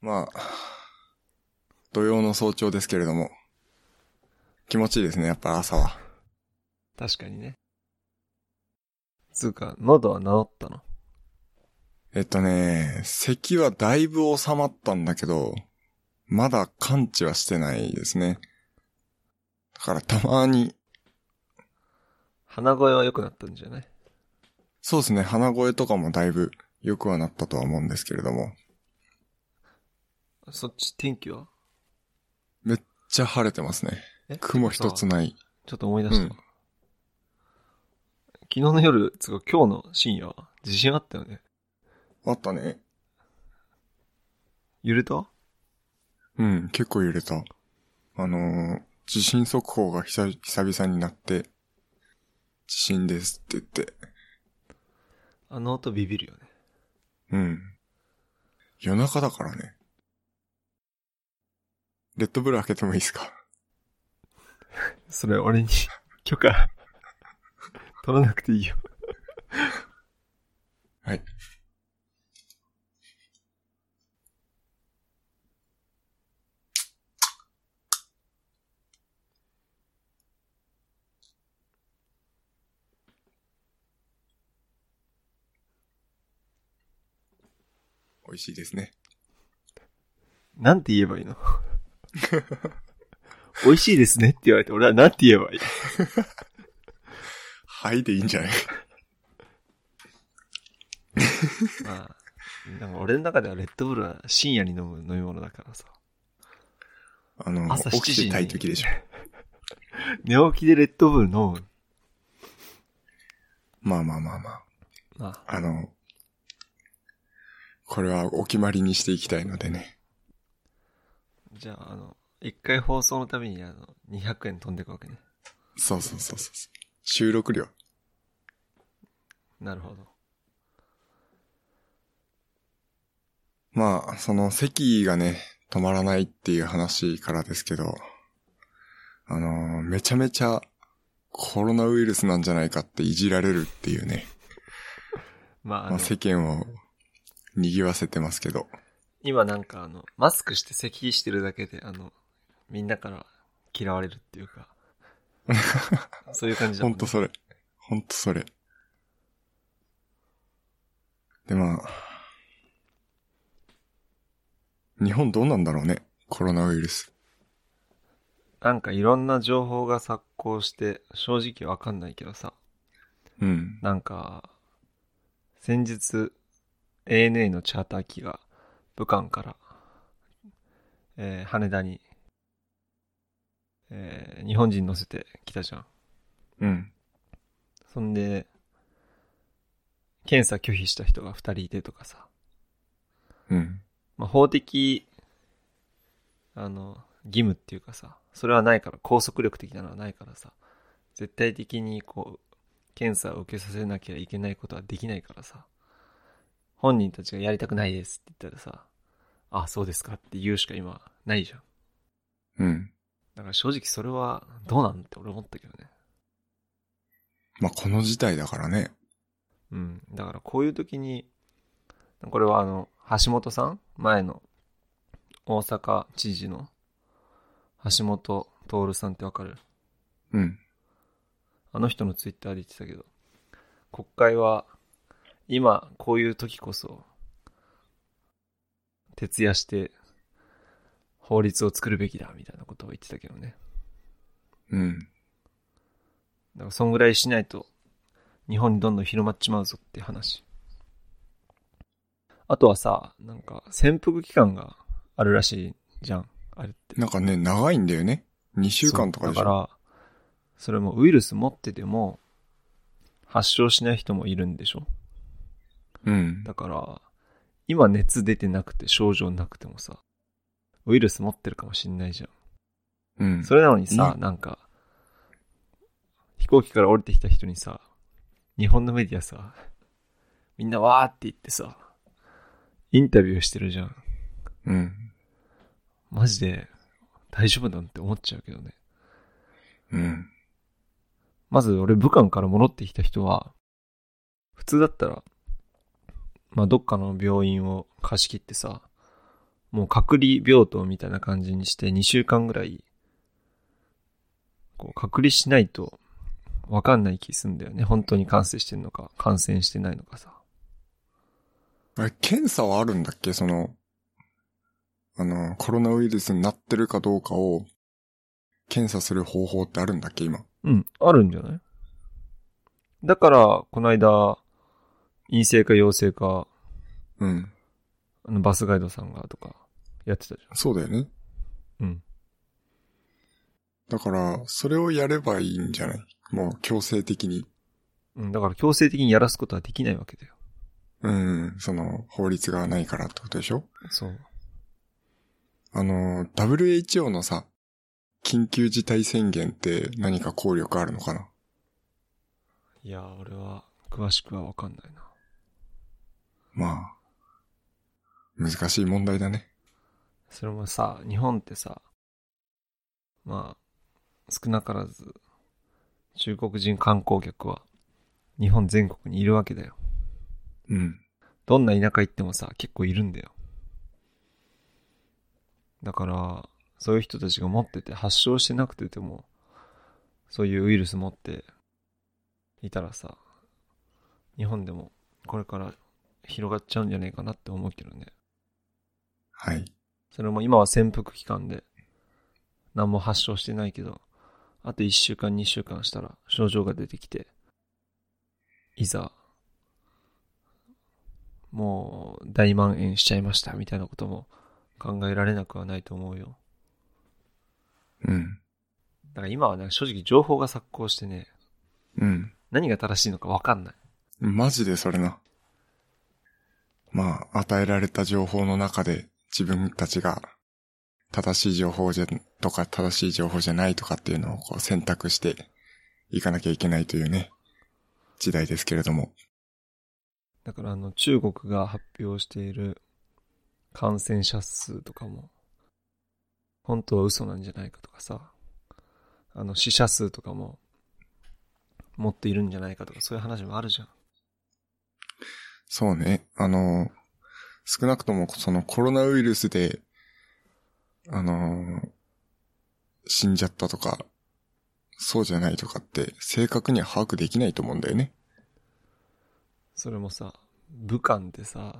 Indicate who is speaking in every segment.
Speaker 1: まあ、土曜の早朝ですけれども、気持ちいいですね、やっぱ朝は。
Speaker 2: 確かにね。つうか、喉は治ったの
Speaker 1: えっとね、咳はだいぶ収まったんだけど、まだ完治はしてないですね。だからたまに、
Speaker 2: 鼻声は良くなったんじゃない
Speaker 1: そうですね、鼻声とかもだいぶ良くはなったとは思うんですけれども、
Speaker 2: そっち天気は
Speaker 1: めっちゃ晴れてますね。
Speaker 2: え
Speaker 1: 雲一つ
Speaker 2: さ
Speaker 1: ない。
Speaker 2: ちょっと思い出した。
Speaker 1: うん
Speaker 2: 昨日の夜、つうか今日の深夜は地震あったよね。
Speaker 1: あったね。
Speaker 2: 揺れた
Speaker 1: うん、結構揺れた。あのー、地震速報が久久々になって、地震ですって言って、
Speaker 2: あの音ビビるよね。
Speaker 1: うん。夜中だからね。レッドブル開けてもいいですか
Speaker 2: それ俺に 許可取らなくていいよ。
Speaker 1: はい。 美味しいですね。
Speaker 2: なんて言えばいい の美味しいですねって言われて俺はなんて言えばいい
Speaker 1: はいでいいんじゃない
Speaker 2: まあ、なんか俺の中ではレッドブルは深夜に飲む飲み物だからさ。
Speaker 1: あの、
Speaker 2: 朝7時
Speaker 1: 起
Speaker 2: に
Speaker 1: きてたい時でしょ。
Speaker 2: 寝起きでレッドブル飲む。
Speaker 1: まあまあまあまあ。
Speaker 2: まあ、
Speaker 1: あの、これはお決まりにしていきたいのでね。
Speaker 2: じゃあ、あの、一回放送のためにあの、200円飛んでくわけね。
Speaker 1: そうそうそうそうそう。収録料。
Speaker 2: なるほど。
Speaker 1: まあ、その席がね、止まらないっていう話からですけど、あのー、めちゃめちゃコロナウイルスなんじゃないかっていじられるっていうね、
Speaker 2: まあ、あ
Speaker 1: ま
Speaker 2: の
Speaker 1: あ、世間を賑わせてますけど。
Speaker 2: 今なんかあの、マスクして咳してるだけで、あの、みんなから嫌われるっていう か、そういう感じだ
Speaker 1: ほ
Speaker 2: もん
Speaker 1: んとそれ。ほんとそれ。で、まあ、日本どうなんだろうね、コロナウイルス。
Speaker 2: なんかいろんな情報が錯綜して、正直わかんないけどさ、
Speaker 1: うん。
Speaker 2: なんか、先日、ANA のチャーター機が武漢から、えー羽田に、えー日本人乗せて来たじゃん。
Speaker 1: うん。
Speaker 2: そんで、検査拒否した人が2人いてとかさ、
Speaker 1: うん。
Speaker 2: まあ、法的、あの、義務っていうかさ、それはないから、拘束力的なのはないからさ、絶対的にこう、検査を受けさせなきゃいけないことはできないからさ、本人たちがやりたくないですって言ったらさ、あ、そうですかって言うしか今ないじゃん。
Speaker 1: うん。
Speaker 2: だから正直それはどうなんって俺思ったけどね。
Speaker 1: まあ、この事態だからね。
Speaker 2: うん。だからこういう時に、これはあの、橋本さん前の大阪知事の橋本徹さんってわかる
Speaker 1: うん。
Speaker 2: あの人のツイッターで言ってたけど、国会は今こういう時こそ、徹夜して法律を作るべきだみたいなことを言ってたけどね。
Speaker 1: うん。
Speaker 2: だからそんぐらいしないと日本にどんどん広まっちまうぞって話。あとはさ、なんか潜伏期間があるらしいじゃん。あれって。
Speaker 1: なんかね、長いんだよね。2週間とかでし
Speaker 2: そうだ
Speaker 1: ょ。
Speaker 2: から、それもウイルス持ってても発症しない人もいるんでしょ
Speaker 1: うん。
Speaker 2: だから、今熱出てなくて症状なくてもさ、ウイルス持ってるかもしんないじゃん。
Speaker 1: うん。
Speaker 2: それなのにさ、
Speaker 1: う
Speaker 2: なんか、飛行機から降りてきた人にさ、日本のメディアさ、みんなわーって言ってさ、インタビューしてるじゃん。
Speaker 1: うん。
Speaker 2: マジで大丈夫なんて思っちゃうけどね。
Speaker 1: うん。
Speaker 2: まず俺武漢から戻ってきた人は、普通だったら、まあ、どっかの病院を貸し切ってさ、もう隔離病棟みたいな感じにして2週間ぐらい、こう隔離しないとわかんない気すんだよね。本当に感染してんのか、感染してないのかさ。
Speaker 1: あれ、検査はあるんだっけその、あの、コロナウイルスになってるかどうかを、検査する方法ってあるんだっけ今。
Speaker 2: うん、あるんじゃないだから、この間、陰性か陽性か、
Speaker 1: うん。
Speaker 2: あのバスガイドさんがとか、やってたじ
Speaker 1: そうだよね。
Speaker 2: ゃん。うん。
Speaker 1: だから、それをやればいいんじゃないもう強制的に。
Speaker 2: うん、だから強制的にやらすことはできないわけだよ。
Speaker 1: うん、その、法律がないからってことでしょ
Speaker 2: そう。
Speaker 1: あの、WHO のさ、緊急事態宣言って何か効力あるのかない
Speaker 2: や、俺は、詳しくはわかんないな。
Speaker 1: まあ、難しい問題だね。
Speaker 2: それもさ、日本ってさ、まあ、少なからず、中国人観光客は、日本全国にいるわけだよ。
Speaker 1: うん。
Speaker 2: どんな田舎行ってもさ、結構いるんだよ。だから、そういう人たちが持ってて、発症してなくてても、そういうウイルス持っていたらさ、日本でもこれから広がっちゃうんじゃないかなって思うけどね。
Speaker 1: はい。
Speaker 2: それも今は潜伏期間で、何も発症してないけど、あと1週間、2週間したら症状が出てきて、いざ、もう大蔓延しちゃいましたみたいなことも考えられなくはないと思うよ。
Speaker 1: うん。
Speaker 2: だから今はね、正直情報が錯綜してね、
Speaker 1: うん。
Speaker 2: 何が正しいのかわかんない。
Speaker 1: マジでそれな。まあ、与えられた情報の中で自分たちが正しい情報じゃ、とか正しい情報じゃないとかっていうのをこう選択していかなきゃいけないというね、時代ですけれども。
Speaker 2: だからあの中国が発表している感染者数とかも本当は嘘なんじゃないかとかさあの死者数とかも持っているんじゃないかとかそういう話もあるじゃん
Speaker 1: そうね。あの、少なくともそのコロナウイルスで、あの、死んじゃったとか、そうじゃないとかって正確には把握できないと思うんだよね。
Speaker 2: それもさ武漢ってさ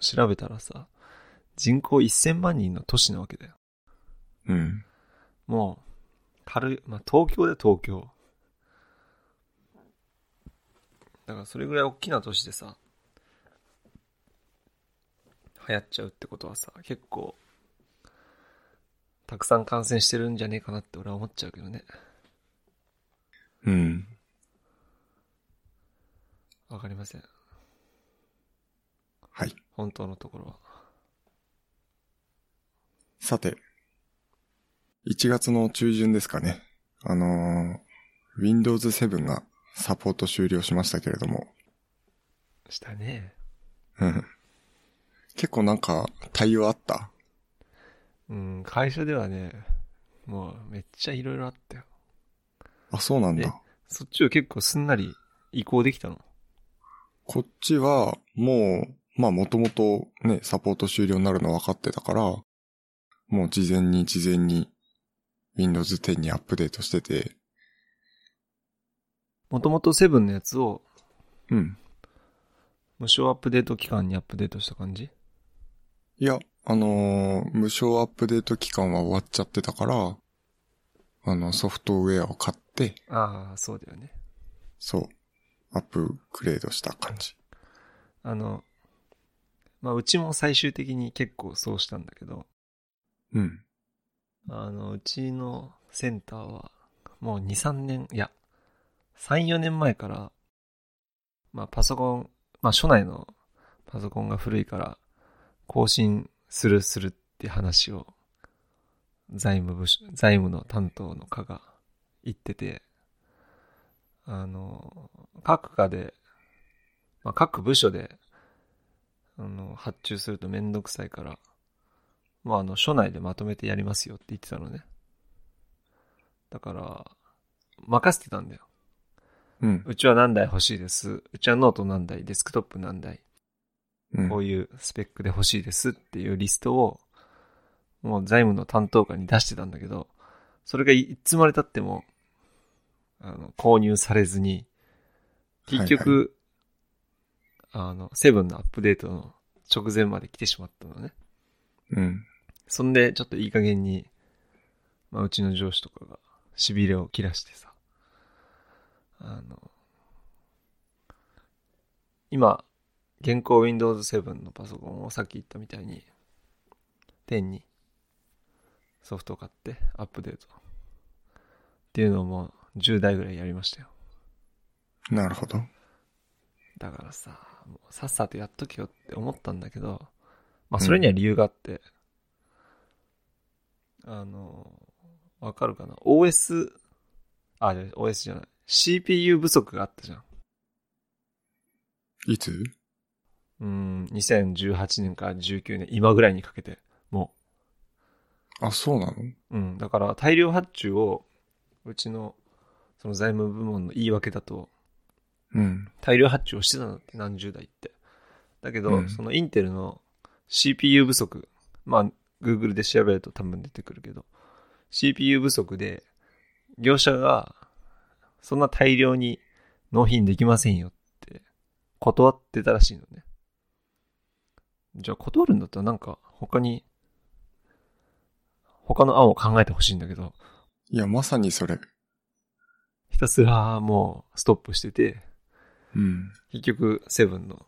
Speaker 2: 調べたらさ人口1000万人の都市なわけだよ
Speaker 1: うん。
Speaker 2: もう、軽い、まあ、東京で東京。だからそれぐらい大きな都市でさ、流行っちゃうってことはさ、結構、たくさん感染してるんじゃねえかなって俺は思っちゃうけどね。
Speaker 1: うん。
Speaker 2: わかりません。
Speaker 1: はい。
Speaker 2: 本当のところは。
Speaker 1: さて、1月の中旬ですかね。あのー Windows 7がサポート終了しましたけれども、
Speaker 2: したね。
Speaker 1: うん結構なんか対応あった
Speaker 2: うん、会社ではね、もうめっちゃいろいろあったよ。
Speaker 1: あ、そうなんだ。
Speaker 2: そっちを結構すんなり移行できたの。
Speaker 1: こっちは、もう、まあもともとね、サポート終了になるの分かってたから、もう事前に事前に Windows 10にアップデートしてて、
Speaker 2: もともと7のやつを
Speaker 1: うん。
Speaker 2: 無償アップデート期間にアップデートした感じ
Speaker 1: いや、あのー無償アップデート期間は終わっちゃってたから、あの、ソフトウェアを買って、
Speaker 2: ああ、そうだよね。
Speaker 1: そう、アップグレードした感じ。
Speaker 2: あの、まあ、うちも最終的に結構そうしたんだけど、
Speaker 1: うん。
Speaker 2: あの、うちのセンターは、もう2、3年、いや、3、4年前から、まあ、パソコン、まあ、初内のパソコンが古いから、更新するするって話を、財務部署、財務の担当の課が言ってて、あの、各課で、まあ、各部署で、あの、発注するとめんどくさいから、まあ、あの、署内でまとめてやりますよって言ってたのね。だから、任せてたんだよ。
Speaker 1: うん。
Speaker 2: うちは何台欲しいです。うちはノート何台、デスクトップ何台、
Speaker 1: うん
Speaker 2: こういうスペックで欲しいですっていうリストをもう財務の担当官に出してたんだけど、それがいいつまで経っても、あの、購入されずに、結局、あの、セブンのアップデートの直前まで来てしまったのね。
Speaker 1: うん。
Speaker 2: そんで、ちょっといい加減に、まあ、うちの上司とかが、痺れを切らしてさ、あの、今、現行 Windows 7のパソコンをさっき言ったみたいに、10にソフトを買って、アップデート。っていうのをもう10台ぐらいやりましたよ。
Speaker 1: なるほど。
Speaker 2: だからさ、もうさっさとやっとけよって思ったんだけど、まあそれには理由があって、あの、わかるかな ?OS、あ、じゃあ OS じゃない。CPU 不足があったじゃん。
Speaker 1: いつ
Speaker 2: うん、2018年から19年、今ぐらいにかけて、も
Speaker 1: あ、そうなの
Speaker 2: う。うん、だから大量発注を、うちの、その財務部門の言い訳だと、
Speaker 1: うん。
Speaker 2: 大量発注をしてたんだって何十代ってだけど、
Speaker 1: うん
Speaker 2: そのインテルの CPU 不足まあ Google で調べると多分出てくるけど CPU 不足で業者がそんな大量に納品できませんよって断ってたらしいのねじゃあ断るんだったらなんか他に他の案を考えてほしいんだけど
Speaker 1: いや、まさにそれ。
Speaker 2: ひたすらもうストップしてて
Speaker 1: うん。
Speaker 2: 結局、セブンの、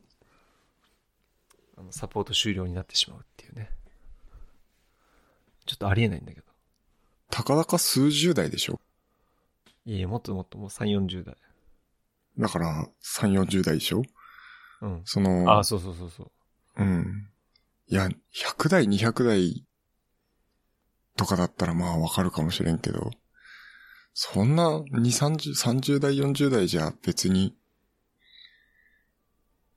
Speaker 2: あの、サポート終了になってしまうっていうね。ちょっとありえないんだけど。
Speaker 1: たかだか数十代でしょ
Speaker 2: いえいえ、もっともっともう3、40代。
Speaker 1: だから、三四十代でしょ
Speaker 2: うん。
Speaker 1: その、
Speaker 2: あ、そうそうそうそう。
Speaker 1: うん。いや、100代、200代とかだったらまあわかるかもしれんけど、そんな2、30、30代、40代じゃ別に、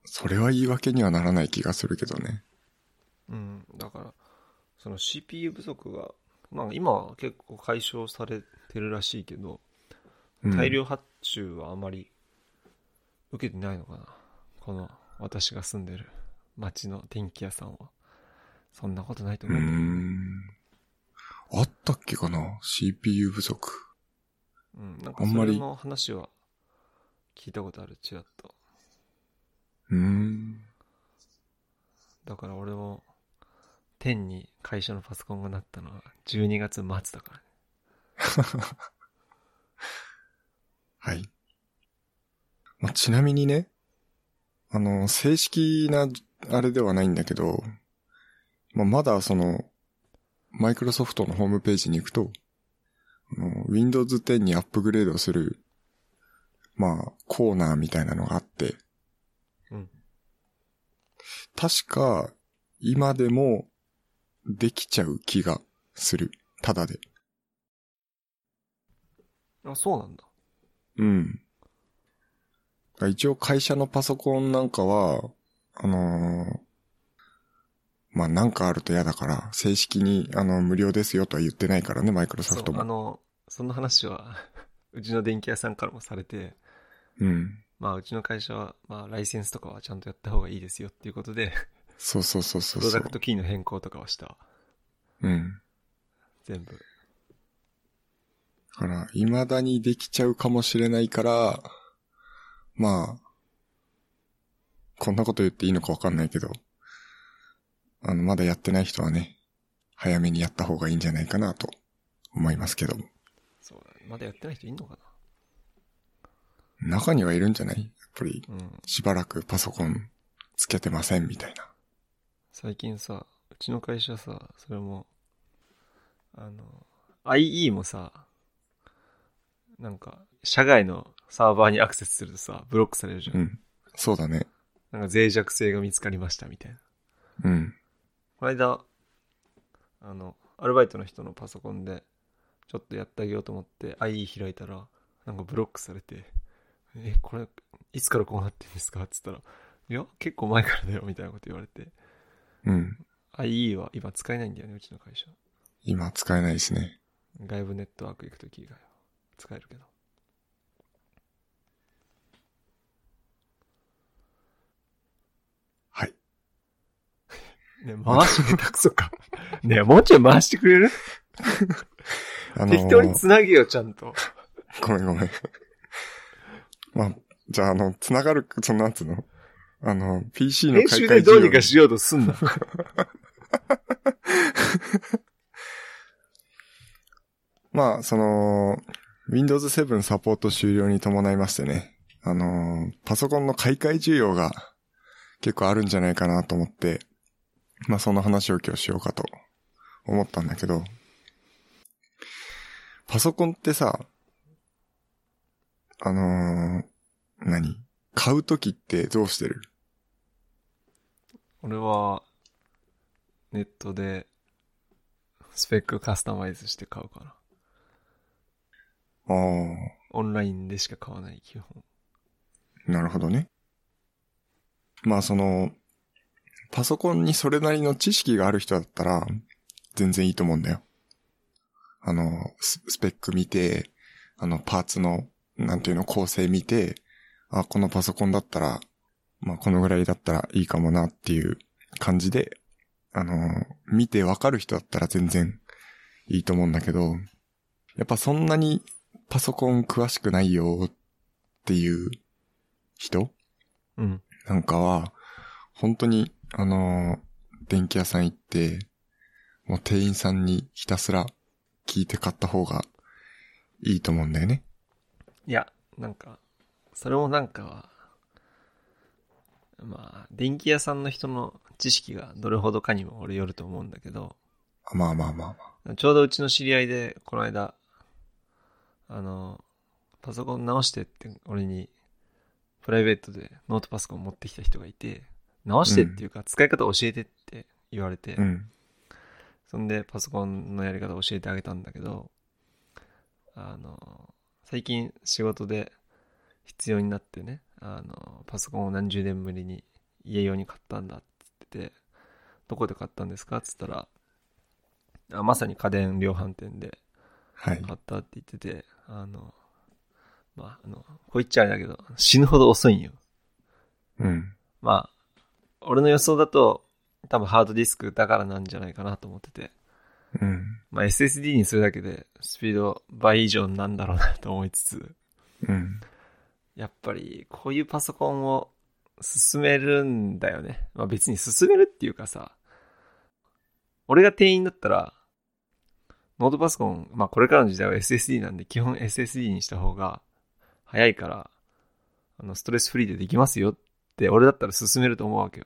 Speaker 1: それは言い訳にはならない気がするけどね。
Speaker 2: うん。だから、その CPU 不足が、まあ今は結構解消されてるらしいけど、
Speaker 1: うん
Speaker 2: 大量発注はあまり受けてないのかな。この、私が住んでる町の電気屋さんは。そんなことないと
Speaker 1: うー
Speaker 2: 思うんだよね
Speaker 1: ん。あったっけかな ?CPU 不足。
Speaker 2: うん、なん
Speaker 1: あ
Speaker 2: か
Speaker 1: ん
Speaker 2: そ
Speaker 1: まり
Speaker 2: れの話は聞いたことある、ちらっと。
Speaker 1: うーん。
Speaker 2: だから俺も、天に会社のパソコンがなったのは12月末だからね。
Speaker 1: はい。まあ、ちなみにね、あの、正式な、あれではないんだけど、まあ、まだその、マイクロソフトのホームページに行くと、あの Windows 10にアップグレードする、まあ、コーナーみたいなのがあって、
Speaker 2: うん。
Speaker 1: 確か、今でも、できちゃう気がする。ただで。
Speaker 2: あ、そうなんだ。
Speaker 1: うん。一応会社のパソコンなんかは、あのーまあ、なんかあると嫌だから、正式に、あの、無料ですよとは言ってないからね、マイクロソ
Speaker 2: そ
Speaker 1: フ
Speaker 2: う
Speaker 1: ト、も。
Speaker 2: あの、その話は、 うちの電気屋さんからもされて、
Speaker 1: うん。
Speaker 2: まあ、うちの会社は、まあ、ライセンスとかはちゃんとやった方がいいですよっていうことで、
Speaker 1: そうそうそうそ
Speaker 2: プ
Speaker 1: う
Speaker 2: ロ
Speaker 1: そ
Speaker 2: ダ
Speaker 1: う
Speaker 2: ク。トキーの変更とかはした。
Speaker 1: うん。
Speaker 2: 全部。
Speaker 1: だから、未だにできちゃうかもしれないから、まあ、こんなこと言っていいのかわかんないけど、あの、まだやってない人はね、早めにやった方がいいんじゃないかなと思いますけども。
Speaker 2: そうだね。まだやってない人いんのか
Speaker 1: 中にはいるんじゃないやっぱり、
Speaker 2: なうん。
Speaker 1: しばらくパソコンつけてませんみたいな。
Speaker 2: 最近さうちの会社さそれもあの IE もさなんか社外のサーバーにアクセスするとさブロックされるじゃん、
Speaker 1: うん。そうだね。
Speaker 2: なんか脆弱性が見つかりましたみたいな
Speaker 1: うん。
Speaker 2: この間あのアルバイトの人のパソコンでちょっとやってあげようと思って IE 開いたらなんかブロックされて「えこれいつからこうなってるんですか?」っつったら「いや結構前からだよ」みたいなこと言われて
Speaker 1: うん。
Speaker 2: IE は今使えないんだよねうちの会社
Speaker 1: 今使えないですね。
Speaker 2: 外部ネットワーク行くとき以外は使えるけど。
Speaker 1: はい。
Speaker 2: ね、回し下手くそか。 ねもうちょい回してくれる、
Speaker 1: あのー
Speaker 2: 適当に繋げよ、ちゃんと。
Speaker 1: ごめんごめん。 まあ、じゃあ、あの、つながる、そのなんつうのあの、PC の
Speaker 2: 編
Speaker 1: 買い
Speaker 2: 集
Speaker 1: 替え
Speaker 2: で
Speaker 1: 需
Speaker 2: ど
Speaker 1: 要
Speaker 2: うにかしようとすんな。
Speaker 1: まあ、その、Windows 7サポート終了に伴いましてね、あのーパソコンの買い替え需要が結構あるんじゃないかなと思って、まあ、その話を今日しようかと思ったんだけど、パソコンってさ、あのー何買うときってどうしてる
Speaker 2: 俺は、ネットで、スペックカスタマイズして買うかな。
Speaker 1: あ
Speaker 2: オンラインでしか買わない、基本。
Speaker 1: あ、なるほどね。まあ、その、パソコンにそれなりの知識がある人だったら、全然いいと思うんだよ。あの、ススペック見て、あの、パーツの、なんていうの、構成見て、あ、このパソコンだったら、まあ、このぐらいだったらいいかもなっていう感じで、あの、見てわかる人だったら全然いいと思うんだけど、やっぱそんなにパソコン詳しくないよっていう人
Speaker 2: うん。
Speaker 1: なんかは、本当に、あのー電気屋さん行って、もう店員さんにひたすら聞いて買った方がいいと思うんだよね。
Speaker 2: いや、なんか、それもなんか、まあ、電気屋さんの人の知識がどれほどかにも俺よると思うんだけど、
Speaker 1: まあまあまあまあ。
Speaker 2: ちょうどうちの知り合いで、この間、あの、パソコン直してって、俺に、プライベートでノートパソコン持ってきた人がいて、直してっていうか、使い方教えてって言われて、
Speaker 1: うん。
Speaker 2: そんでパソコンのやり方教えてあげたんだけど、あの、最近仕事で必要になってね、あの、パソコンを何十年ぶりに家用に買ったんだって言ってて、どこで買ったんですかって言ったら、あまさに家電量販店で
Speaker 1: はい。
Speaker 2: 買ったって言ってて、あの、まあ、あの、こう言っちゃあれだけど、死ぬほど遅いんよ。
Speaker 1: うん。
Speaker 2: まあ、俺の予想だと、多分ハードディスクだからなんじゃないかなと思ってて、
Speaker 1: うん。
Speaker 2: まあ、SSD にするだけでスピード倍以上になんだろうなと思いつつ、
Speaker 1: うん。
Speaker 2: やっぱりこういうパソコンを進めるんだよね。まあ別に進めるっていうかさ、俺が店員だったら、ノートパソコン、まあこれからの時代は SSD なんで基本 SSD にした方が早いから、あのストレスフリーでできますよって俺だったら進めると思うわけよ。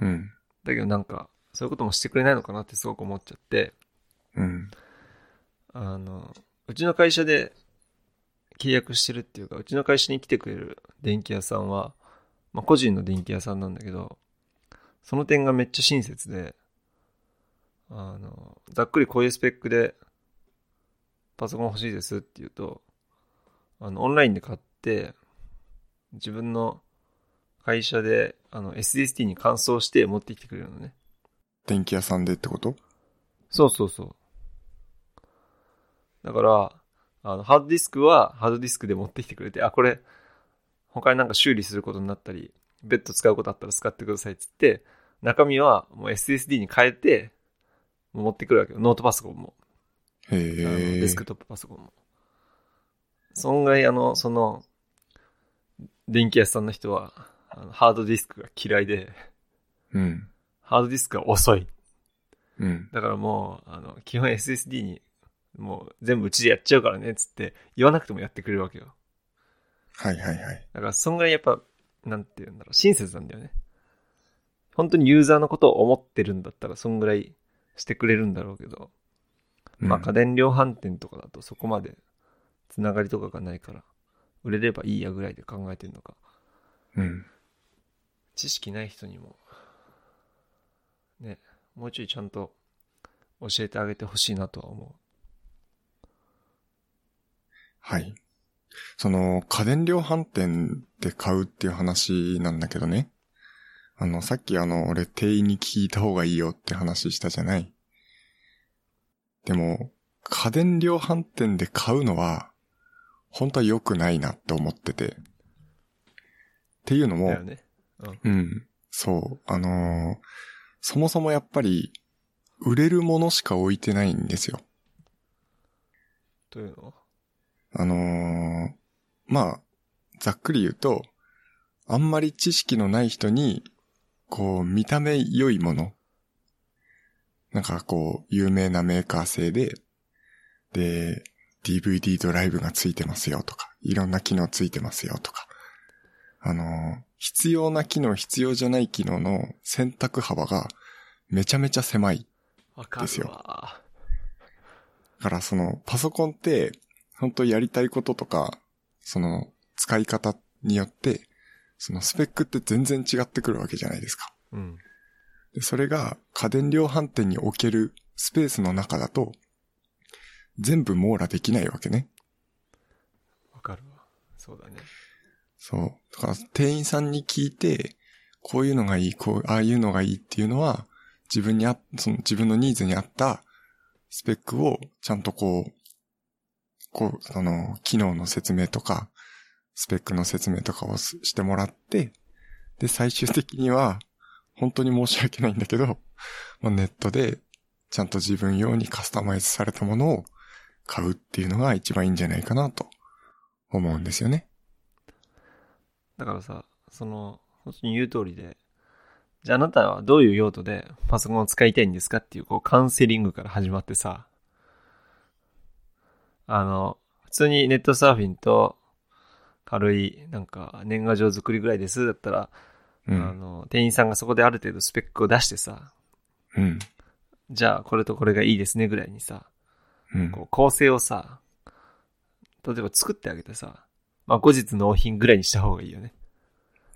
Speaker 1: うん。
Speaker 2: だけどなんか、そういうこともしてくれないのかなってすごく思っちゃって、
Speaker 1: うん。
Speaker 2: あの、うちの会社で契約してるっていうか、うちの会社に来てくれる電気屋さんは、まあ、個人の電気屋さんなんだけど、その点がめっちゃ親切で、あの、ざっくりこういうスペックで、パソコン欲しいですって言うと、あの、オンラインで買って、自分の会社で、あの、SSD に換装して持ってきてくれるのね。
Speaker 1: 電気屋さんでってこと
Speaker 2: そうそうそう。だから、あの、ハードディスクはハードディスクで持ってきてくれて、あ、これ、他になんか修理することになったり、別途使うことあったら使ってくださいっつって、中身はもう SSD に変えて、持ってくるわけよ。ノートパソコンも、
Speaker 1: へ
Speaker 2: あの
Speaker 1: え。
Speaker 2: デスクトップパソコンも。そんぐらい、あの、その、電気屋さんの人は、あのハードディスクが嫌いで、
Speaker 1: うん。
Speaker 2: ハードディスクが遅い。
Speaker 1: うん。
Speaker 2: だからもう、あの、基本 SSD に、もう全部うちでやっちゃうからね、つって、言わなくてもやってくれるわけよ。
Speaker 1: はいはいはい。
Speaker 2: だから、そんぐらいやっぱ、なんて言うんだろう、親切なんだよね。本当にユーザーのことを思ってるんだったら、そんぐらいしてくれるんだろうけど、
Speaker 1: うん
Speaker 2: まあ家電量販店とかだとそこまで、つながりとかがないから、売れればいいやぐらいで考えてるのか、
Speaker 1: うん。
Speaker 2: 知識ない人にも、ね、もうちょいちゃんと教えてあげてほしいなとは思う。
Speaker 1: はい。その、家電量販店で買うっていう話なんだけどね。あの、さっきあの、俺店員に聞いた方がいいよって話したじゃない。でも、家電量販店で買うのは、本当は良くないなって思ってて。っていうのも、
Speaker 2: だよね。うん。
Speaker 1: うん。そう。あのーそもそもやっぱり、売れるものしか置いてないんですよ。
Speaker 2: というのは
Speaker 1: あのーまあ、ざっくり言うと、あんまり知識のない人に、こう、見た目良いもの。なんかこう、有名なメーカー製で、で、DVD ドライブがついてますよとか、いろんな機能ついてますよとか。あのー必要な機能、必要じゃない機能の選択幅がめちゃめちゃ狭い。
Speaker 2: わか
Speaker 1: です
Speaker 2: る
Speaker 1: よ
Speaker 2: わ。
Speaker 1: だからそのパソコンって、本当やりたいこととか、その使い方によって、そのスペックって全然違ってくるわけじゃないですか。
Speaker 2: うん。
Speaker 1: でそれが家電量販店におけるスペースの中だと、全部網羅できないわけね。
Speaker 2: わかるわ。そうだね。
Speaker 1: そう。だから店員さんに聞いて、こういうのがいい、こう、ああいうのがいいっていうのは、自分にあ、その自分のニーズに合ったスペックをちゃんとこう、こう、その、機能の説明とか、スペックの説明とかをすしてもらって、で、最終的には、本当に申し訳ないんだけど、まあ、ネットで、ちゃんと自分用にカスタマイズされたものを買うっていうのが一番いいんじゃないかなと思うんですよね。
Speaker 2: だからさ、その、本当に言う通りで、じゃああなたはどういう用途でパソコンを使いたいんですかっていう、こう、カウンセリングから始まってさ、あの、普通にネットサーフィンと、軽い、なんか、年賀状作りぐらいです、だったら、
Speaker 1: う
Speaker 2: あ
Speaker 1: ん。
Speaker 2: の、店員さんがそこである程度スペックを出してさ、
Speaker 1: うん。
Speaker 2: じゃあこれとこれがいいですねぐらいにさ、
Speaker 1: うん。
Speaker 2: こう構成をさ、例えば作ってあげてさ、まあ後日納品ぐらいにした方がいいよね。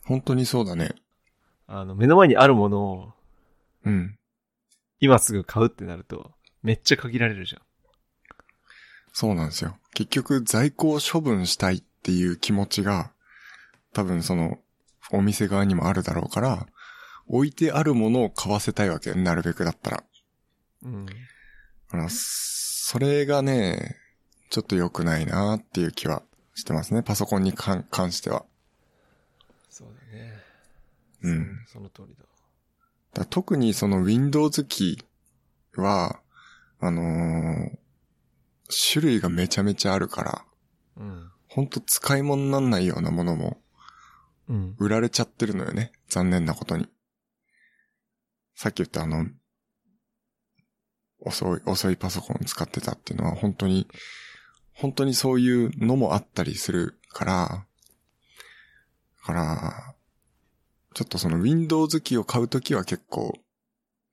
Speaker 1: 本当にそうだね。
Speaker 2: あの、目の前にあるものを
Speaker 1: うん。
Speaker 2: 今すぐ買うってなると、めっちゃ限られるじゃん。
Speaker 1: そうなんですよ。結局、在庫を処分したいっていう気持ちが、多分その、お店側にもあるだろうから、置いてあるものを買わせたいわけよ。なるべくだったら。
Speaker 2: うん。
Speaker 1: あらそれがね、ちょっと良くないなっていう気はしてますね。パソコンに関関しては。
Speaker 2: そうだね。
Speaker 1: うん
Speaker 2: そ。その通りだ。
Speaker 1: だから特にその Windows 機は、あのー種類がめちゃめちゃあるから、
Speaker 2: うん。
Speaker 1: ほんと使い物になんないようなものも
Speaker 2: うん。
Speaker 1: 売られちゃってるのよね。残念なことに。さっき言ったあの、遅い、遅いパソコン使ってたっていうのは本当に、本当にそういうのもあったりするから、だから、ちょっとその Windows 機を買うときは結構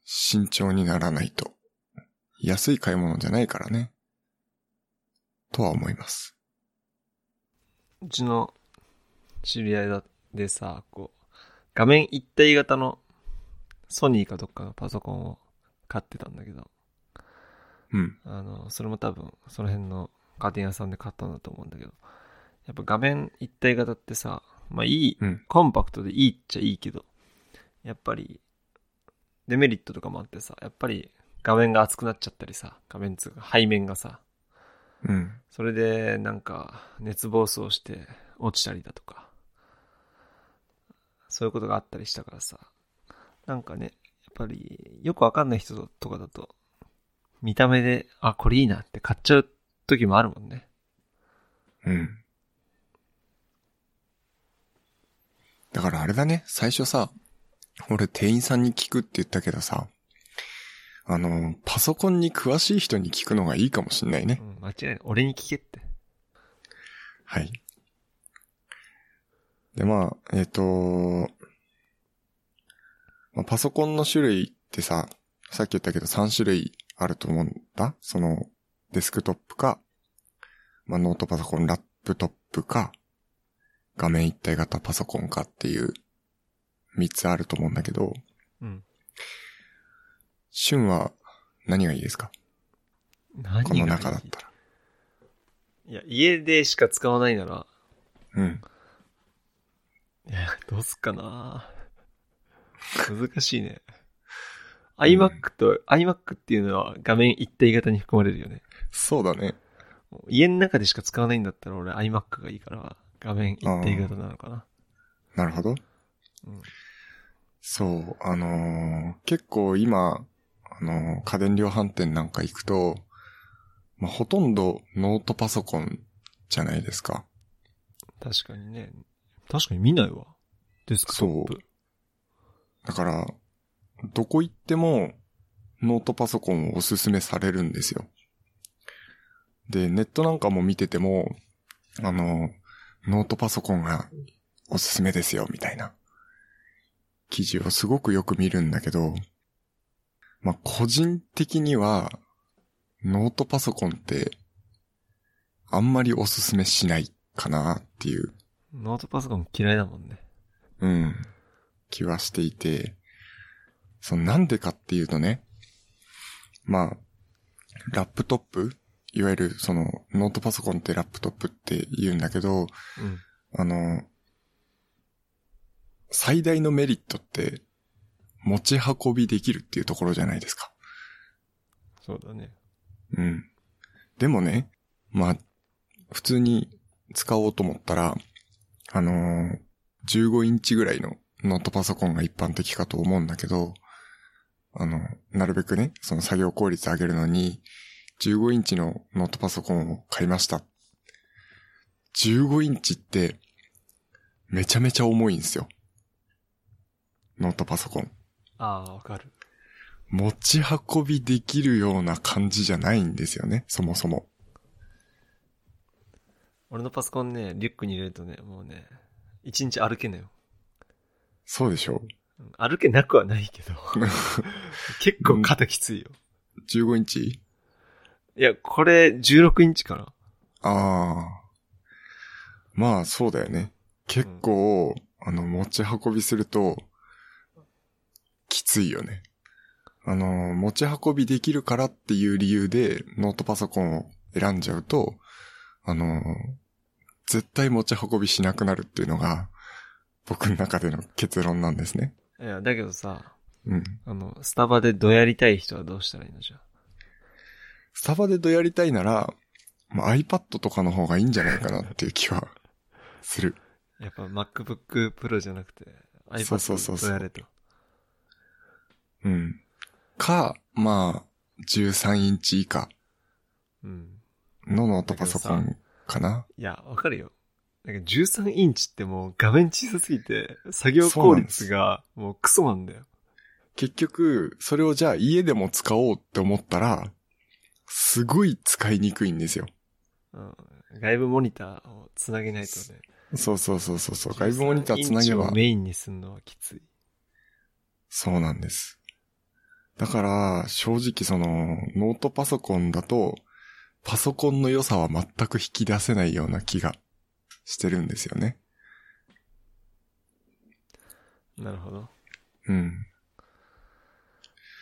Speaker 1: 慎重にならないと。安い買い物じゃないからね。とは思います。
Speaker 2: うちの知り合いだでさ、こう、画面一体型のソニーかどっかのパソコンを買ってたんだけど、
Speaker 1: うん。
Speaker 2: あの、それも多分、その辺の家電屋さんで買ったんだと思うんだけど、やっぱ画面一体型ってさ、まあいい、
Speaker 1: うん
Speaker 2: コンパクトでいいっちゃいいけど、やっぱり、デメリットとかもあってさ、やっぱり画面が厚くなっちゃったりさ、画面つうか背面がさ、
Speaker 1: うん。
Speaker 2: それでなんか熱暴走して落ちたりだとか、そういうことがあったりしたからさ、なんかね、やっぱりよくわかんない人とかだと、見た目で、あ、これいいなって買っちゃう時もあるもんね。
Speaker 1: うん。だからあれだね、最初さ、俺店員さんに聞くって言ったけどさ、あの、パソコンに詳しい人に聞くのがいいかもしんないうね。
Speaker 2: ん、間違いない。俺に聞けって。
Speaker 1: はい。で、まあ、えっ、と、まあパソコンの種類ってさ、さっき言ったけど3種類あると思うんだ。その、デスクトップか、まあ、ノートパソコン、ラップトップか、画面一体型パソコンかっていう3つあると思うんだけど、
Speaker 2: うん。
Speaker 1: シュンは何がいいですか
Speaker 2: 何
Speaker 1: この中だったら。
Speaker 2: いや、家でしか使わないなら、
Speaker 1: うん。
Speaker 2: いや、どうすっかな難しいね。
Speaker 1: ん
Speaker 2: iMac と、iMac っていうのは画面一体型に含まれるよね。
Speaker 1: そうだね。
Speaker 2: もう家の中でしか使わないんだったら俺 iMac がいいから、画面一定型なのかな。
Speaker 1: なるほど。
Speaker 2: うん。
Speaker 1: そう、あのー結構今、あのー家電量販店なんか行くと、まあ、ほとんどノートパソコンじゃないですか。
Speaker 2: 確かにね。確かに見ないわ。デスクトップ。
Speaker 1: だから、どこ行ってもノートパソコンをおすすめされるんですよ。で、ネットなんかも見てても、あの、ノートパソコンがおすすめですよ、みたいな記事をすごくよく見るんだけど、まあ、個人的には、ノートパソコンって、あんまりおすすめしないかなっていう
Speaker 2: ノートパソコン嫌いだもんね。
Speaker 1: うん、気はしていて、そのなんでかっていうとね、まあ、ラップトップいわゆるそのノートパソコンってラップトップって言うんだけど、
Speaker 2: うん。
Speaker 1: あの、最大のメリットって持ち運びできるっていうところじゃないですか。
Speaker 2: そうだね。
Speaker 1: うん。でもね、まあ、普通に使おうと思ったら、あのー15インチぐらいのノートパソコンが一般的かと思うんだけど、あの、なるべくね、その作業効率上げるのに、15インチのノートパソコンを買いました。15インチって、めちゃめちゃ重いんですよ。ノートパソコン。
Speaker 2: ああ、わかる。
Speaker 1: 持ち運びできるような感じじゃないんですよね、そもそも。
Speaker 2: 俺のパソコンね、リュックに入れるとね、もうね、一日歩けないよ。
Speaker 1: そうでしょ
Speaker 2: うん歩けなくはないけど。結構肩きついよ。
Speaker 1: ?15 インチ
Speaker 2: いや、これ16インチかな。
Speaker 1: ああ。まあ、そうだよね。結構、あの、持ち運びすると、きついよね。あの、持ち運びできるからっていう理由で、ノートパソコンを選んじゃうと、あの、絶対持ち運びしなくなるっていうのが、僕の中での結論なんですね。
Speaker 2: いや、だけどさ、
Speaker 1: うん。
Speaker 2: あの、スタバでどやりたい人はどうしたらいいのじゃ。
Speaker 1: スタバでどやりたいなら、まあ、iPad とかの方がいいんじゃないかなっていう気は、する。
Speaker 2: やっぱ MacBook Pro じゃなくて、
Speaker 1: そうそうそうそ
Speaker 2: iPad と
Speaker 1: う
Speaker 2: やれと。
Speaker 1: うん。か、まあ、13インチ以下
Speaker 2: うん。
Speaker 1: のノートパソコンかな。
Speaker 2: いや、わかるよ。なんか13インチってもう画面小さすぎて、作業効率がもうクソなんだよ。
Speaker 1: 結局、それをじゃあ家でも使おうって思ったら、すごい使いにくいんですよ。
Speaker 2: うん。外部モニターをつなげないとね。
Speaker 1: そうそうそうそうそう。外部モニターつな
Speaker 2: 13
Speaker 1: げ
Speaker 2: インチ
Speaker 1: ば
Speaker 2: を。メインにするのはきつい。
Speaker 1: そうなんです。だから、正直その、ノートパソコンだと、パソコンの良さは全く引き出せないような気がしてるんですよね。
Speaker 2: なるほど。
Speaker 1: うん。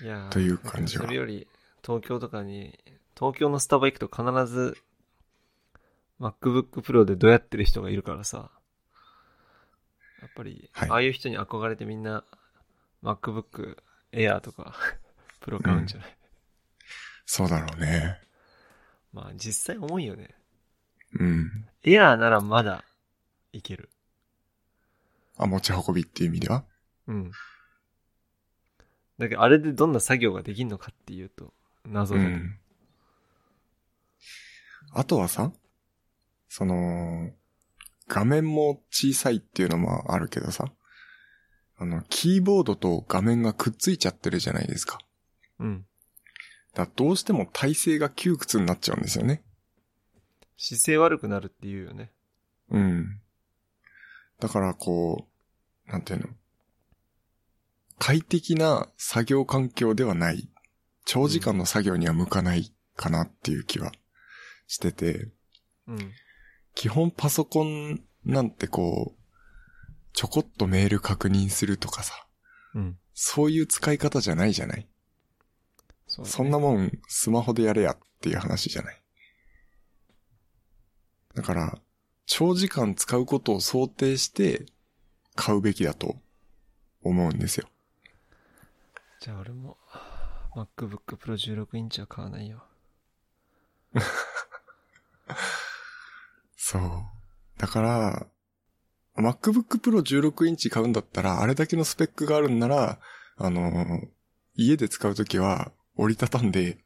Speaker 2: いやー
Speaker 1: という感じは
Speaker 2: それより、東京とかに、東京のスタバ行くと必ず、MacBook Pro でどうやってる人がいるからさ。やっぱり、
Speaker 1: はい
Speaker 2: ああいう人に憧れてみんな、MacBook Air とか、Pro 買うんじゃない、
Speaker 1: そうだろうね。
Speaker 2: まあ実際重いよね。
Speaker 1: うん。
Speaker 2: Air ならまだ、いける。
Speaker 1: あ、持ち運びっていう意味では
Speaker 2: うん。だけど、あれでどんな作業ができるのかっていうと、謎だけど。
Speaker 1: ん。あとはさ、その、画面も小さいっていうのもあるけどさ、あの、キーボードと画面がくっついちゃってるじゃないですか。
Speaker 2: うん。
Speaker 1: だからどうしても体勢が窮屈になっちゃうんですよね。
Speaker 2: 姿勢悪くなるっていうよね。
Speaker 1: うん。だからこう、なんていうの。快適な作業環境ではない。長時間の作業には向かないかなっていう気はしてて。
Speaker 2: うん。
Speaker 1: 基本パソコンなんてこう、ちょこっとメール確認するとかさ、
Speaker 2: うん。
Speaker 1: そういう使い方じゃないじゃない
Speaker 2: そうだね
Speaker 1: そんなもんスマホでやれやっていう話じゃない。だから、長時間使うことを想定して買うべきだと思うんですよ。
Speaker 2: じゃあ俺も MacBook Pro 16インチは買わないよ。
Speaker 1: そう。だから、 MacBook Pro 16インチ買うんだったら、あれだけのスペックがあるんなら、あのー家で使うときは、折りたたんで、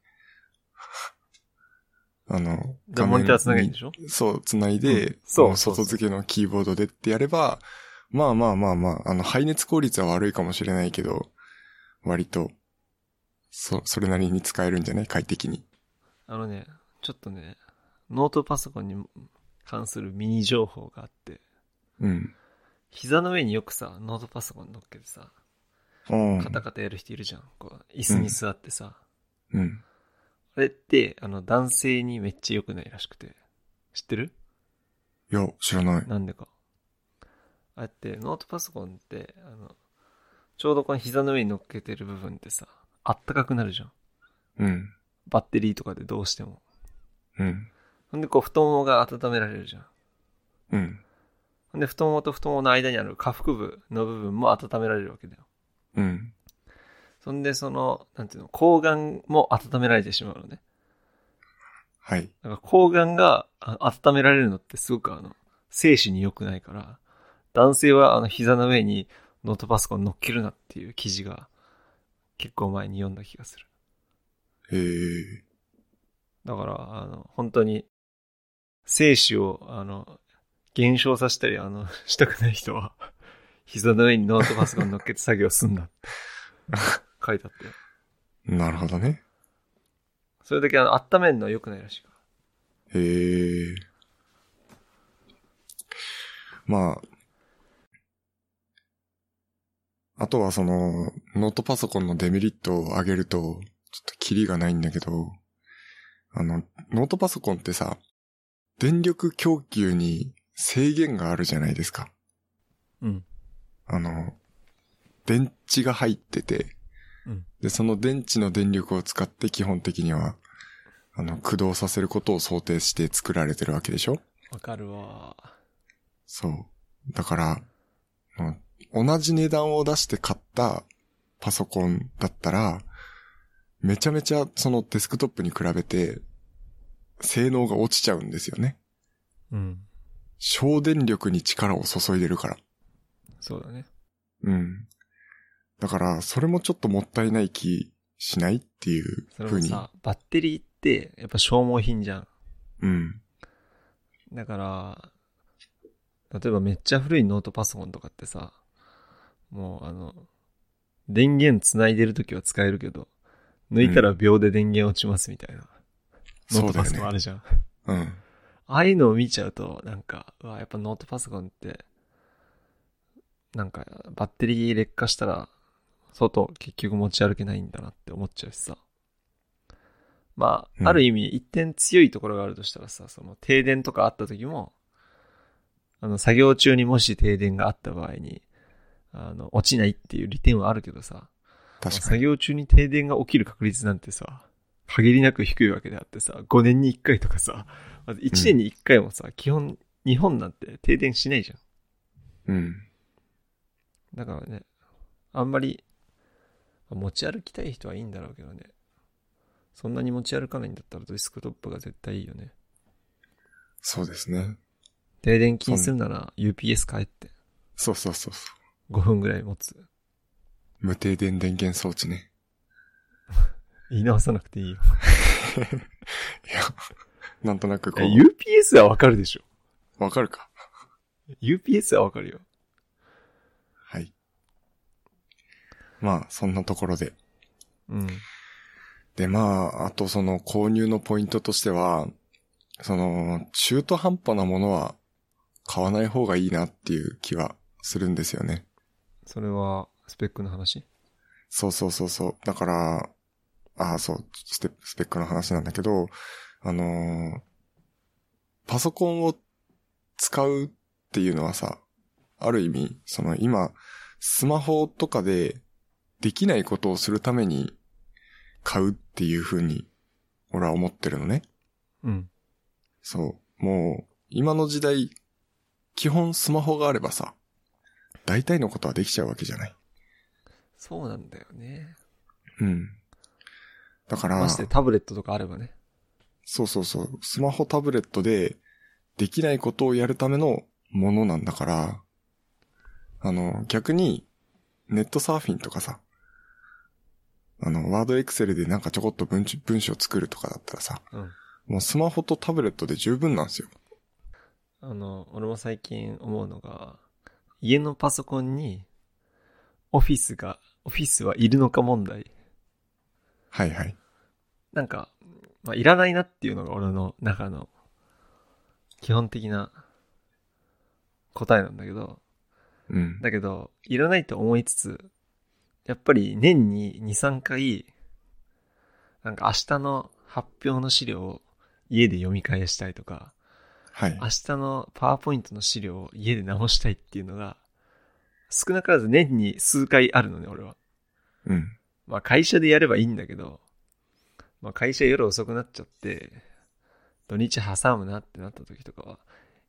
Speaker 1: あの、
Speaker 2: じゃあモニターつなげるんでしょ
Speaker 1: そう、つないで、
Speaker 2: うんそう
Speaker 1: あの
Speaker 2: そうそう
Speaker 1: 外付けのキーボードでってやれば、まあまあまあまあ、あの、排熱効率は悪いかもしれないけど、割と、そ、それなりに使えるんじゃない快適に。
Speaker 2: あのね、ちょっとね、ノートパソコンに関するミニ情報があって、
Speaker 1: うん。
Speaker 2: 膝の上によくさ、ノートパソコン乗っけてさ、
Speaker 1: うん。
Speaker 2: カタカタやる人いるじゃん。こう、椅子に座ってさ、
Speaker 1: うん。
Speaker 2: あれって、あの、男性にめっちゃ良くないらしくて。知ってる
Speaker 1: いや、知らない。
Speaker 2: なんでか。ああやって、ノートパソコンって、あの、ちょうどこの膝の上に乗っけてる部分ってさ、あったかくなるじゃん。
Speaker 1: うん。
Speaker 2: バッテリーとかでどうしても。
Speaker 1: うん。
Speaker 2: ほんで、こう、太ももが温められるじゃん。
Speaker 1: うん。
Speaker 2: ほんで、太ももと太ももの間にある下腹部の部分も温められるわけだよ。
Speaker 1: うん。
Speaker 2: そんで、その、なんていうの、睾丸も温められてしまうのね。
Speaker 1: はい。
Speaker 2: なんか睾丸があ温められるのってすごくあの、精子に良くないから、男性はあの膝の上にノートパソコン乗っけるなっていう記事が結構前に読んだ気がする。
Speaker 1: へえ。
Speaker 2: だから、あの、本当に、精子を、あの、減少させたり、あの、 したくない人は、 膝の上にノートパソコン乗っけて作業すんなって 書いてあって。
Speaker 1: なるほどね。
Speaker 2: それだけあの、温めるのは良くないらしいから。
Speaker 1: へえ。まあ。あとはその、ノートパソコンのデメリットを上げると、ちょっとキリがないんだけど、あの、ノートパソコンってさ、電力供給に制限があるじゃないですか。
Speaker 2: うん。
Speaker 1: あの、電池が入ってて、
Speaker 2: うん
Speaker 1: で、その電池の電力を使って基本的には、あの、駆動させることを想定して作られてるわけでしょ
Speaker 2: わかるわ。
Speaker 1: そう。だから、うん同じ値段を出して買ったパソコンだったら、めちゃめちゃそのデスクトップに比べて、性能が落ちちゃうんですよね。
Speaker 2: うん。
Speaker 1: 省電力に力を注いでるから。
Speaker 2: そうだね。
Speaker 1: うん。だから、それもちょっともったいない気しないっていう
Speaker 2: それ
Speaker 1: 風
Speaker 2: も
Speaker 1: に。
Speaker 2: さ、バッテリーって、やっぱ消耗品じゃん。
Speaker 1: うん。
Speaker 2: だから、例えばめっちゃ古いノートパソコンとかってさ、もうあの、電源つないでるときは使えるけど、抜いたら秒で電源落ちますみたいな。ノ
Speaker 1: そ
Speaker 2: ー
Speaker 1: う
Speaker 2: ト
Speaker 1: だ
Speaker 2: パソコン
Speaker 1: よ
Speaker 2: あ
Speaker 1: ね。
Speaker 2: るじゃん。
Speaker 1: うん。
Speaker 2: ああいうのを見ちゃうと、なんか、うわ、やっぱノートパソコンって、なんか、バッテリー劣化したら、外結局持ち歩けないんだなって思っちゃうしさ。ま
Speaker 1: う
Speaker 2: あ、
Speaker 1: ん
Speaker 2: ある意味、一点強いところがあるとしたらさ、その停電とかあった時も、あの、作業中にもし停電があった場合に、あの、落ちないっていう利点はあるけどさ、
Speaker 1: 確か
Speaker 2: 作
Speaker 1: に。
Speaker 2: 業中に停電が起きる確率なんてさ、限りなく低いわけであってさ、5年に1回とかさ、まず1年に1回もさ、基本、日本なんて停電しないじゃ
Speaker 1: う
Speaker 2: ん。
Speaker 1: ん。
Speaker 2: だからね、あんまり、持ち歩きたい人はいいんだろうけどね。そんなに持ち歩かないんだったらデスクトップが絶対いいよね。
Speaker 1: そうですね。
Speaker 2: 停電気にするなら UPS 買えって。
Speaker 1: そうそうそうそ
Speaker 2: 5分ぐらい持つ。
Speaker 1: う。無停電電源装置ね。
Speaker 2: 言い直さなくていい
Speaker 1: い
Speaker 2: よ。
Speaker 1: や、なんとなくこう、
Speaker 2: UPS はわかるでしょ。
Speaker 1: わかるか。
Speaker 2: UPS はわかるよ。
Speaker 1: はい。まあ、そんなところで。
Speaker 2: うん。
Speaker 1: で、まあ、あとその購入のポイントとしては、その、中途半端なものは買わない方がいいなっていう気はするんですよね。
Speaker 2: それは、スペックの話
Speaker 1: そうそうそうそう。だから、ああ、そう、ステスペックの話なんだけど、あのーパソコンを使うっていうのはさ、ある意味、その今、スマホとかでできないことをするために買うっていう風に、俺は思ってるのね。
Speaker 2: うん。
Speaker 1: そう。もう、今の時代、基本スマホがあればさ、大体のことはできちゃうわけじゃない。
Speaker 2: そうなんだよね。
Speaker 1: うん。だから、
Speaker 2: ましてタブレットとかあればね。
Speaker 1: そうそうそう。スマホタブレットでできないことをやるためのものなんだから、あの、逆に、ネットサーフィンとかさ、あの、ワードエクセルでなんかちょこっと文章文章作るとかだったらさ、
Speaker 2: うん。
Speaker 1: もうスマホとタブレットで十分なんですよ。
Speaker 2: あの、俺も最近思うのが、家のパソコンに、オフィスが、オフィスはいるのか問題。
Speaker 1: はいはい。
Speaker 2: なんか、まあ、いらないなっていうのが俺の中の基本的な答えなんだけど、
Speaker 1: うん。
Speaker 2: だけど、いらないと思いつつ、やっぱり年に2、3回、なんか明日の発表の資料を家で読み返したいとか、
Speaker 1: はい
Speaker 2: 明。日のパワーポイントの資料を家で直したいっていうのが、少なからず年に数回あるのね、俺は。
Speaker 1: うん。
Speaker 2: まあ会社でやればいいんだけど、まあ会社夜遅くなっちゃって、土日挟むなってなった時とかは、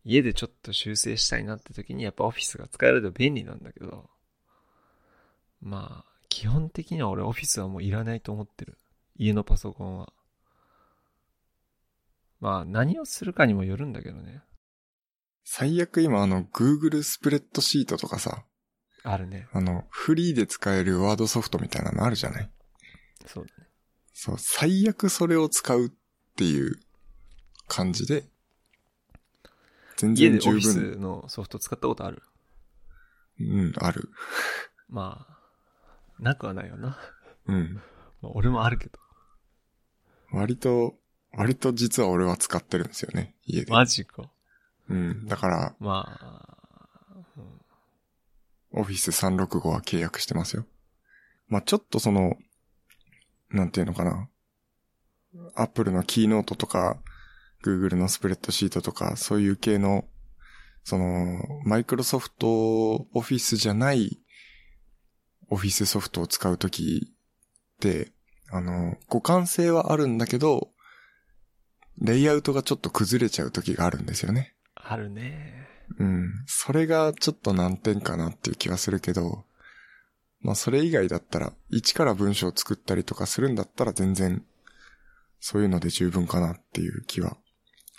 Speaker 2: 家でちょっと修正したいなって時にやっぱオフィスが使えると便利なんだけど、まあ基本的には俺オフィスはもういらないと思ってる。家のパソコンは。まあ何をするかにもよるんだけどね。
Speaker 1: 最悪今あの、Google スプレッドシートとかさ、
Speaker 2: あるね。
Speaker 1: あの、フリーで使えるワードソフトみたいなのあるじゃない
Speaker 2: そうだね。
Speaker 1: そう、最悪それを使うっていう感じで、全
Speaker 2: 家で
Speaker 1: 然
Speaker 2: オフ
Speaker 1: 十
Speaker 2: ィ
Speaker 1: 分。
Speaker 2: スのソフト使ったことある
Speaker 1: うん、ある。
Speaker 2: まあ、なくはないよな。
Speaker 1: うん。
Speaker 2: まあ俺もあるけど。
Speaker 1: 割と、割と実は俺は使ってるんですよね、家で。
Speaker 2: マジか。
Speaker 1: うん。だから、
Speaker 2: まあ、うん
Speaker 1: オフィス365は契約してますよ。まあ、ちょっとその、なんていうのかな。アップルのキーノートとか、Google のスプレッドシートとか、そういう系の、その、マイクロソフトオフィスじゃない、オフィスソフトを使うときって、あの、互換性はあるんだけど、レイアウトがちょっと崩れちゃうときがあるんですよね。
Speaker 2: あるね。
Speaker 1: うん。それがちょっと難点かなっていう気はするけど、まあそれ以外だったら、一から文章を作ったりとかするんだったら全然、そういうので十分かなっていう気は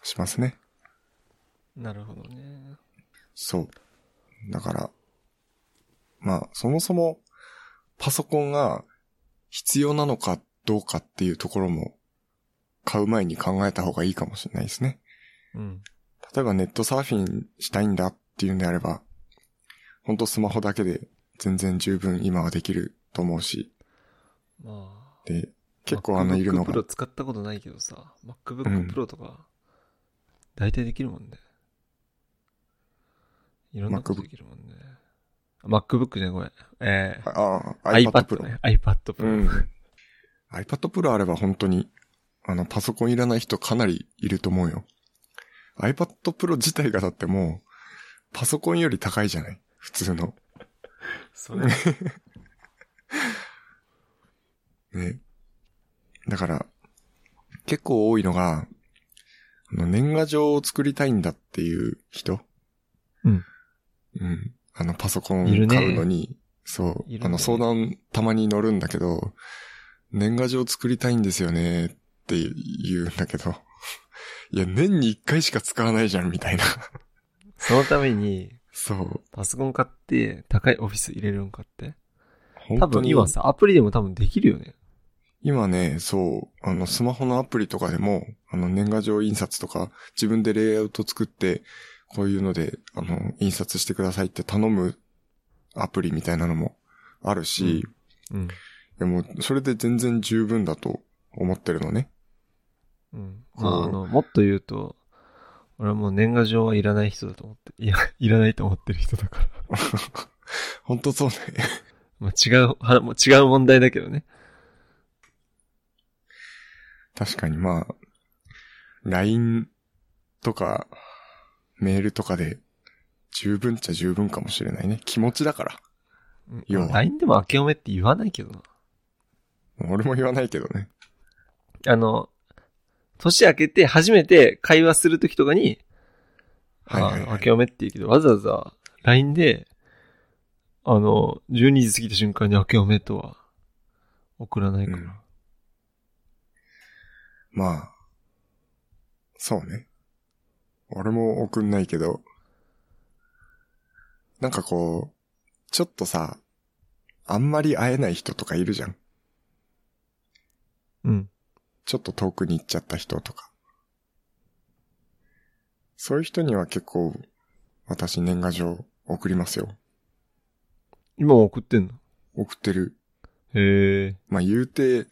Speaker 1: しますね。
Speaker 2: なるほどね。
Speaker 1: そう。だから、まあそもそも、パソコンが必要なのかどうかっていうところも、買う前に考えた方がいいかもしれないですね。
Speaker 2: うん。
Speaker 1: 例えばネットサーフィンしたいんだっていうんであれば、ほんとスマホだけで全然十分今はできると思うし、
Speaker 2: まあ。
Speaker 1: で、結構あのいるの
Speaker 2: MacBook
Speaker 1: が
Speaker 2: Pro、使ったことないけどさ、
Speaker 1: う
Speaker 2: MacBook
Speaker 1: ん
Speaker 2: Pro とか、大体できるもんね。いろんなこ
Speaker 1: MacBook
Speaker 2: とできるもんね。MacBook じゃないごめん。えー
Speaker 1: ああ、iPad
Speaker 2: iPad
Speaker 1: Pro。
Speaker 2: ね。iPad
Speaker 1: う
Speaker 2: Pro。
Speaker 1: ん。iPad Pro あれば本当に、あのパソコンいらない人かなりいると思うよ。iPad Pro 自体がだってもう、パソコンより高いじゃない普通の。
Speaker 2: それ。
Speaker 1: ね。だから、結構多いのが、あの年賀状を作りたいんだっていう人
Speaker 2: うん。
Speaker 1: うん。あの、パソコ
Speaker 2: いる
Speaker 1: ン
Speaker 2: ね
Speaker 1: 買うのに、そう
Speaker 2: いるん、だよね
Speaker 1: あの、相談たまに乗るんだけど、年賀状作りたいんですよねって言うんだけど、 いや、年に一回しか使わないじゃん、みたいな。
Speaker 2: そのために、
Speaker 1: そう。
Speaker 2: パソコン買って、高いオフィス入れるんかって。多
Speaker 1: 本当
Speaker 2: 分
Speaker 1: に
Speaker 2: 今さ、アプリでも多分できるよね。
Speaker 1: 今ね、そう、あの、スマホのアプリとかでも、あの、年賀状印刷とか、自分でレイアウト作って、こういうので、あの、印刷してくださいって頼むアプリみたいなのもあるし、
Speaker 2: うんうん。
Speaker 1: いやもう、それで全然十分だと思ってるのね。
Speaker 2: うん。
Speaker 1: こう
Speaker 2: まあ、あの、もっと言うと、俺はもう年賀状はいらない人だと思って、いや、 いらないと思ってる人だから。
Speaker 1: 本当そうね。
Speaker 2: まあ、違う、はもう違う問題だけどね。
Speaker 1: 確かにまあ、LINE とか、メールとかで、十分っちゃ十分かもしれないね。気持ちだから。
Speaker 2: うん
Speaker 1: 要は
Speaker 2: LINE でも明けおめって言わないけどな。
Speaker 1: 俺も言わないけどね。
Speaker 2: あの、年明けて初めて会話するときとかに、
Speaker 1: はいはいはい
Speaker 2: あ明けおめって言うけど、わざわざ LINE で、あの、12時過ぎた瞬間に明けおめとは送らないから。
Speaker 1: うんまあ、そうね。俺も送んないけど、なんかこう、ちょっとさ、あんまり会えない人とかいるじゃん。
Speaker 2: うん。
Speaker 1: ちょっと遠くに行っちゃった人とか。そういう人には結構、私年賀状送りますよ。
Speaker 2: 今も送ってんの
Speaker 1: 送ってる。
Speaker 2: へえ。
Speaker 1: まあ、言うて、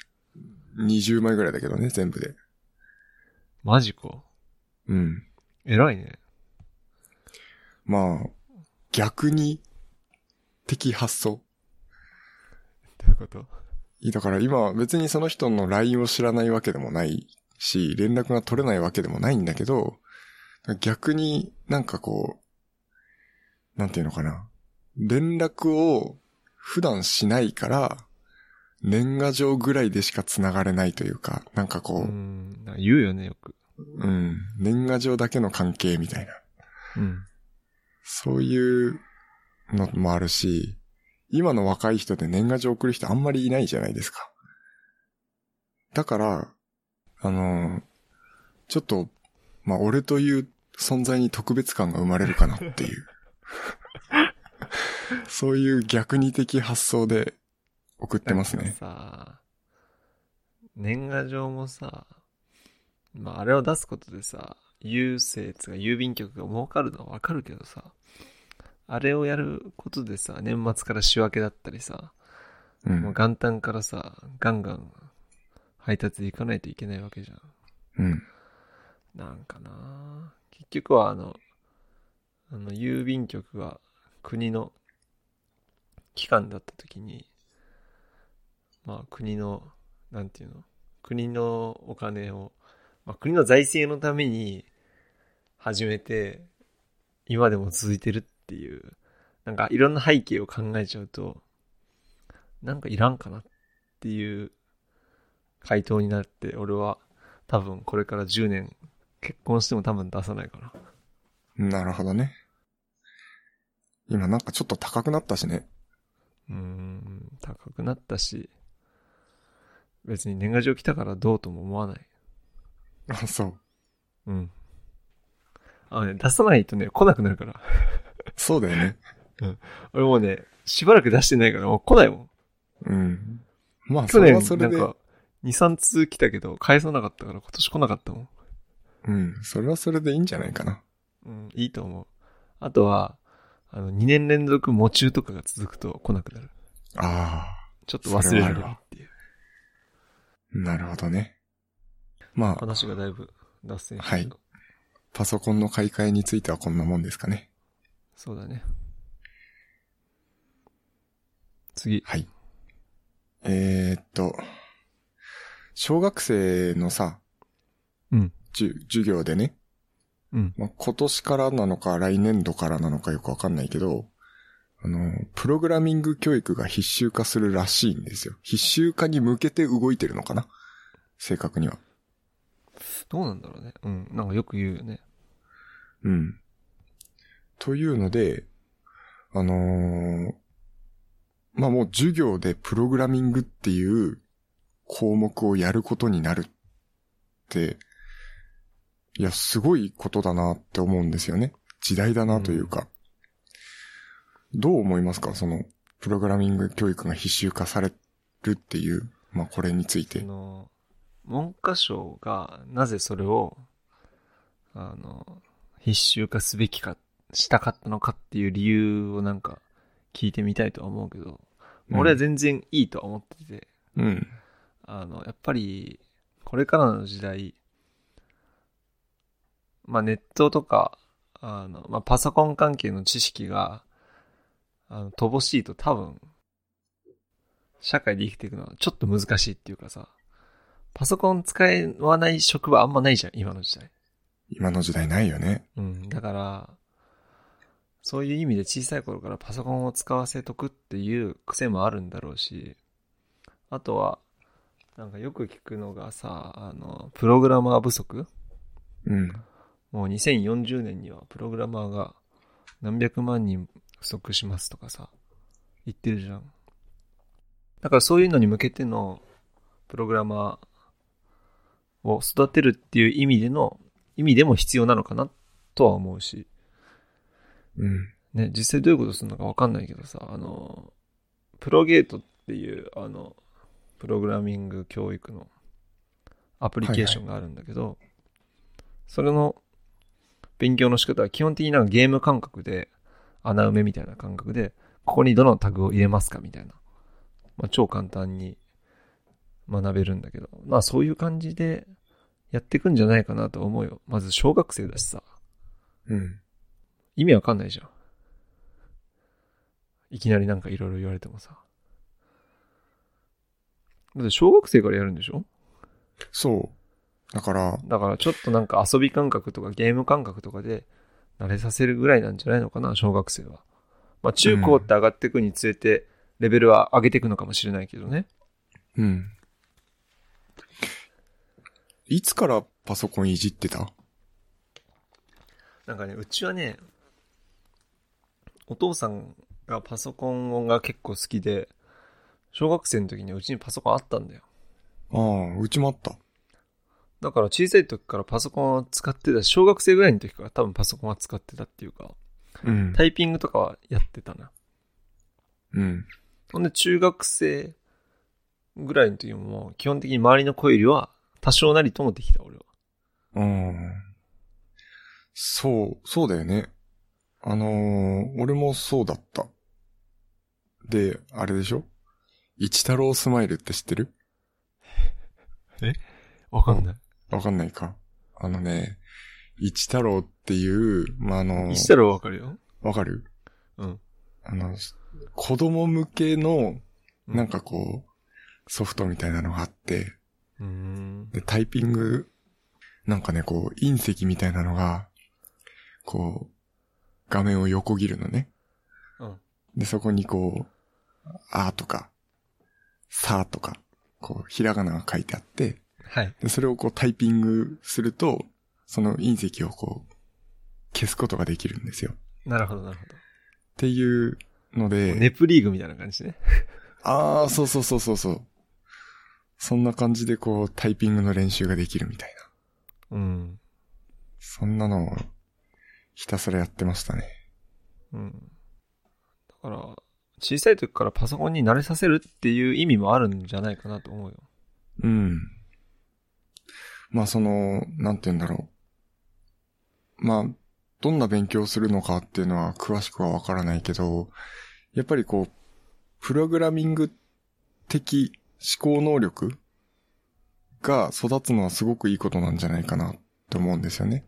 Speaker 1: 20枚ぐらいだけどね、全部で。
Speaker 2: マジか。
Speaker 1: うん。
Speaker 2: 偉いね。
Speaker 1: まあ、逆に、敵発想。
Speaker 2: どういうこと
Speaker 1: いやだから今、別にその人の LINE を知らないわけでもないし、連絡が取れないわけでもないんだけど、逆になんかこう、なんていうのかな。連絡を普段しないから、年賀状ぐらいでしか繋がれないというか、なんか
Speaker 2: う
Speaker 1: こう、
Speaker 2: ん。なんか言うよね、よく。
Speaker 1: うん、年賀状だけの関係みたいな。
Speaker 2: うん。
Speaker 1: そういうのもあるし、今の若い人で年賀状送る人あんまりいないじゃないですか。だから、あのーちょっと、まあ、俺という存在に特別感が生まれるかなっていう。そういう逆に的発想で送ってますね。
Speaker 2: さ、年賀状もさ、まあ、あれを出すことでさ、郵政つうか郵便局が儲かるのはわかるけどさ、あれをやることでさ、年末から仕分けだったりさ、
Speaker 1: う。
Speaker 2: もうん元旦からさ、ガンガン配達行かないといけないわけじゃん。
Speaker 1: うん。
Speaker 2: なんかなぁ結局はあの、あの、郵便局が国の機関だった時に、まあ国の、なんていうの、国のお金を、まあ国の財政のために始めて、今でも続いてるっていう、なんかいろんな背景を考えちゃうと、なんかいらんかなっていう回答になって、俺は多分これから10年結婚しても多分出さないかな。
Speaker 1: なるほどね。今なんかちょっと高くなったしね。
Speaker 2: うーん、高くなったし、別に年賀状来たからどうとも思わない。
Speaker 1: あ、そう。
Speaker 2: うん。あのね、出さないとね、来なくなるから。
Speaker 1: そうだよね。
Speaker 2: 俺もうね、しばらく出してないからもう来ないもん。
Speaker 1: うん。まあ、そ
Speaker 2: 去
Speaker 1: れ
Speaker 2: 年
Speaker 1: はそ
Speaker 2: な
Speaker 1: れ
Speaker 2: ん
Speaker 1: で。
Speaker 2: か、2、3通来たけど、返さなかったから今年来なかったもん。
Speaker 1: うん。それはそれでいいんじゃないかな。
Speaker 2: うん、いいと思う。あとは、あの、2年連続喪中とかが続くと来なくなる。
Speaker 1: ああ。
Speaker 2: ちょっと忘れられ
Speaker 1: そ
Speaker 2: る
Speaker 1: れはあるわ
Speaker 2: っていう。
Speaker 1: なるほどね。まあ、
Speaker 2: 話がだいぶ脱線したけど。
Speaker 1: パソコンの買い替えについてはこんなもんですかね。
Speaker 2: そうだね。次。
Speaker 1: はい。えー、っと、小学生のさ、
Speaker 2: うん。
Speaker 1: じゅ、授業でね、
Speaker 2: うん。
Speaker 1: まあ、今年からなのか来年度からなのかよくわかんないけど、あの、プログラミング教育が必修化するらしいんですよ。必修化に向けて動いてるのかな正確には。
Speaker 2: どうなんだろうね。うん。なんかよく言うよね。
Speaker 1: うん。というので、あのーまあ、もう授業でプログラミングっていう項目をやることになるって、いや、すごいことだなって思うんですよね。時代だなというか。どう思いますかその、プログラミング教育が必修化されるっていう、まあ、これについ
Speaker 2: あ
Speaker 1: て。
Speaker 2: の、文科省がなぜそれを、あの、必修化すべきか、したかったのかっていう理由をなんか聞いてみたいとは思うけど、
Speaker 1: うん
Speaker 2: 俺は全然いいとは思ってて、
Speaker 1: うん。
Speaker 2: あの、やっぱり、これからの時代、まあネットとか、あの、まあパソコン関係の知識が、あの、乏しいと多分、社会で生きていくのはちょっと難しいっていうかさ、パソコン使わない職場あんまないじゃん、今の時代。
Speaker 1: 今の時代ないよね。
Speaker 2: うん、だから、そういう意味で小さい頃からパソコンを使わせとくっていう癖もあるんだろうし、あとは、なんかよく聞くのがさ、あの、プログラマー不足
Speaker 1: うん。
Speaker 2: もう2040年にはプログラマーが何百万人不足しますとかさ、言ってるじゃん。だからそういうのに向けてのプログラマーを育てるっていう意味での、意味でも必要なのかなとは思うし、
Speaker 1: うん。
Speaker 2: ね、実際どういうことするのかわかんないけどさ、あの、プロゲートっていう、あの、プログラミング教育のアプリケーションがあるんだけど、それの勉強の仕方は基本的になんかゲーム感覚で、穴埋めみたいな感覚で、ここにどのタグを入れますかみたいな。まあ、超簡単に学べるんだけど、まあそういう感じでやっていくんじゃないかなと思うよ。まず小学生だしさ。
Speaker 1: うん。
Speaker 2: 意味わかんないじゃん。いきなりなんかいろいろ言われてもさ。だって小学生からやるんでしょ
Speaker 1: そう。だから、
Speaker 2: だからちょっとなんか遊び感覚とかゲーム感覚とかで慣れさせるぐらいなんじゃないのかな、小学生は。まあ中高って上がっていくにつれてレベルは上げていくのかもしれないけどね。
Speaker 1: うん。いつからパソコンいじってた
Speaker 2: なんかね、うちはね、お父さんがパソコンが結構好きで、小学生の時にうちにパソコンあったんだよ。
Speaker 1: ああ、うちもあった。
Speaker 2: だから小さい時からパソコンは使ってたし、小学生ぐらいの時から多分パソコンは使ってたっていうか、
Speaker 1: うん。
Speaker 2: タイピングとかはやってたな。
Speaker 1: うん。
Speaker 2: ほんで中学生ぐらいの時ももう基本的に周りの子よりは多少なりともできた俺は。
Speaker 1: うん。そう、そうだよね。あのー、俺もそうだった。で、あれでしょ一太郎スマイルって知ってる
Speaker 2: わかんない。
Speaker 1: わかんないか。あのね、一太郎っていう、まあ、あのー、
Speaker 2: 一太郎はわかるよ。
Speaker 1: わかる
Speaker 2: うん。
Speaker 1: あの、子供向けの、なんかこう、ソフトみたいなのがあって、
Speaker 2: うーん。
Speaker 1: で、タイピング、なんかね、こう、隕石みたいなのが、こう、画面を横切るのね。
Speaker 2: うん
Speaker 1: で、そこにこう、あーとか、さーとか、こう、ひらがなが書いてあって、
Speaker 2: はい。
Speaker 1: で、それをこうタイピングすると、その隕石をこう、消すことができるんですよ。っ
Speaker 2: なるほど、なるほど。
Speaker 1: ていうので、
Speaker 2: ネプリーグみたいな感じね。
Speaker 1: ああ、そうそうそうそうそう。そんな感じでこう、タイピングの練習ができるみたいな。
Speaker 2: うん。
Speaker 1: そんなのを、ひたすらやってましたね。
Speaker 2: うん。だから、小さい時からパソコンに慣れさせるっていう意味もあるんじゃないかなと思うよ。
Speaker 1: うん。まあその、なんて言うんだろう。まあ、どんな勉強をするのかっていうのは詳しくはわからないけど、やっぱりこう、プログラミング的思考能力が育つのはすごくいいことなんじゃないかなって思うんですよね。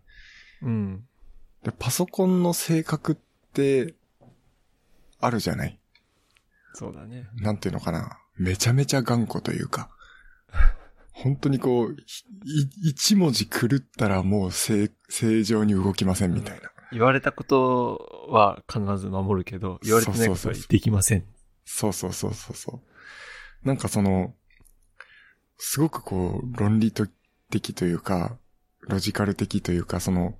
Speaker 2: うん。
Speaker 1: で、パソコンの性格って、あるじゃない
Speaker 2: そうだね。
Speaker 1: なんていうのかなめちゃめちゃ頑固というか。本当にこう、ひい一文字狂ったらもう正、正常に動きませんみたいな。
Speaker 2: 言われたことは必ず守るけど、言われてないこ
Speaker 1: そうそう
Speaker 2: とは
Speaker 1: そう
Speaker 2: できません。
Speaker 1: そうそうそうそうそう。なんかその、すごくこう、論理的というか、ロジカル的というか、その、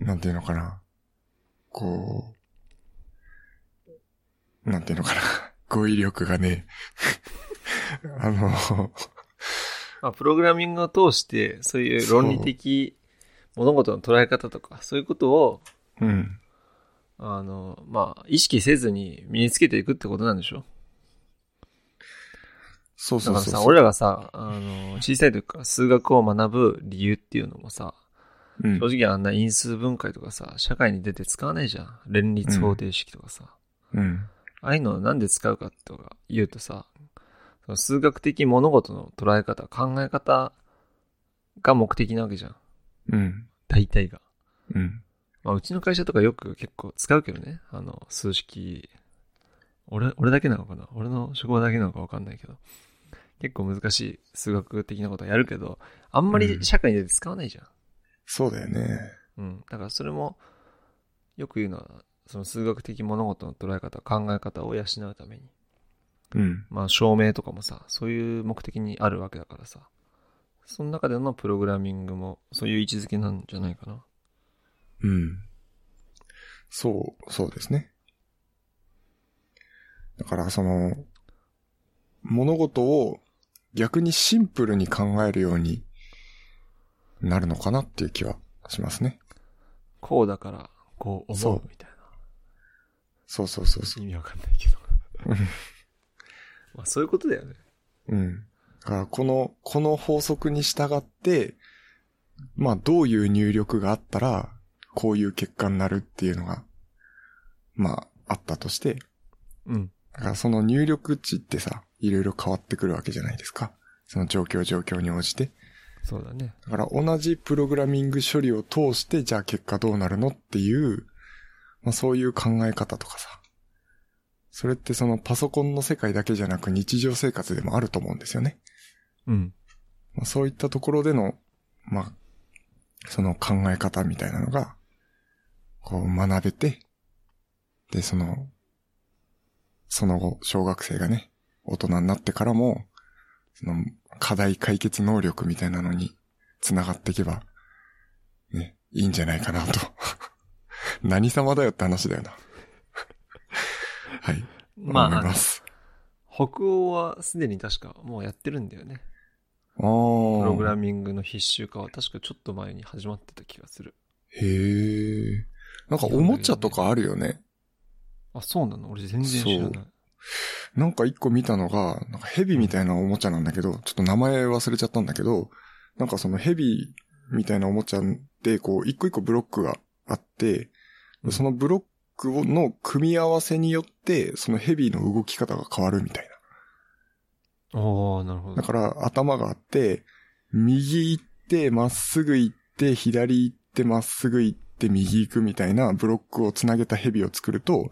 Speaker 1: なんていうのかな。こう、なんていうのかな。 語彙力がね、 あの、
Speaker 2: まあ、プログラミングを通して、そういう論理的物事の捉え方とか、そういうことを、
Speaker 1: うん。
Speaker 2: あの、まあ、意識せずに身につけていくってことなんでしょ
Speaker 1: そう
Speaker 2: だ
Speaker 1: そうそ
Speaker 2: から
Speaker 1: う
Speaker 2: さ、
Speaker 1: そう。
Speaker 2: 俺らがさ、あの、小さい時から数学を学ぶ理由っていうのもさ、
Speaker 1: うん
Speaker 2: 正直あんな因数分解とかさ、社会に出て使わないじゃん。連立方程式とかさ。
Speaker 1: うん。
Speaker 2: ああいうのをなんで使うかとか言うとさ、その数学的物事の捉え方、考え方が目的なわけじゃん。
Speaker 1: うん。
Speaker 2: 大体が。
Speaker 1: うん。
Speaker 2: まあ、うちの会社とかよく結構使うけどね。あの、数式。俺、俺だけなのかな俺の職場だけなのかわかんないけど。結構難しい数学的なことはやるけど、あんまり社会に出て使わないじゃん。
Speaker 1: そうだよね。
Speaker 2: うん。だからそれも、よく言うのは、その数学的物事の捉え方、考え方を養うために。
Speaker 1: うん。
Speaker 2: まあ、証明とかもさ、そういう目的にあるわけだからさ。その中でのプログラミングも、そういう位置づけなんじゃないかな。
Speaker 1: うん。そう、そうですね。だから、その、物事を逆にシンプルに考えるようになるのかなっていう気はしますね。
Speaker 2: こうだから、こう
Speaker 1: そ
Speaker 2: 思う
Speaker 1: う
Speaker 2: みたいな。
Speaker 1: そうそうそうそ
Speaker 2: 意味わかんないけど。 まあそういうことだよね。
Speaker 1: う。うん。だからこの、この法則に従って、まあどういう入力があったら、こういう結果になるっていうのが、まああったとして、
Speaker 2: うん。
Speaker 1: だからその入力値ってさ、いろいろ変わってくるわけじゃないですか。その状況状況に応じて。
Speaker 2: そうだね。
Speaker 1: だから同じプログラミング処理を通して、じゃあ結果どうなるのっていう、まあそういう考え方とかさ。それってそのパソコンの世界だけじゃなく日常生活でもあると思うんですよね。
Speaker 2: うん。
Speaker 1: まあ、そういったところでの、まあ、その考え方みたいなのが、こう学べて、で、その、その後、小学生がね、大人になってからも、その、課題解決能力みたいなのに、つながっていけば、ね、いいんじゃないかなと。 何様だよって話だよな。 はい。
Speaker 2: まあ
Speaker 1: 思い
Speaker 2: あの
Speaker 1: ま、す。
Speaker 2: 北欧はすでに確かもうやってるんだよね。
Speaker 1: あー
Speaker 2: プログラミングの必修化は確かちょっと前に始まってた気がする。
Speaker 1: へえ。なんかおもちゃとかあるよね。
Speaker 2: あ、そうなの俺全然知らない。
Speaker 1: なんか一個見たのが、なんかヘビみたいなおもちゃなんだけど、ちょっと名前忘れちゃったんだけど、なんかそのヘビみたいなおもちゃで、こう、一個一個ブロックがあって
Speaker 2: う、ん
Speaker 1: そのブロックをの組み合わせによって、そのヘビの動き方が変わるみたい
Speaker 2: おー、なるほど。
Speaker 1: な。だから頭があって、右行って、まっすぐ行って、左行って、まっすぐ行って、右行くみたいなブロックをつなげたヘビを作ると、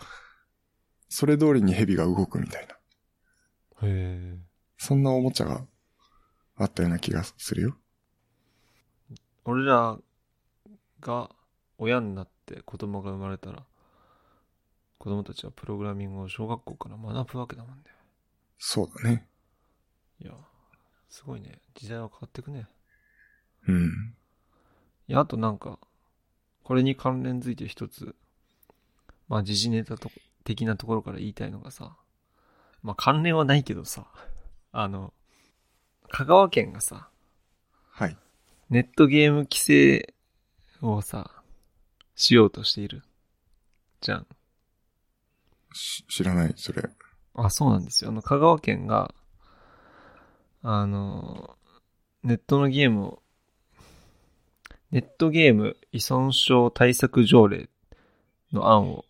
Speaker 1: それ通りにヘビが動くみたいな。
Speaker 2: へえ。
Speaker 1: そんなおもちゃがあったような気がするよ。
Speaker 2: 俺らが親になって子供が生まれたら、子供たちはプログラミングを小学校から学ぶわけだもんね。
Speaker 1: そうだね。
Speaker 2: いや、すごいね。時代は変わってくね。
Speaker 1: うん。
Speaker 2: いや、あとなんか、これに関連づいて一つ、まあ、時事ネタと的なところから言いたいのがさ、まあ、関連はないけどさ、あの、香川県がさ、
Speaker 1: はい。
Speaker 2: ネットゲーム規制をさ、しようとしている。じゃん。
Speaker 1: し知らない、それ。
Speaker 2: あ、そうなんですよ。あの、香川県が、あの、ネットのゲームを、ネットゲーム依存症対策条例の案を、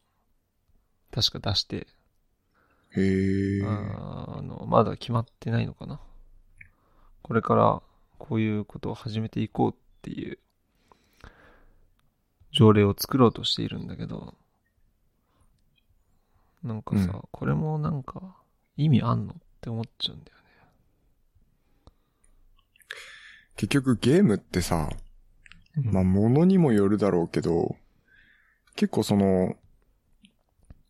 Speaker 2: 確か出して、
Speaker 1: へえ。
Speaker 2: あの、まだ決まってないのかな。これから、こういうことを始めていこうっていう、条例を作ろうとしているんだけど、なんかさ、
Speaker 1: う
Speaker 2: これもなんか、意味あんのって思っちゃうんだよね。
Speaker 1: 結局ゲームってさ、まあ、物にもよるだろうけど、結構その、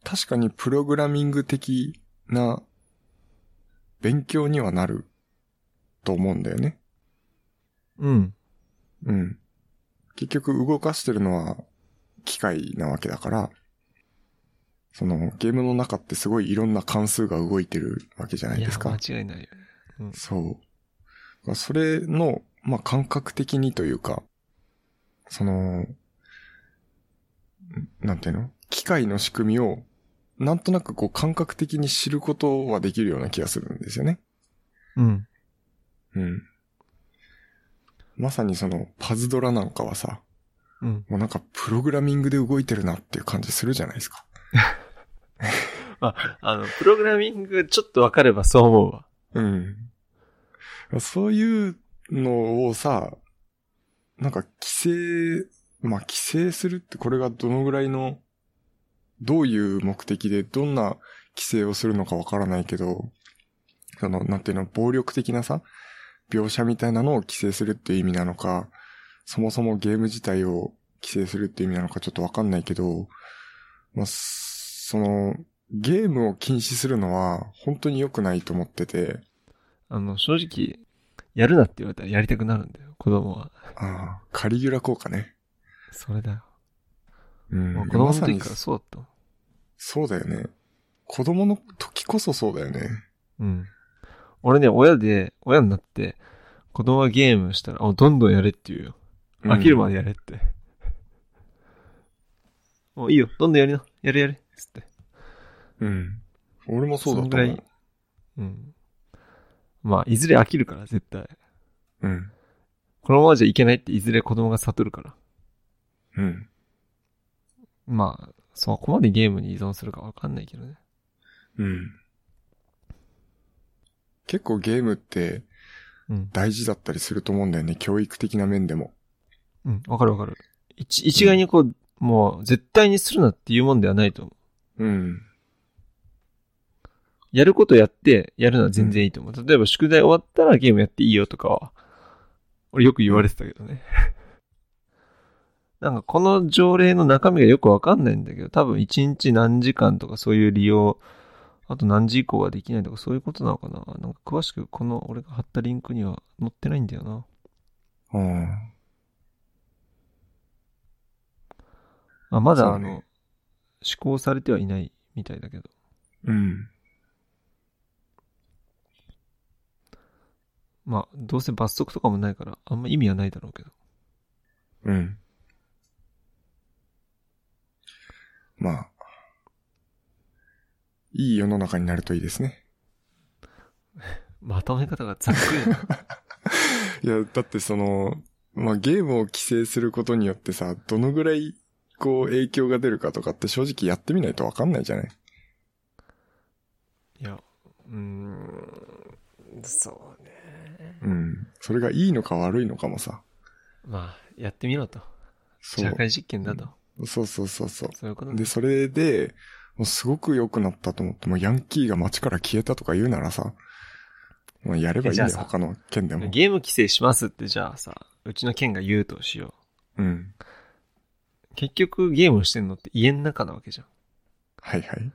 Speaker 1: 確かにプログラミング的な勉強にはなると思うんだよね。
Speaker 2: うん。
Speaker 1: うん。結局動かしてるのは機械なわけだから、そのゲームの中ってすごいいろんな関数が動いてるわけじゃない
Speaker 2: いや、
Speaker 1: ですか。
Speaker 2: 間違いないよね。うん
Speaker 1: そう。まあそれの、まあ、感覚的にというか、その、んなんていうの機械の仕組みを、なんとなくこう感覚的に知ることはできるような気がするんですよね。
Speaker 2: うん。
Speaker 1: うん。まさにそのパズドラなんかはさ、
Speaker 2: うん。
Speaker 1: もうなんかプログラミングで動いてるなっていう感じするじゃないですか。
Speaker 2: あの、プログラミングちょっとわかればそう思うわ。
Speaker 1: うん。そういうのをさ、なんか規制、まあ規制するってこれがどのぐらいの、どういう目的でどんな規制をするのかわからないけど、その、なんていうの、暴力的なさ、描写みたいなのを規制するっていう意味なのか、そもそもゲーム自体を規制するっていう意味なのかちょっとわかんないけど、まあ、その、ゲームを禁止するのは本当に良くないと思ってて、
Speaker 2: あの、正直、やるなって言われたらやりたくなるんだよ、子供は。
Speaker 1: ああ、カリギュラ効果ね。
Speaker 2: それだよ。
Speaker 1: うん
Speaker 2: もう子供の
Speaker 1: ま
Speaker 2: 時か
Speaker 1: さ
Speaker 2: ら
Speaker 1: に
Speaker 2: そうだったもん
Speaker 1: そうだよね。子供の時こそそうだよね。
Speaker 2: うん。俺ね、親で、親になって、子供がゲームしたら、おどんどんやれって言うよ。
Speaker 1: うん
Speaker 2: 飽きるまでやれ って。もういいよ、どんどんやりな。やれやれ。つって。
Speaker 1: うん。俺もそうだった
Speaker 2: そのぐらいうん。まあ、いずれ飽きるから、絶対。
Speaker 1: うん。
Speaker 2: このままじゃいけないっていずれ子供が悟るから。
Speaker 1: うん。
Speaker 2: まあ、そこまでゲームに依存するかわかんないけどね。
Speaker 1: うん。結構ゲームって
Speaker 2: うん。
Speaker 1: 大事だったりすると思うんだよね。教育的な面でも。
Speaker 2: うん、わかるわかる。一、一概にこう、もう、絶対にするなっていうもんではないと思う。
Speaker 1: うん。
Speaker 2: やることやって、やるのは全然いいと思う。例えば、宿題終わったらゲームやっていいよとかは、俺よく言われてたけどね。 なんか、この条例の中身がよくわかんないんだけど、多分1日何時間とかそういう利用、あと何時以降はできないとかそういうことなのかな。なんか、詳しくこの俺が貼ったリンクには載ってないんだよな。
Speaker 1: うん。
Speaker 2: あまだ、
Speaker 1: そう
Speaker 2: あ
Speaker 1: ね
Speaker 2: の、施行されてはいないみたいだけど。
Speaker 1: うん。
Speaker 2: まあ、どうせ罰則とかもないから、あんま意味はないだろうけど。
Speaker 1: うん。まあ、いい世の中になるといいですね。
Speaker 2: まとめ方がざっくりだな。
Speaker 1: いや、だってその、まあゲームを規制することによってさ、どのぐらい、こう影響が出るかとかって正直やってみないとわかんないじゃない
Speaker 2: いや、うーん、そうね。
Speaker 1: うん。それがいいのか悪いのかもさ。
Speaker 2: まあ、やってみろと。
Speaker 1: そ
Speaker 2: 社
Speaker 1: う。
Speaker 2: 会実験だと。
Speaker 1: そうそうそうそう。
Speaker 2: そういうことね
Speaker 1: で、それで、もうすごく良くなったと思って、もうヤンキーが街から消えたとか言うならさ、まあやればいいんだ
Speaker 2: え
Speaker 1: よ、
Speaker 2: じゃあさ
Speaker 1: 他の県でも。
Speaker 2: ゲーム規制しますってじゃあさ、うちの県が言うとしよ
Speaker 1: うん。
Speaker 2: う。結局ゲームしてんのって家の中なわけじゃん。
Speaker 1: はいはい。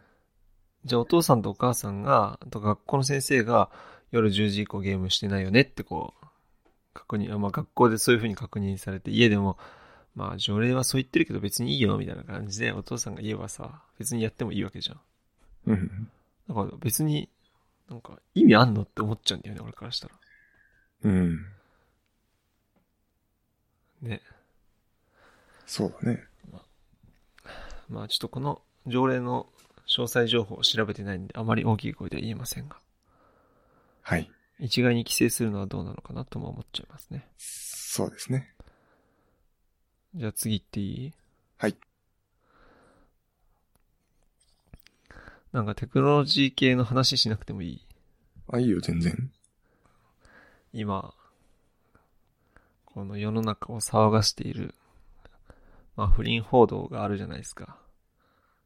Speaker 2: じゃあお父さんとお母さんが、あと学校の先生が夜10時以降ゲームしてないよねってこう、確認、まあ学校でそういう風に確認されて、家でも、まあ条例はそう言ってるけど別にいいよみたいな感じでお父さんが言えばさ、別にやってもいいわけじゃん。
Speaker 1: うん。
Speaker 2: だから別に、なんか意味あんのって思っちゃうんだよね、俺からしたら。
Speaker 1: うん。
Speaker 2: ね。
Speaker 1: そうだね。
Speaker 2: まあちょっとこの条例の詳細情報を調べてないんで、あまり大きい声では言えませんが、
Speaker 1: はい。
Speaker 2: 一概に規制するのはどうなのかなとも思っちゃいますね。
Speaker 1: そうですね。
Speaker 2: じゃあ次行っていい
Speaker 1: はい。
Speaker 2: なんかテクノロジー系の話しなくてもいい
Speaker 1: あ、いいよ、全然。
Speaker 2: 今、この世の中を騒がしている、まあ不倫報道があるじゃないですか。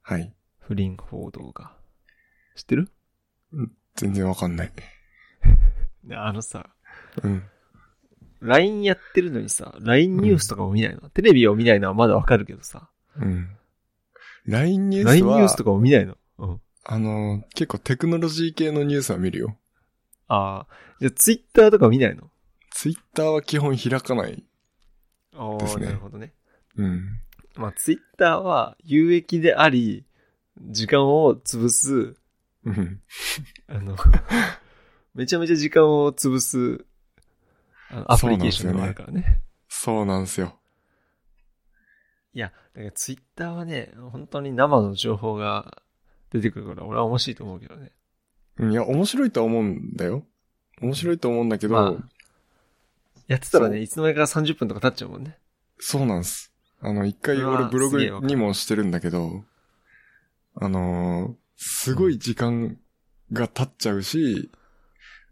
Speaker 1: はい。
Speaker 2: 不倫報道が。知ってる
Speaker 1: 全然わかんない。
Speaker 2: ねあのさ、
Speaker 1: うん。
Speaker 2: LINE やってるのにさ、LINE ニュースとかも見ないの、テレビを見ないのはまだわかるけどさ、
Speaker 1: うん。LINE ニュース
Speaker 2: LINE ニ
Speaker 1: は、
Speaker 2: ュースとかも見ないのうん。
Speaker 1: あのー、結構テクノロジー系のニュースは見るよ。
Speaker 2: ああ、じゃあ Twitter とか見ないの
Speaker 1: Twitter は基本開かない。
Speaker 2: あ
Speaker 1: です
Speaker 2: あ、
Speaker 1: ね
Speaker 2: なるほどね。
Speaker 1: うん。
Speaker 2: まあ Twitter は有益であり、時間を潰す、
Speaker 1: うん。
Speaker 2: あ の、めちゃめちゃ時間を潰す、あのアプリケーションでもあるからね。
Speaker 1: そうなんすよ。
Speaker 2: いや、だからツイッターはね、本当に生の情報が出てくるから、俺は面白いと思うけどね。
Speaker 1: うんいや、面白いとは思うんだよ。面白いと思うんだけど、
Speaker 2: まあやってたら
Speaker 1: そ
Speaker 2: ね、
Speaker 1: う
Speaker 2: いつの間にか30分とか経っちゃうもんね。
Speaker 1: そうなんす。あの、一回
Speaker 2: うわ
Speaker 1: 俺ブロ
Speaker 2: すげえわ
Speaker 1: グ
Speaker 2: かる
Speaker 1: にもしてるんだけど、あのーすごい時間が経っちゃうし、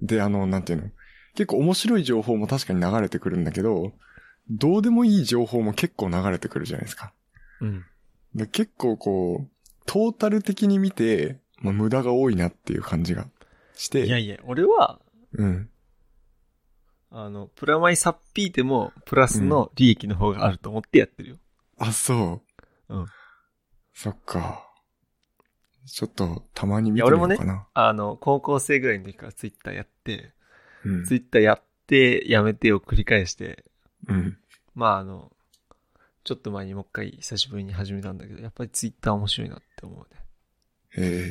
Speaker 1: で、あの、なんていうの、結構面白い情報も確かに流れてくるんだけど、どうでもいい情報も結構流れてくるじゃないですか。
Speaker 2: うん。
Speaker 1: で結構こう、トータル的に見て、まあ、無駄が多いなっていう感じがして、
Speaker 2: いやいや、俺は、
Speaker 1: うん。
Speaker 2: あの、プラマイサッピーでも、プラスの利益の方があると思ってやってるよ。
Speaker 1: あ、そう。
Speaker 2: うん。
Speaker 1: そっか。ちょっと、たまに見て
Speaker 2: いや
Speaker 1: み
Speaker 2: 俺
Speaker 1: よ
Speaker 2: もね
Speaker 1: うかな。
Speaker 2: あの、高校生ぐらいの時からツイッターやって、
Speaker 1: うん
Speaker 2: ツイッターやって、やめてを繰り返して、
Speaker 1: うん。
Speaker 2: まああの、ちょっと前にもう一回久しぶりに始めたんだけど、やっぱりツイッター面白いなって思うね。
Speaker 1: え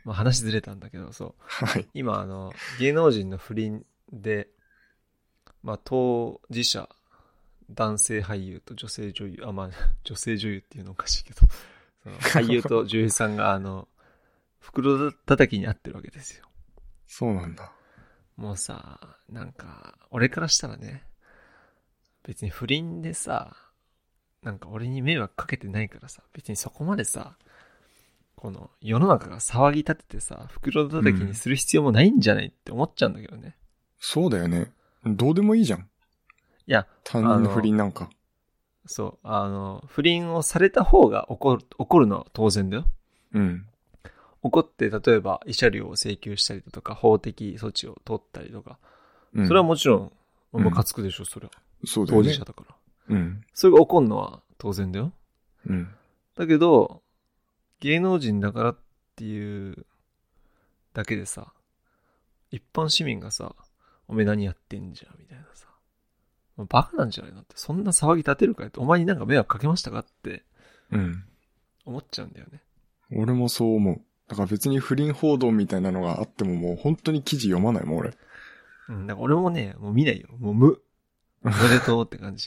Speaker 1: え
Speaker 2: まあ話ずれたんだけど、そう。
Speaker 1: はい。
Speaker 2: 今あの芸能人の不倫で、まあ、当事者男性俳優と女 性女優あまあ女性女優っていうのおかしいけどその俳優と女優さんがあの袋叩きに合ってるわけですよ。
Speaker 1: そうなんだ。
Speaker 2: もうさ、なんか、俺からしたらね、別に不倫でさ、なんか俺に迷惑かけてないからさ、別にそこまでさ、この世の中が騒ぎ立ててさ、袋叩きにする必要もないんじゃないって思っちゃうんだけどね。
Speaker 1: そうだよね。どうでもいいじゃん。
Speaker 2: いや、
Speaker 1: 他人の不倫なんか。
Speaker 2: そう、あの、不倫をされた方が怒る、怒るのは当然だよ。
Speaker 1: うん。
Speaker 2: 怒って、例えば、慰謝料を請求したりだとか、法的措置を取ったりとか、
Speaker 1: うん、
Speaker 2: それはもちろん、
Speaker 1: うん
Speaker 2: ムカつくでしょ、それは。
Speaker 1: そうだ
Speaker 2: 当
Speaker 1: よ
Speaker 2: 事
Speaker 1: ね
Speaker 2: 者。だか
Speaker 1: う
Speaker 2: ら。
Speaker 1: ん。
Speaker 2: それが怒るのは当然だよ。
Speaker 1: うん。
Speaker 2: だけど、芸能人だからっていうだけでさ、一般市民がさ、おめえ何やってんじゃん、みたいなさ。バカなんじゃないのって、そんな騒ぎ立てるかよって、お前になんか迷惑かけましたかって
Speaker 1: うん。
Speaker 2: 思っちゃうんだよね。
Speaker 1: 俺もそう思う。だから別に不倫報道みたいなのがあってももう本当に記事読まないもん俺。
Speaker 2: うん、だから俺もね、もう見ないよ。もう無。おめでとうって感じ。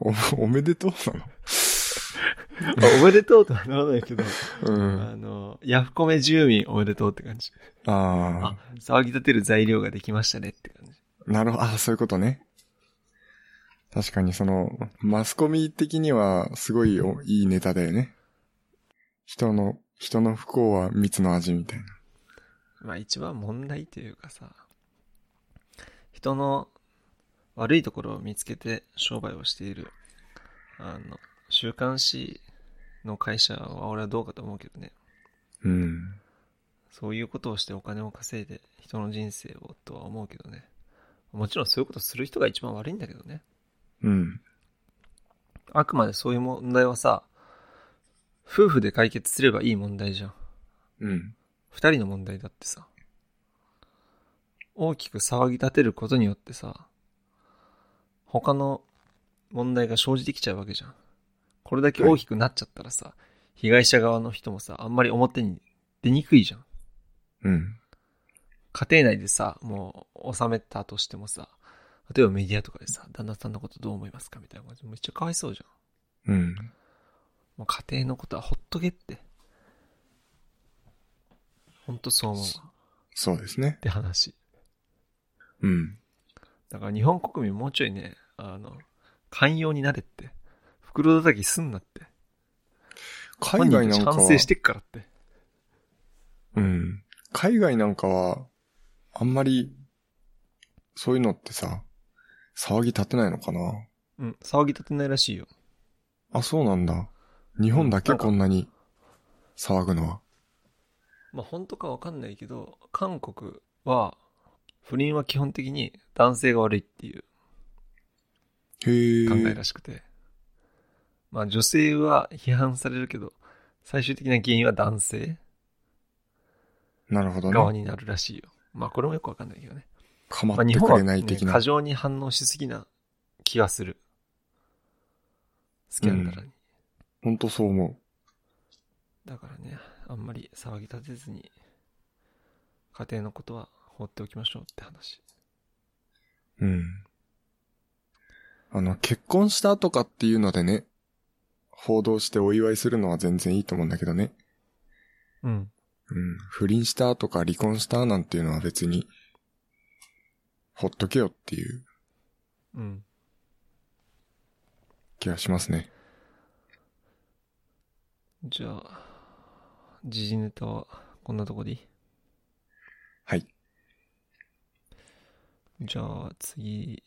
Speaker 1: お、お めでとうな
Speaker 2: おめでとうとはならないけど、
Speaker 1: のうん。
Speaker 2: あの、ヤフコメ住民おめでとうって感じ。
Speaker 1: あ
Speaker 2: あ、騒ぎ立てる材料ができましたねって感じ。
Speaker 1: あ、なるほど。ああ、そういうことね。確かにその、マスコミ的にはすごいおいいネタだよね。人の、人の不幸は蜜の味みたいな。
Speaker 2: まあ一番問題というかさ、人の悪いところを見つけて商売をしている、あの、週刊誌の会社は俺はどうかと思うけどね。
Speaker 1: うん。
Speaker 2: そういうことをしてお金を稼いで人の人生をとは思うけどね。もちろんそういうことする人が一番悪いんだけどね。
Speaker 1: うん。
Speaker 2: あくまでそういう問題はさ、夫婦で解決すればいい問題じゃん。
Speaker 1: うん。
Speaker 2: 二人の問題だってさ。大きく騒ぎ立てることによってさ、他の問題が生じてきちゃうわけじゃん。これだけ大きくなっちゃったらさ、被害者側の人もさ、あんまり表に出にくいじゃん。
Speaker 1: うん。
Speaker 2: 家庭内でさ、もう収めたとしてもさ、例えばメディアとかでさ、旦那さんのことどう思いますかみたいな感じで、めっちゃかわいそうじゃん。
Speaker 1: うん。
Speaker 2: もう家庭のことはほっとけって。ほんとそう思うわ。っ
Speaker 1: そうですね。
Speaker 2: て話。
Speaker 1: うん。
Speaker 2: だから日本国民もうちょいね、あの、寛容になれって。袋叩きすんなって。
Speaker 1: 海外なんか
Speaker 2: 本人たち
Speaker 1: は
Speaker 2: 反省してっからって。
Speaker 1: うん。海外なんかは、あんまり、そういうのってさ、騒ぎ立てないのかな
Speaker 2: うん、騒ぎ立てないらしいよ。
Speaker 1: あ、そうなんだ。日本だけ
Speaker 2: うんなんか
Speaker 1: こんなに騒ぐのは。
Speaker 2: まあ本当かわかんないけど、韓国は、不倫は基本的に男性が悪いっていう
Speaker 1: へえ。
Speaker 2: 考えらしくて。まあ女性は批判されるけど、最終的な原因は男性
Speaker 1: なるほど
Speaker 2: 側
Speaker 1: ね。
Speaker 2: になるらしいよ。まあこれもよくわかんないけどね。
Speaker 1: かま
Speaker 2: まあ、
Speaker 1: っ
Speaker 2: 日
Speaker 1: て
Speaker 2: 本
Speaker 1: く
Speaker 2: は、
Speaker 1: れない
Speaker 2: ね、
Speaker 1: 的な。
Speaker 2: 過剰に反応しすぎな気がする。スキャンダルに。
Speaker 1: ほんとそう思
Speaker 2: だからね、あんまり騒ぎ立てずに、家庭のことは放っておきましょうって話。
Speaker 1: う。うん。あの、結婚したとかっていうのでね、報道してお祝いするのは全然いいと思うんだけどね。
Speaker 2: うん。
Speaker 1: うん。不倫したとか離婚したなんていうのは別に、ほっとけよっていう
Speaker 2: うん。
Speaker 1: 気がしますね。
Speaker 2: じゃあ、時事ネタはこんなとこでいい
Speaker 1: はい。
Speaker 2: じゃあ次、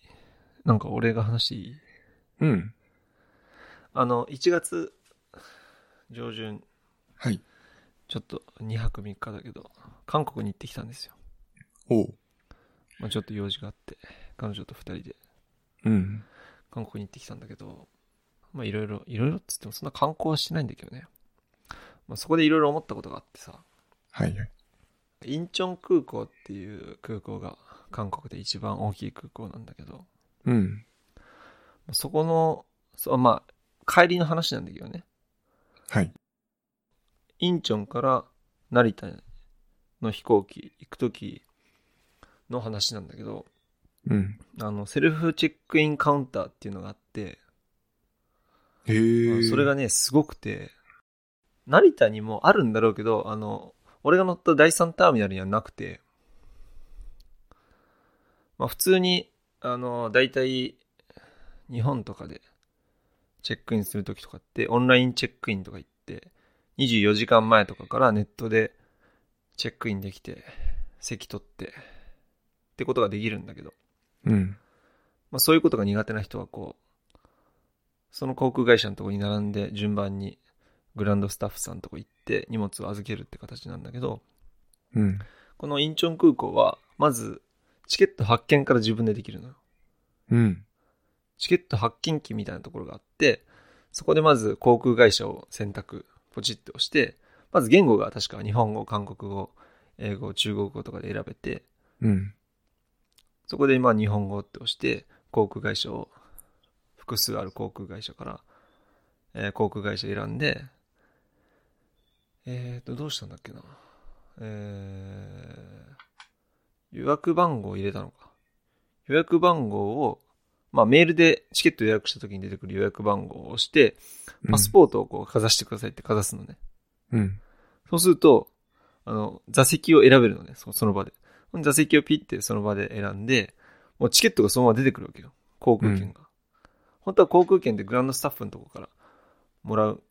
Speaker 2: なんか俺が話していい
Speaker 1: うん。
Speaker 2: あの、1月上旬、
Speaker 1: はい。
Speaker 2: ちょっと2泊3日だけど、韓国に行ってきたんですよ。
Speaker 1: おう。
Speaker 2: まあ、ちょっと用事があって、彼女と2人で
Speaker 1: うん。
Speaker 2: 韓国に行ってきたんだけど、まあいろいろ、いろいろっつってもそんな観光はしてないんだけどね。まあそこでいろいろ思ったことがあってさ、
Speaker 1: はいはい。
Speaker 2: インチョン空港っていう空港が韓国で一番大きい空港なんだけど、
Speaker 1: うん。
Speaker 2: そこの、そうまあ、帰りの話なんだけどね。
Speaker 1: はい。
Speaker 2: インチョンから成田の飛行機行くときの話なんだけど、
Speaker 1: うん。
Speaker 2: あの、セルフチェックインカウンターっていうのがあって、
Speaker 1: へえ。
Speaker 2: それがね、すごくて、成田にもあるんだろうけど、あの、俺が乗った第3ターミナルにはなくて、まあ普通に、あの、大体、日本とかで、チェックインするときとかって、オンラインチェックインとか行って、24時間前とかからネットでチェックインできて、席取って、ってことができるんだけど、
Speaker 1: うん。
Speaker 2: まあ、そういうことが苦手な人はこう、その航空会社のとこに並んで順番にグランドスタッフさんのとこ行って荷物を預けるって形なんだけど、
Speaker 1: うん。
Speaker 2: このインチョン空港は、まず、チケット発券から自分でできるのよ。
Speaker 1: うん。
Speaker 2: チケット発券機みたいなところがあって、そこでまず航空会社を選択、ポチッと押して、まず言語が確か日本語、韓国語、英語、中国語とかで選べて、
Speaker 1: うん。
Speaker 2: そこでまあ日本語って押して、航空会社を、複数ある航空会社から、えー航空会社選んで、えっ、と、どうしたんだっけな。えー、予約番号を入れたのか。予約番号を、まあメールでチケット予約した時に出てくる予約番号を押して、パスポートをこうかざしてくださいってかざすのね。
Speaker 1: うん。
Speaker 2: そうすると、あの、座席を選べるのね、そその場で。座席をピッてその場で選んで、もうチケットがそのまま出てくるわけよ。航空券が。本当は航空券でグランドスタッフのとこからもらう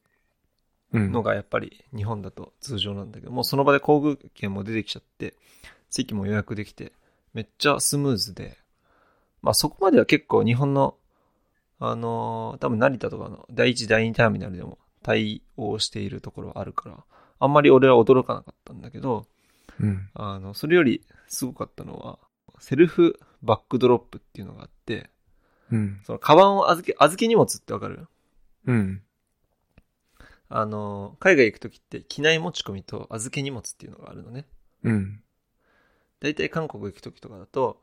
Speaker 1: うん。
Speaker 2: のがやっぱり日本だと通常なんだけど、もうその場で航空券も出てきちゃって、席も予約できて、めっちゃスムーズで、まあそこまでは結構日本の、あのー多分成田とかの第1、第2ターミナルでも対応しているところはあるから、あんまり俺は驚かなかったんだけど、
Speaker 1: うん。
Speaker 2: あの、それよりすごかったのは、セルフバックドロップっていうのがあって、
Speaker 1: うん。
Speaker 2: そのカバンを預け、預け荷物ってわかる
Speaker 1: うん。
Speaker 2: あの、海外行くときって機内持ち込みと預け荷物っていうのがあるのね。
Speaker 1: うん。
Speaker 2: 大体韓国行くときとかだと、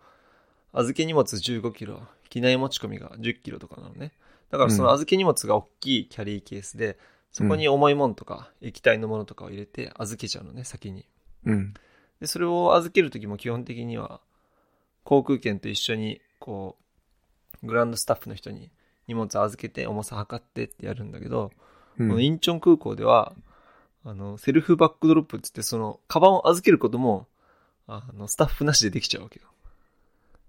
Speaker 2: 預け荷物15キロ、機内持ち込みが10キロとかなのね。だからその
Speaker 1: うん
Speaker 2: 預け荷物が大きいキャリーケースで、そこに重いものとか液体のものとかを入れて預けちゃうのね、先に。
Speaker 1: うん。
Speaker 2: で、それを預けるときも基本的には、航空券と一緒に、こう、グランドスタッフの人に荷物預けて重さ測ってってやるんだけど、
Speaker 1: う
Speaker 2: この
Speaker 1: ん。
Speaker 2: インチョン空港では、あの、セルフバックドロップって言って、その、カバンを預けることも、あの、スタッフなしでできちゃうわけよ。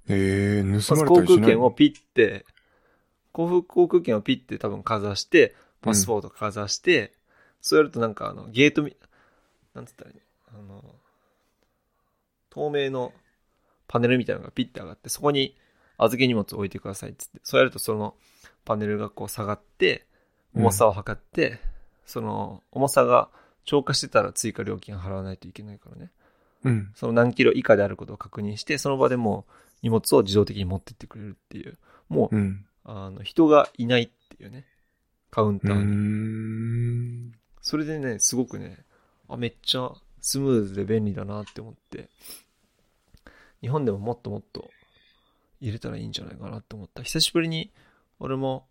Speaker 1: えー、盗
Speaker 2: ま
Speaker 1: ま
Speaker 2: ず
Speaker 1: れ
Speaker 2: 航
Speaker 1: たりし
Speaker 2: 空
Speaker 1: ない
Speaker 2: 券をピッて、航空航空券をピッて多分かざして、パスポートかざして、そうやるとなんかあの、ゲートみ、なんつったらいいのあの、透明のパネルみたいなのがピッて上がって、そこに預け荷物を置いてくださいっつって、そうやるとそのパネルがこう下がって、重さを測って、その重さが超過してたら追加料金払わないといけないからね。
Speaker 1: うん。
Speaker 2: その何キロ以下であることを確認して、その場でもう荷物を自動的に持ってってくれるっていう、もう、
Speaker 1: うん。
Speaker 2: あの、人がいないっていうね、カウン
Speaker 1: う
Speaker 2: タ
Speaker 1: ー
Speaker 2: ーに。
Speaker 1: ん。
Speaker 2: それでね、すごくね、あ、めっちゃスムーズで便利だなって思って、日本でももっともっと入れたらいいんじゃないかなって思った。久しぶりに、俺も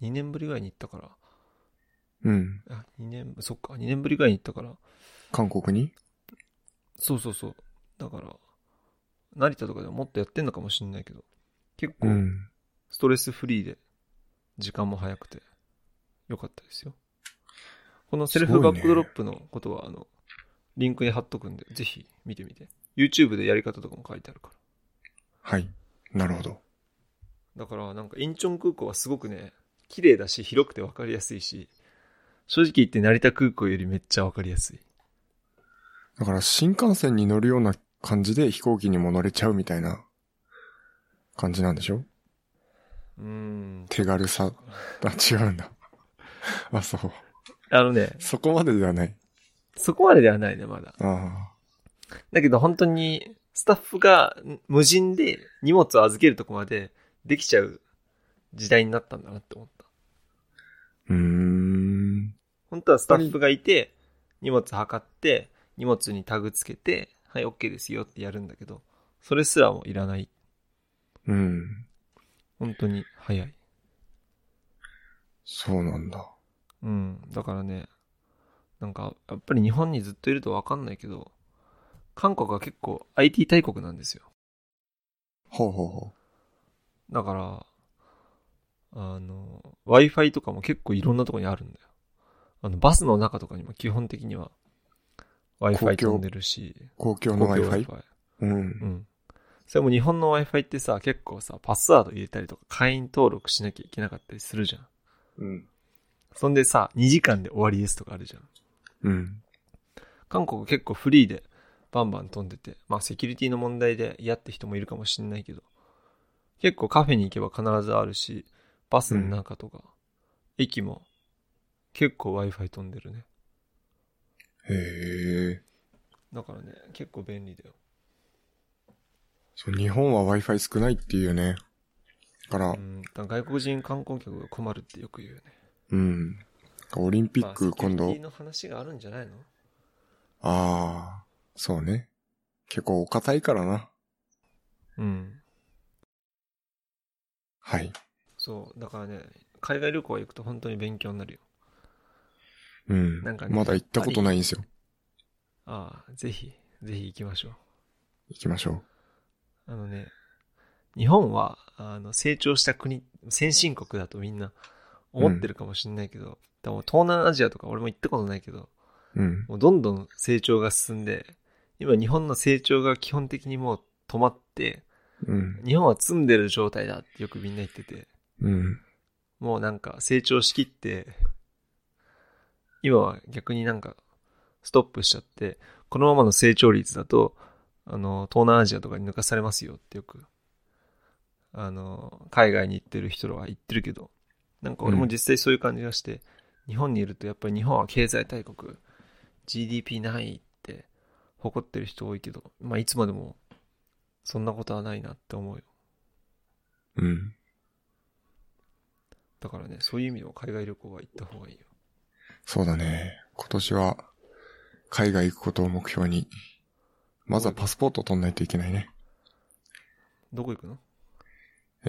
Speaker 2: 2年ぶりぐらいに行ったから、
Speaker 1: うん。
Speaker 2: あ、2年、そっか、2年ぶりぐらいに行ったから、
Speaker 1: 韓国に
Speaker 2: そうそうそう。だから、成田とかでももっとやってんのかもしんないけど、結構
Speaker 1: うん。
Speaker 2: ストレスフリーで、時間も早くて、良かったですよ。このセルフバックドロップのことは、あの、リンクに貼っとくんで、ぜひ見てみて。YouTube でやり方とかも書いてあるから。
Speaker 1: はい。なるほど。
Speaker 2: だから、なんか、インチョン空港はすごくね、綺麗だし、広くて分かりやすいし、正直言って成田空港よりめっちゃ分かりやすい。
Speaker 1: だから新幹線に乗るような感じで飛行機にも乗れちゃうみたいな感じなんでしょ
Speaker 2: うーん。
Speaker 1: 手軽さ。あ、違うんだ。 あ、そう。
Speaker 2: あのね、
Speaker 1: そこまでではない。
Speaker 2: そこまでではないね、まだ。
Speaker 1: あ
Speaker 2: だけど本当に、スタッフがん無人で荷物を預けるとこまでできちゃう時代になったんだなって思った。
Speaker 1: あ。うーん。
Speaker 2: 本当はスタッフがいて、荷物測って、荷物にタグつけて、はい、OK ですよってやるんだけど、それすらもいらない。
Speaker 1: うん。
Speaker 2: 本当に早い。
Speaker 1: そうなんだ。
Speaker 2: うん。だからね、なんか、やっぱり日本にずっといるとわかんないけど、韓国は結構 IT 大国なんですよ。
Speaker 1: ほうほうほ
Speaker 2: だから、あの、Wi-Fi とかも結構いろんなとこにあるんだよ。あの、バスの中とかにも基本的には
Speaker 1: 共
Speaker 2: Wi-Fi 飛んでるし、
Speaker 1: 公共の Wi-Fi?
Speaker 2: Wi-Fi
Speaker 1: うん
Speaker 2: う。ん。それも日本の Wi-Fi ってさ、結構さ、パスワード入れたりとか会員登録しなきゃいけなかったりするじゃん。
Speaker 1: うん。
Speaker 2: そんでさ、2時間で終わりですとかあるじゃん。
Speaker 1: うん。
Speaker 2: 韓国結構フリーでバンバン飛んでて、まあセキュリティの問題で嫌って人もいるかもしんないけど、結構カフェに行けば必ずあるし、バスの中とか、駅も結構 Wi-Fi 飛んでるね。
Speaker 1: へえ。
Speaker 2: だからね、結構便利だよ。
Speaker 1: そう、日本は Wi-Fi 少ないっていうよね。だから
Speaker 2: う、ん、だから外国人観光客が困るってよく言うよね。
Speaker 1: うん。オリンピック今
Speaker 2: まあセキュリ
Speaker 1: 度
Speaker 2: ティ、の話があるんじゃないの
Speaker 1: ああ、そうね。結構お堅いからな。
Speaker 2: うん。
Speaker 1: はい。
Speaker 2: そう、だからね、海外旅行行くと本当に勉強になるよ。
Speaker 1: うん。
Speaker 2: なんかね
Speaker 1: まだ行ったことないんですよ。
Speaker 2: ああ、ぜひ、ぜひ行きましょう。
Speaker 1: 行きましょ
Speaker 2: あのね、日本は、あの、成長した国、先進国だとみんな思ってるかもしれないけど、でも東南アジアとか俺も行ったことないけど、
Speaker 1: う。うん。
Speaker 2: もうどんどん成長が進んで、今日本の成長が基本的にもう止まって、
Speaker 1: うん。
Speaker 2: 日本は積んでる状態だってよくみんな言ってて、
Speaker 1: うん。
Speaker 2: もうなんか成長しきって、今は逆になんかストップしちゃって、このままの成長率だと、あの、東南アジアとかに抜かされますよってよく、あの、海外に行ってる人らは言ってるけど、なんか俺も実際そういう感じがして、日本にいるとやっぱり日本は経済大国、GDP ないって誇ってる人多いけど、まあいつまでもそんなことはないなって思うよ。
Speaker 1: うん。
Speaker 2: だからね、そういう意味でも海外旅行は行った方がいいよ。
Speaker 1: そうだね。今年は、海外行くことを目標に、まずはパスポートを取んないといけないね。
Speaker 2: どこ行くの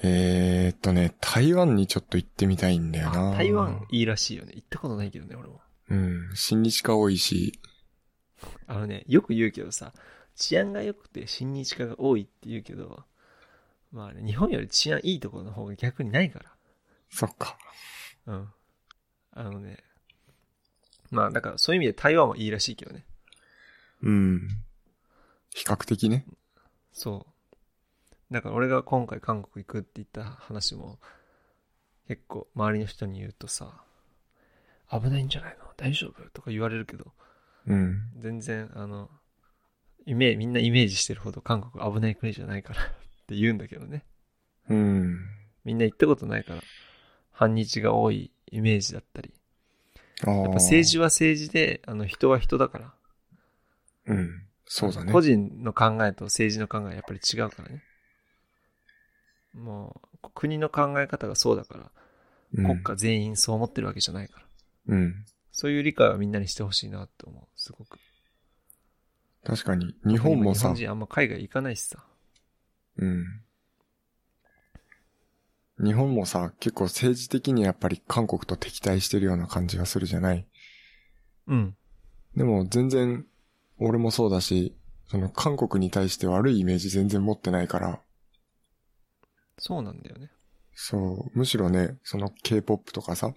Speaker 1: えーっとね、台湾にちょっと行ってみたいんだよ
Speaker 2: あ
Speaker 1: な。
Speaker 2: 台湾いいらしいよね。行ったことないけどね、俺も。
Speaker 1: うん。新日課多いし、
Speaker 2: あのね、よく言うけどさ、治安が良くて親日家が多いって言うけど、まあね、日本より治安いいところの方が逆にないか
Speaker 1: そっか。
Speaker 2: ら。うん。あのね、まあだからそういう意味で台湾はいいらしいけどね。
Speaker 1: うん。比較的ね。
Speaker 2: そう。だから俺が今回韓国行くって言った話も、結構周りの人に言うとさ、危ないんじゃないの大丈夫とか言われるけど、
Speaker 1: うん。
Speaker 2: 全然あのイメみんなイメージしてるほど韓国危ない国じゃないからって言うんだけどね
Speaker 1: うん。
Speaker 2: みんな行ったことないから反日が多いイメージだったり
Speaker 1: あや
Speaker 2: やっぱ政治は政治であの人は人だから
Speaker 1: うん。そうだね
Speaker 2: 個。人の考えと政治の考えはやっぱり違うからねもう国の考え方がそうだから
Speaker 1: うん
Speaker 2: 国家全員そう思ってるわけじゃないか
Speaker 1: う
Speaker 2: ら、
Speaker 1: ん。
Speaker 2: そういう理解はみんなにしてほしいなって思うすごく
Speaker 1: 確かに、日本も
Speaker 2: 日
Speaker 1: さ
Speaker 2: 本、人あんま海外行かないしさ
Speaker 1: うん。日本もさ、結構政治的にやっぱり韓国と敵対してるような感じがするじゃない
Speaker 2: うん
Speaker 1: でも全然、俺もそうだし、その韓国に対して悪いイメージ全然持ってないから、
Speaker 2: そうなんだよね
Speaker 1: そう、むしろね、その K-POP とかさ、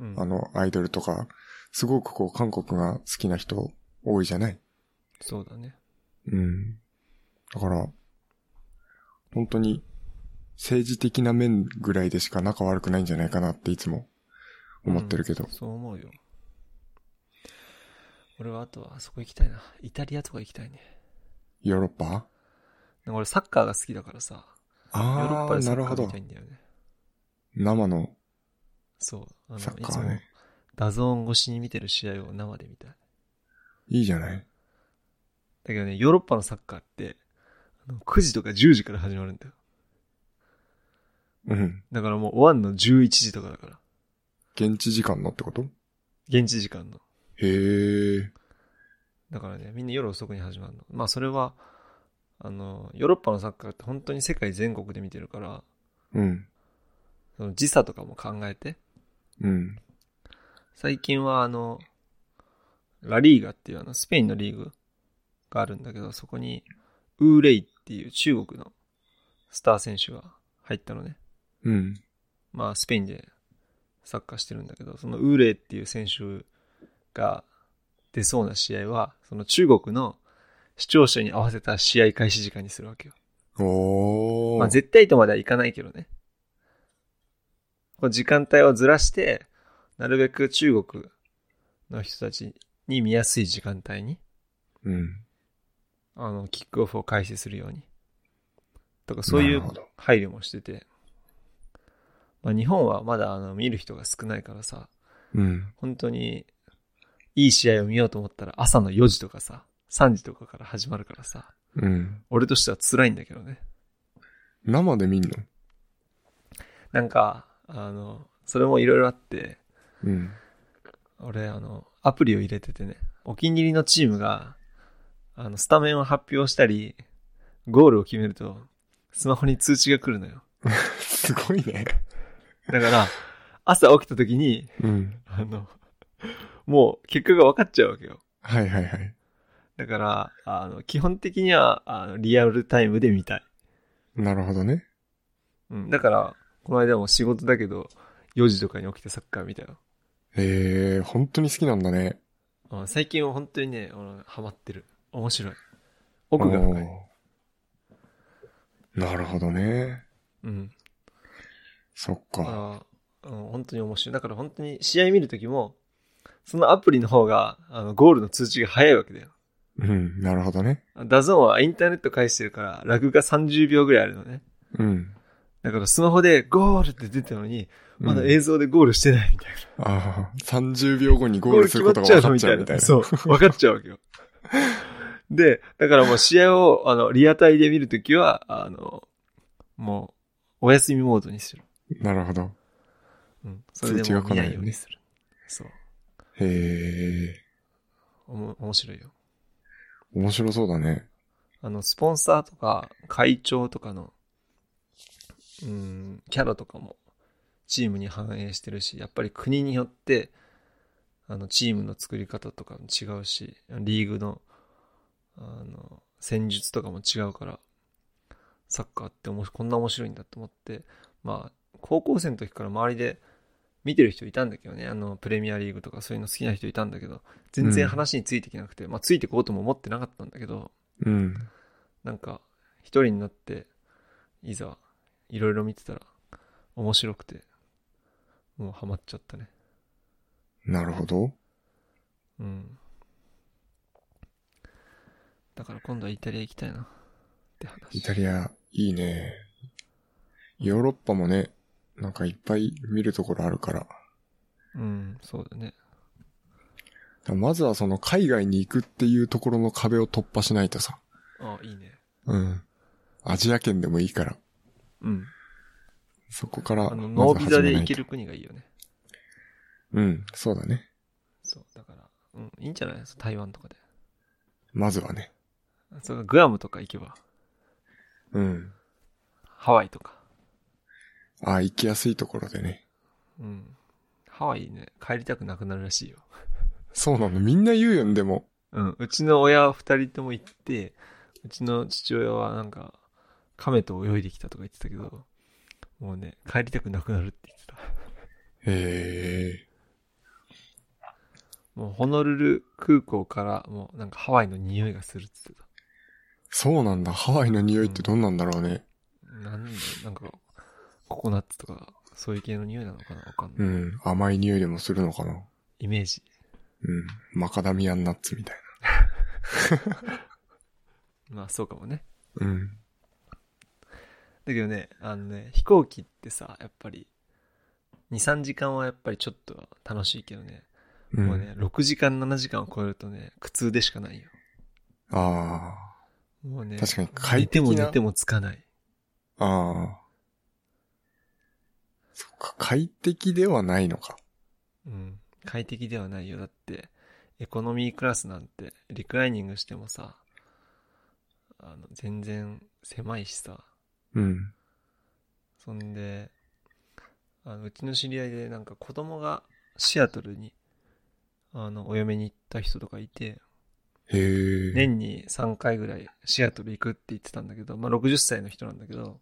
Speaker 2: うん
Speaker 1: あの、アイドルとか、すごくこう、韓国が好きな人多いじゃない
Speaker 2: そうだね
Speaker 1: うん。だから、本当に、政治的な面ぐらいでしか仲悪くないんじゃないかなっていつも思ってるけど。
Speaker 2: うんそう思うよ俺はあとはあそこ行きたいなイタリアとか行きたいね
Speaker 1: ヨーロッパ
Speaker 2: なんか俺サッカーが好きだからさヨーロッ
Speaker 1: あ
Speaker 2: パ
Speaker 1: あ、
Speaker 2: でサ
Speaker 1: な
Speaker 2: ッ
Speaker 1: る
Speaker 2: カ
Speaker 1: ほ
Speaker 2: ー
Speaker 1: ど
Speaker 2: 見た。いんだよね
Speaker 1: 生の、
Speaker 2: そうあの
Speaker 1: サッ
Speaker 2: い
Speaker 1: カ
Speaker 2: つ
Speaker 1: ー
Speaker 2: も
Speaker 1: ね
Speaker 2: ダゾーン越しに見てる試合を生で見たい
Speaker 1: いいじゃない
Speaker 2: だけどねヨーロッパのサッカーってあの9時とか10時から始まるんだよ
Speaker 1: うん。
Speaker 2: だからもう終わんの11時とかだから
Speaker 1: 現地時間のってこと
Speaker 2: 現地時間の
Speaker 1: へえ。
Speaker 2: だからねみんな夜遅くに始まるのまあそれはあのヨーロッパのサッカーって本当に世界全国で見てるから
Speaker 1: うん。
Speaker 2: その時差とかも考えて
Speaker 1: うん。
Speaker 2: 最近はあの、ラリーガっていうあのスペインのリーグがあるんだけど、そこにウーレイっていう中国のスター選手が入ったのね。
Speaker 1: うん。
Speaker 2: まあスペインでサッカーしてるんだけど、そのウーレイっていう選手が出そうな試合は、その中国の視聴者に合わせた試合開始時間にするわけよ。
Speaker 1: おー。
Speaker 2: まあ絶対とまではいかないけどね。この時間帯をずらして、なるべく中国の人たちに見やすい時間帯に、
Speaker 1: うん。
Speaker 2: あの、キックオフを開始するように。とか、そういう
Speaker 1: なるほど
Speaker 2: 配慮もしてて。まあ、日本はまだ、あの、見る人が少ないからさ、
Speaker 1: うん。
Speaker 2: 本当に、いい試合を見ようと思ったら、朝の4時とかさ、3時とかから始まるからさ、
Speaker 1: うん。
Speaker 2: 俺としては辛いんだけどね。
Speaker 1: 生で見んの
Speaker 2: なんか、あの、それもいろいろあって、
Speaker 1: うん。
Speaker 2: 俺、あの、アプリを入れててね、お気に入りのチームが、あの、スタメンを発表したり、ゴールを決めると、スマホに通知が来るのよ。
Speaker 1: すごいね。
Speaker 2: だから、 朝起きた時に、
Speaker 1: うん。
Speaker 2: あの、もう結果が分かっちゃうわけよ。
Speaker 1: はいはいはい。
Speaker 2: だから、あの、基本的には、あの、リアルタイムで見たい。
Speaker 1: なるほどね。
Speaker 2: うん。だから、この間も仕事だけど、4時とかに起きてサッカー見たよ。
Speaker 1: えー、本当に好きなんだね。
Speaker 2: うん最近は本当にね、俺ハマってる。面白い。奥が深い。
Speaker 1: おーなるほどね。
Speaker 2: うん。
Speaker 1: そっか。
Speaker 2: だから、うん、本当に面白い。だから本当に試合見るときも、そのアプリの方が、あの、ゴールの通知が早いわけだよ。
Speaker 1: うん。なるほどね。
Speaker 2: ダゾーンはインターネット返してるから、ラグが30秒ぐらいあるのね。
Speaker 1: うん。
Speaker 2: だからスマホでゴールって出てるのに、まだ
Speaker 1: うん
Speaker 2: 映像でゴールしてないみたいな。
Speaker 1: ああ、30秒後にゴールすることが分かっちゃうみたいな。
Speaker 2: そう、分かっちゃうわけよ。で、だからもう試合を、あの、リアタイで見るときは、あの、もう、お休みモードにする。
Speaker 1: なるほど。
Speaker 2: うん。それでもう見ないようにする。そう。
Speaker 1: へえ、
Speaker 2: おも、面白いよ。
Speaker 1: 面白そうだね。
Speaker 2: あの、スポンサーとか、会長とかの、うん、キャラとかも、チームに反映してるし、やっぱり国によって、あの、チームの作り方とかも違うし、リーグの、あの、戦術とかも違うから、サッカーっておもしこんな面白いんだと思って、まあ、高校生の時から周りで見てる人いたんだけどね、あの、プレミアリーグとかそういうの好きな人いたんだけど、全然話についてきなくて、まあ、ついてこうとも思ってなかったんだけど、
Speaker 1: うん。
Speaker 2: なんか、一人になって、いざ、いろいろ見てたら、面白くて、もうハマっちゃったね。
Speaker 1: なるほど。
Speaker 2: うん。だから今度はイタリア行きたいな。って話。
Speaker 1: イタリア、いいね。ヨーロッパもね、なんかいっぱい見るところあるから。
Speaker 2: うん、そうだね。
Speaker 1: まずはその海外に行くっていうところの壁を突破しないとさ。
Speaker 2: ああ、いいね。
Speaker 1: うん。アジア圏でもいいから。
Speaker 2: うん。
Speaker 1: そこから。
Speaker 2: あの、
Speaker 1: ま
Speaker 2: ノ
Speaker 1: ず
Speaker 2: ー
Speaker 1: 始
Speaker 2: ビザ
Speaker 1: め
Speaker 2: で
Speaker 1: ない
Speaker 2: 行
Speaker 1: と
Speaker 2: ける国がいいよね。
Speaker 1: うん、そうだね。
Speaker 2: そう、だから、うん、いいんじゃない台湾とかで。
Speaker 1: まずはね。
Speaker 2: そうグアムとか行けば、
Speaker 1: うん。
Speaker 2: ハワイとか。
Speaker 1: あ、行きやすいところでね。
Speaker 2: うん。ハワイね、帰りたくなくなるらしいよ。
Speaker 1: そうなの。みんな言うよね、でも。
Speaker 2: うん、うちの親二人とも行って、うちの父親はなんか、亀と泳いできたとか言ってたけど、もうね、帰りたくなくなるって言ってた。
Speaker 1: へ
Speaker 2: もうホノルル空港から、もうなんかハワイの匂いがするって言って
Speaker 1: ーそうなんだ。ハワイの匂いってどんなんだろうね。
Speaker 2: た。なんだなんか、ココナッツとか、そういう系の匂いなのかなわかん
Speaker 1: う
Speaker 2: ない。
Speaker 1: ん。甘い匂いでもするのかな。
Speaker 2: イメージ。
Speaker 1: うん。マカダミアンナッツみたい
Speaker 2: まあそうかもね。
Speaker 1: な。うん。
Speaker 2: だけどね、あのね、飛行機ってさ、やっぱり、2、3時間はやっぱりちょっとは楽しいけどね、
Speaker 1: うん、
Speaker 2: もうね、6時間、7時間を超えるとね、苦痛でしかないよ。
Speaker 1: あ
Speaker 2: もうね、
Speaker 1: あ。確かに快適な。
Speaker 2: 寝ても寝てもつかない。
Speaker 1: ああ。そっか、快適ではないのか。
Speaker 2: うん。快適ではないよ。だって、エコノミークラスなんて、リクライニングしてもさ、あの、全然狭いしさ。
Speaker 1: うん。
Speaker 2: そんで、あの、うちの知り合いで、なんか子供がシアトルに、あの、お嫁に行った人とかいて、
Speaker 1: へえ。
Speaker 2: 年に3回ぐらいシアトル行くって言ってたんだけど、まあ、60歳の人なんだけど、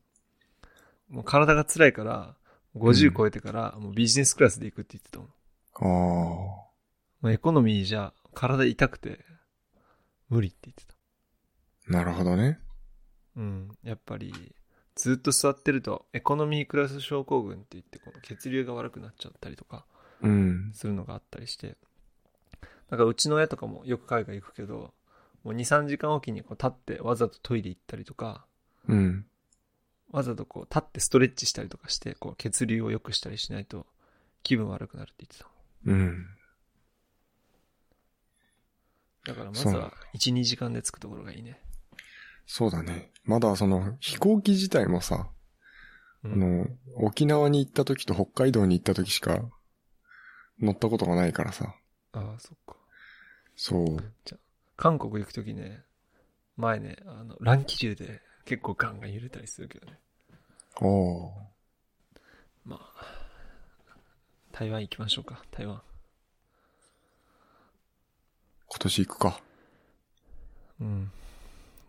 Speaker 2: もう体が辛いから、50超えてから、もうビジネスクラスで行くって言ってたもん。
Speaker 1: ああ。
Speaker 2: まあ、エコノミーじゃ体痛くて、無理って言ってた。
Speaker 1: なるほどね。
Speaker 2: うん。やっぱり、ずっと座ってると、エコノミークラス症候群って言って、この血流が悪くなっちゃったりとか、
Speaker 1: うん。
Speaker 2: するのがあったりして。だからうちの親とかもよく海外行くけど、もう2、3時間おきにこう立ってわざとトイレ行ったりとか、
Speaker 1: うん。
Speaker 2: わざとこう立ってストレッチしたりとかして、こう血流を良くしたりしないと気分悪くなるって言ってた。
Speaker 1: うん。
Speaker 2: だからまず
Speaker 1: そうなん
Speaker 2: は1、2時間で着くところがいいね。
Speaker 1: そうだね。まだその飛行機自体もさ、
Speaker 2: う
Speaker 1: あ
Speaker 2: ん。
Speaker 1: の、沖縄に行った時と北海道に行った時しか乗ったことがないからさ。
Speaker 2: ああ、そっか。
Speaker 1: そう。
Speaker 2: 韓国行くときね、前ね、あの、乱気流で結構ガンガン揺れたりするけどね。
Speaker 1: おー
Speaker 2: まあ、台湾行きましょうか、台湾。
Speaker 1: 今年行くか。
Speaker 2: うん。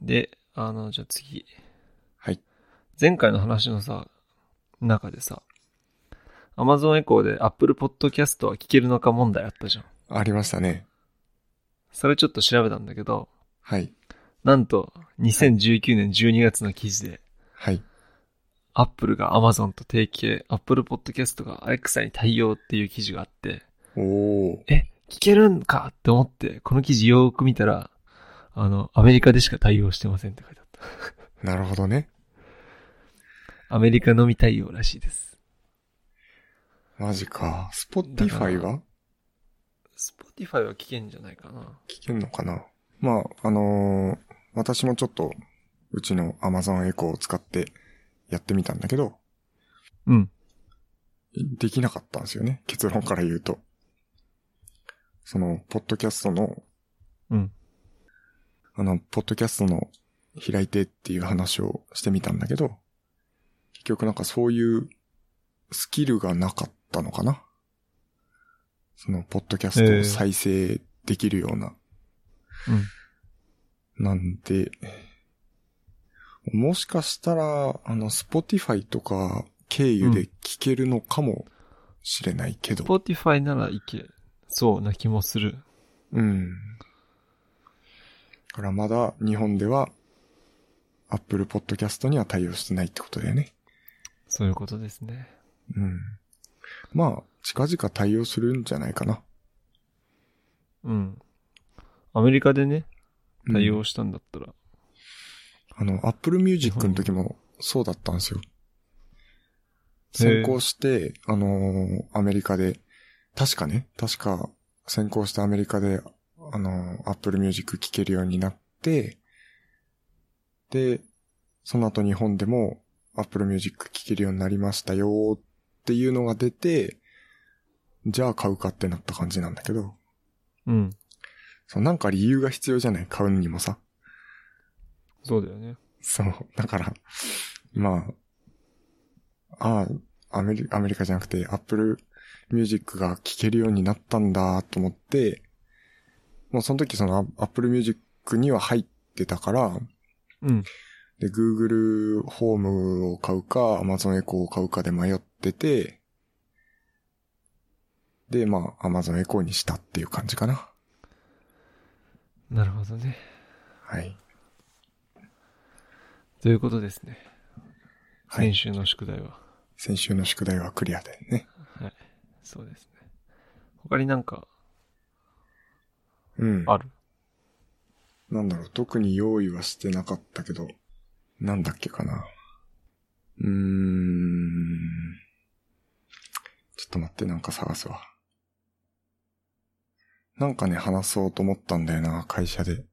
Speaker 2: で、あの、じゃあ次。
Speaker 1: はい。
Speaker 2: 前回の話のさ、中でさ、Amazon エコーで Apple Podcast は聞けるのか問題あったじゃん。
Speaker 1: ありましたね。
Speaker 2: それちょっと調べたんだけど、
Speaker 1: はい。
Speaker 2: なんと、2019年12月の記事で、
Speaker 1: はい。
Speaker 2: Apple が Amazon と提携、Apple Podcast が Alexa に対応っていう記事があって、
Speaker 1: おお。
Speaker 2: え、聞けるんかって思って、この記事よーく見たら、あの、アメリカでしか対応してませんって書いてあった。
Speaker 1: なるほどね。
Speaker 2: アメリカのみ対応らしいです。
Speaker 1: マジか。スポティ
Speaker 2: だ
Speaker 1: フ
Speaker 2: か
Speaker 1: ァイ
Speaker 2: ら
Speaker 1: は
Speaker 2: Spotify は聞けんじゃないかな。
Speaker 1: 聞けんのかなまあ、あのー私もちょっと、うちの Amazon エコーを使ってやってみたんだけど、
Speaker 2: うん。
Speaker 1: できなかったんですよね。結論から言うと。その、ポッドキャストの、
Speaker 2: うん。
Speaker 1: あの、ポッドキャストの開いてっていう話をしてみたんだけど、結局なんかそういうスキルがなかったのかなその、ポッドキャストを再生できるような。
Speaker 2: うん。
Speaker 1: なんで、もしかしたら、あの、スポティファイとか経由で聞けるのかもしれないけど。
Speaker 2: Spotify ならいけそうな気もする。
Speaker 1: うん。だからまだ日本では Apple Podcast には対応してないってことだよね。
Speaker 2: そういうことですね。
Speaker 1: うん。まあ、近々対応するんじゃないかな。
Speaker 2: うん。アメリカでね、
Speaker 1: うん
Speaker 2: 対応したんだったら。
Speaker 1: あの、Apple Music の時もそうだったんですよ。先行して、あのーアメリカで、確かね、確か先行してアメリカで、あのー Apple Music 聴けるようになって、で、その後日本でも Apple Music 聴けるようになりましたよーっていうのが出て、じゃあ買うかってなった感じなんだけど、
Speaker 2: うん。
Speaker 1: そうなんか理由が必要じゃない買うにもさ。
Speaker 2: そうだよね。
Speaker 1: そう。だから、まあ、ああ、アメリアメリカじゃなくて、Apple Music が聴けるようになったんだと思って、もうその時そのあ Apple Music には入ってたから、
Speaker 2: うん。
Speaker 1: で、Google ホームを買うか、Amazon エコーを買うかで迷ってて、で、まあ、Amazon エコーにしたっていう感じかな。
Speaker 2: なるほどね。
Speaker 1: はい。
Speaker 2: ということですね。
Speaker 1: は
Speaker 2: 先
Speaker 1: い。
Speaker 2: 週の宿題は。
Speaker 1: 先週の宿題はクリアでね。
Speaker 2: はい。そうですね。他になんか
Speaker 1: うん。
Speaker 2: ある
Speaker 1: なんだろう、特に用意はしてなかったけど、なんだっけかな。うーん。ちょっと待って、なんか探すわ。なんかね、話そうと思ったんだよな、会社で。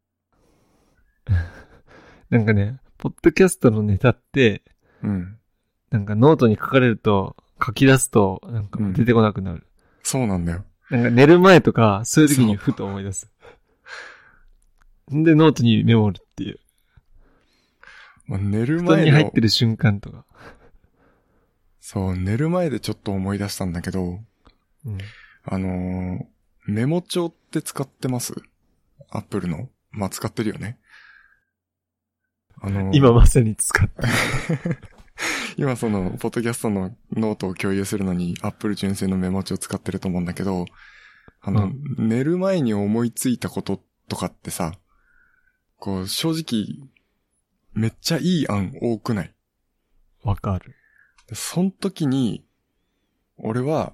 Speaker 2: なんかね、ポッドキャストのネタって、
Speaker 1: うん。
Speaker 2: なんかノートに書かれると、書き出すと、なんかもう出てこなくなる。
Speaker 1: そうなんだよ。
Speaker 2: なんか寝る前とか、そういう時
Speaker 1: そ
Speaker 2: に
Speaker 1: う
Speaker 2: ふと思い出す。んで、ノートにメモるっていう。
Speaker 1: まあ寝る
Speaker 2: 布団
Speaker 1: 前
Speaker 2: に入っ
Speaker 1: の
Speaker 2: て、る瞬間とか。
Speaker 1: そう、寝る前でちょっと思い出したんだけど、
Speaker 2: うん。
Speaker 1: あのーメモ帳って使ってますアップルの。まあ、使ってるよね。あのー
Speaker 2: 今まさに使って。
Speaker 1: 今その、ポッドキャストのノートを共有するのに、Apple 純正のメモ帳を使ってると思うんだけど、あの、
Speaker 2: う
Speaker 1: 寝る前に思いついたこととかってさ、こう、正直、めっちゃいい案多くない
Speaker 2: わかる。
Speaker 1: でその時に、俺は、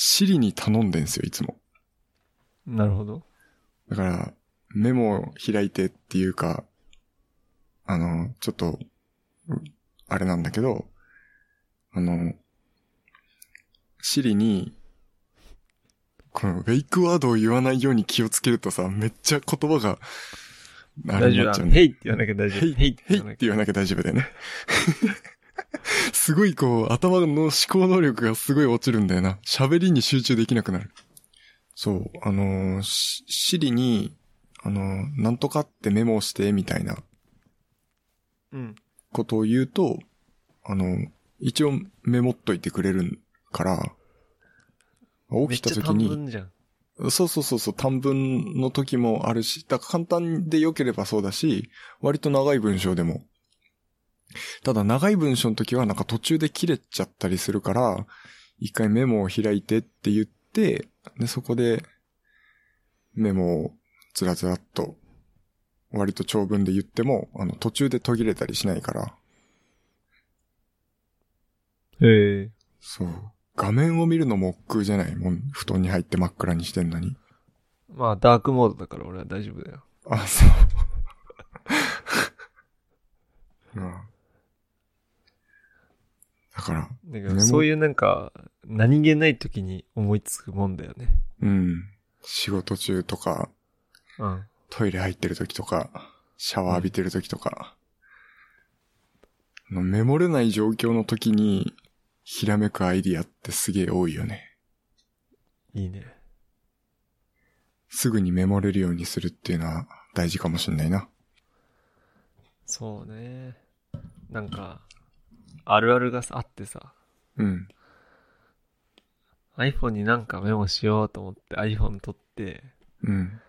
Speaker 1: シリに頼んでんすよ、いつも。
Speaker 2: なるほど。
Speaker 1: だから、メモを開いてっていうか、あの、ちょっと、うあれなんだけど、あの、シリに、このウェイクワードを言わないように気をつけるとさ、めっちゃ言葉が、あれ
Speaker 2: 大
Speaker 1: に
Speaker 2: 丈
Speaker 1: なっちゃう
Speaker 2: 夫。へ
Speaker 1: ね。
Speaker 2: いって言わなきゃ大丈夫。
Speaker 1: へい
Speaker 2: へいって
Speaker 1: へいっ
Speaker 2: 言わな
Speaker 1: て
Speaker 2: き
Speaker 1: 言わなきゃ大丈夫だよね。すごいこう、頭の思考能力がすごい落ちるんだよな。喋りに集中できなくなる。そう、あのー、しシリに、あのー、なんとかってメモをして、みたいな
Speaker 2: ゃ。うん。
Speaker 1: ことを言うと、あのー、一応メモっといてくれるから、
Speaker 2: め
Speaker 1: 起
Speaker 2: っ
Speaker 1: きた
Speaker 2: ち
Speaker 1: 時
Speaker 2: ゃ短
Speaker 1: に、
Speaker 2: 文じゃん。
Speaker 1: そうそうそうそう、短文の時もあるし、だから簡単で良ければそうだし、割と長い文章でも。ただ長い文章の時はなんか途中で切れちゃったりするから、一回メモを開いてって言って、で、そこでメモをずらずらっと、割と長文で言っても、あの途中で途切れたりしないから、
Speaker 2: へえ。
Speaker 1: そう。画面を見るのも億劫じゃないもう布団に入って真っ暗にしてんのに。
Speaker 2: まあ、ダークモードだから俺は大丈夫だよ。
Speaker 1: あ、そう。 うん。だから、
Speaker 2: だけ
Speaker 1: メモ
Speaker 2: ど、そういうなんか、何気ない時に思いつくもんだよね。
Speaker 1: うん。仕事中とか、
Speaker 2: うん。
Speaker 1: トイレ入ってる時とか、シャワー浴びてる時とか、あのメモれない状況の時に、ひらめくアイディアってすげえ多いよね。
Speaker 2: いいね。
Speaker 1: すぐにメモれるようにするっていうのは大事かもしんないな。
Speaker 2: そうね。なんか、あるあるがさあってさ、
Speaker 1: うん。
Speaker 2: iPhone になんかメモしようと思って iPhone 撮って、
Speaker 1: うん。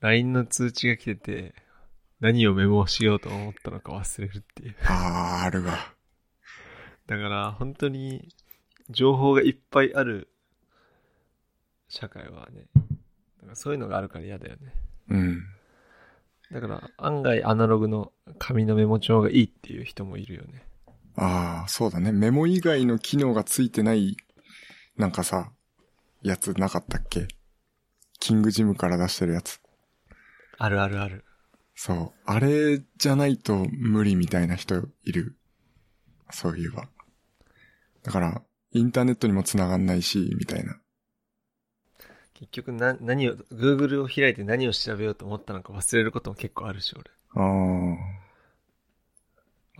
Speaker 2: LINE の通知が来てて、何をメモしようと思ったのか忘れるっていう。
Speaker 1: あー、あるわ。
Speaker 2: だから、本当に、情報がいっぱいある社会はね、なんかそういうのがあるから嫌だよね。
Speaker 1: うん。
Speaker 2: だから、案外アナログの紙のメモ帳がいいっていう人もいるよね。
Speaker 1: ああ、そうだね。メモ以外の機能がついてない、なんかさ、やつなかったっけキングジムから出してるやつ。
Speaker 2: あるあるある。
Speaker 1: そう。あれじゃないと無理みたいな人いる。そういえば。だから、インターネットにも繋がんないし、みたいな。
Speaker 2: 結局な、何を、Google を開いて何を調べようと思ったのか忘れることも結構あるし、俺。
Speaker 1: あ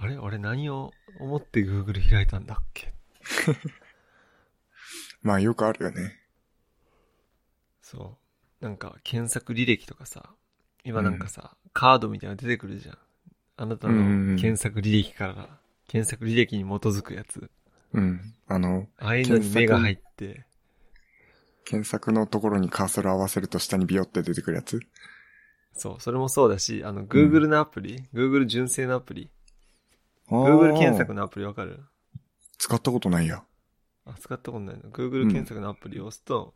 Speaker 1: あ。
Speaker 2: あれ俺何を思って Google 開いたんだっけ
Speaker 1: まあよくあるよね。
Speaker 2: そう。なんか、検索履歴とかさ、今なんかさ、カードみたいなの出てくるじゃん。あなた
Speaker 1: うんうんう
Speaker 2: の
Speaker 1: ん
Speaker 2: 検索履歴から、検索履歴に基づくやつ。
Speaker 1: うん。あの、
Speaker 2: ああいうのに
Speaker 1: 検索
Speaker 2: 目が入って、
Speaker 1: 検索のところにカーソル合わせると下にビヨって出てくるやつ。
Speaker 2: そう、それもそうだし、あの、Google のアプリ、Google 純正のアプリ、
Speaker 1: あー
Speaker 2: Google 検索のアプリわかる
Speaker 1: 使ったことないや。
Speaker 2: あ、使ったことない
Speaker 1: う
Speaker 2: の。Google
Speaker 1: ん
Speaker 2: 検索のアプリを押すと、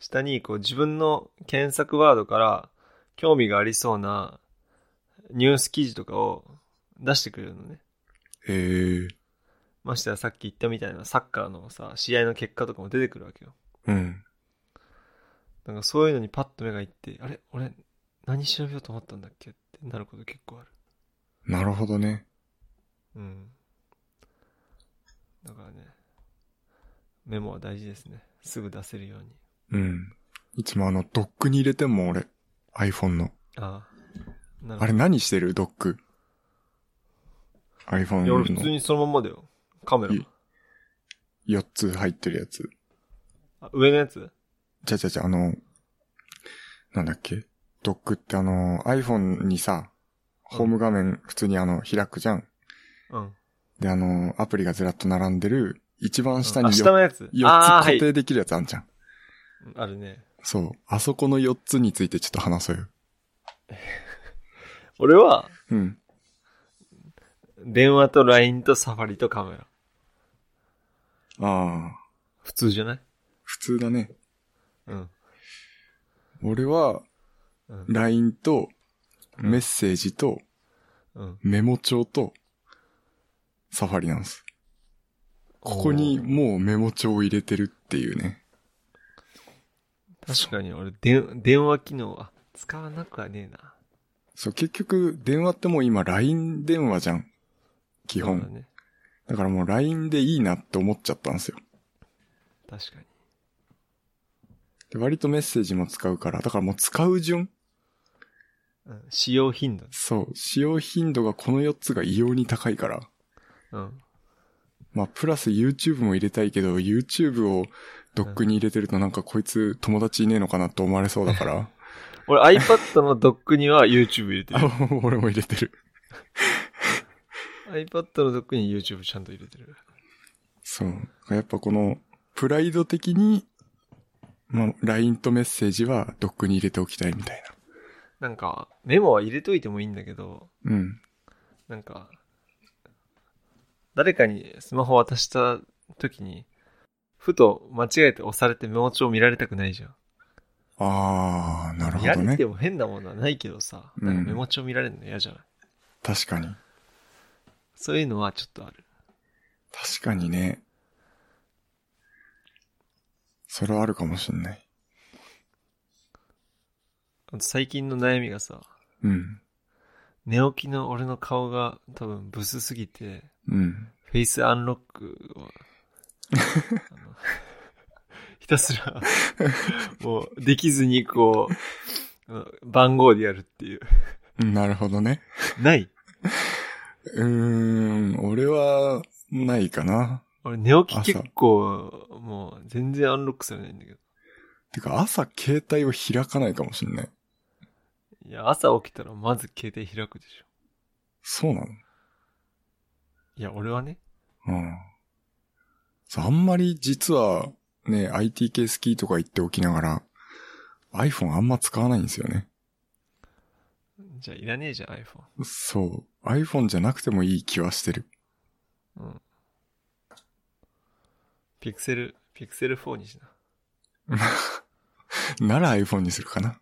Speaker 2: 下にこう自分の検索ワードから興味がありそうなニュース記事とかを出してくれるのね。
Speaker 1: へえ。
Speaker 2: ましてやさっき言ったみたいなサッカーのさ、試合の結果とかも出てくるわけよ。
Speaker 1: うん。
Speaker 2: なんかそういうのにパッと目がいって、あれ俺、何調べようと思ったんだっけってなること結構ある。
Speaker 1: なるほどね。
Speaker 2: うん。だからね、メモは大事ですね。すぐ出せるように。
Speaker 1: うん。いつもあの、ドックに入れてんもん、俺。iPhone の。
Speaker 2: ああ。なるほど
Speaker 1: あれ何してるドック。
Speaker 2: い
Speaker 1: iPhone
Speaker 2: や、俺普通
Speaker 1: の
Speaker 2: にそのまんまだよ。カメラ
Speaker 1: い。4つ入ってるやつ。
Speaker 2: あ上のやつ
Speaker 1: ちゃちゃちゃ、あの、なんだっけドックってあの、iPhone にさ、ホーム画面普通にあの、開くじゃん。
Speaker 2: うん。
Speaker 1: で、あの、アプリがずらっと並んでる、一番下に
Speaker 2: あ下
Speaker 1: 4,
Speaker 2: のやつ
Speaker 1: 4
Speaker 2: あ
Speaker 1: つ
Speaker 2: ーは
Speaker 1: 固
Speaker 2: い
Speaker 1: 定できるやつあんじゃん。
Speaker 2: うんあるね。
Speaker 1: そう。あそこの4つについてちょっと話そうよ。
Speaker 2: 俺は、
Speaker 1: うん。
Speaker 2: 電話と LINE とサファリとカメラ。
Speaker 1: ああ、
Speaker 2: 普通じゃない
Speaker 1: 普通だね。
Speaker 2: うん。
Speaker 1: 俺は
Speaker 2: うん。
Speaker 1: LINE と
Speaker 2: うん
Speaker 1: メッセージと
Speaker 2: うん。
Speaker 1: メモ帳とサファリなんです。ここに
Speaker 2: おー
Speaker 1: もうメモ帳を入れてるっていうね。
Speaker 2: 確かに俺、電、電話機能は使わなくはねえな。
Speaker 1: そう、結局電話ってもう今 LINE 電話じゃん。基
Speaker 2: そうだ
Speaker 1: 本。
Speaker 2: ね。
Speaker 1: だからもう LINE でいいなって思っちゃったんですよ。
Speaker 2: 確かに。
Speaker 1: で割とメッセージも使うから、だからもう使う順
Speaker 2: うん。使用頻度ね。
Speaker 1: そう、使用頻度がこの4つが異様に高いから。
Speaker 2: うん。
Speaker 1: まあ、プラス YouTube も入れたいけど、YouTube をドックに入れてるとなんかこいつ友達いねえのかなと思われそうだから。
Speaker 2: 俺 iPad のドックには YouTube 入れて る。
Speaker 1: あ、俺も入れてる。
Speaker 2: iPad のドックに YouTube ちゃんと入れてる。
Speaker 1: そう。やっぱこの、プライド的に、まあ、LINE とメッセージはドックに入れておきたいみたい
Speaker 2: なんか、メモは入れといてもいいんだけど、
Speaker 1: な。うん。
Speaker 2: なんか、誰かにスマホ渡した時に、ふと間違えて押されてメモ帳見られたくないじゃん。
Speaker 1: あー、なる
Speaker 2: 見
Speaker 1: ほ
Speaker 2: ら
Speaker 1: ど
Speaker 2: れ
Speaker 1: ね
Speaker 2: て。も変なものはないけどさ、
Speaker 1: うん
Speaker 2: なんかメモ帳見られるの嫌じゃない
Speaker 1: 確かに。
Speaker 2: そういうのはちょっとある。
Speaker 1: 確かにね。それはあるかもしんない。
Speaker 2: あと最近の悩みがさ、
Speaker 1: うん。
Speaker 2: 寝起きの俺の顔が多分ブスすぎて、
Speaker 1: うん。
Speaker 2: フェイスアンロックを、 あのひたすら、もうできずにこうあの、番号でやるっていう。
Speaker 1: なるほどね。
Speaker 2: ない。
Speaker 1: うーん、俺は、ないかな。
Speaker 2: 俺寝起き結構、もう全然アンロックされないんだけど。
Speaker 1: てか、朝携帯を開かないかもしんない。
Speaker 2: いや、朝起きたらまず携帯開くでしょ。
Speaker 1: そうなの
Speaker 2: いや、俺はね。
Speaker 1: うん。そうあんまり実は、ね、IT 系スキーとか行っておきながら、iPhone あんま使わないんですよね。
Speaker 2: じゃあいらねえじゃん、iPhone。
Speaker 1: そう。iPhone じゃなくてもいい気はしてる。
Speaker 2: うん。ピクセル、ピクセル4にしな。
Speaker 1: なら iPhone にするかな。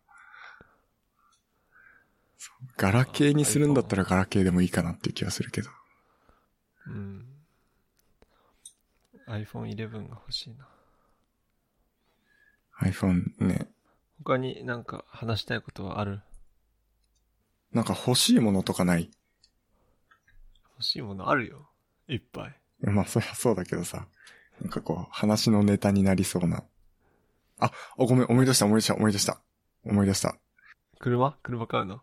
Speaker 1: そうガラケーにするんだったらガラケーでもいいかなっていう気はするけど。
Speaker 2: うん。iPhone11 が欲しいな。
Speaker 1: iPhone ね、
Speaker 2: 他になんか話したいことはある
Speaker 1: なんか欲しいものとかない
Speaker 2: 欲しいものあるよ。いっぱい。
Speaker 1: まあ、そりゃそうだけどさ。なんかこう、話のネタになりそうな。あ、あごめん、思い出した、思い出した、思い出した。思い出した。
Speaker 2: 車車買うの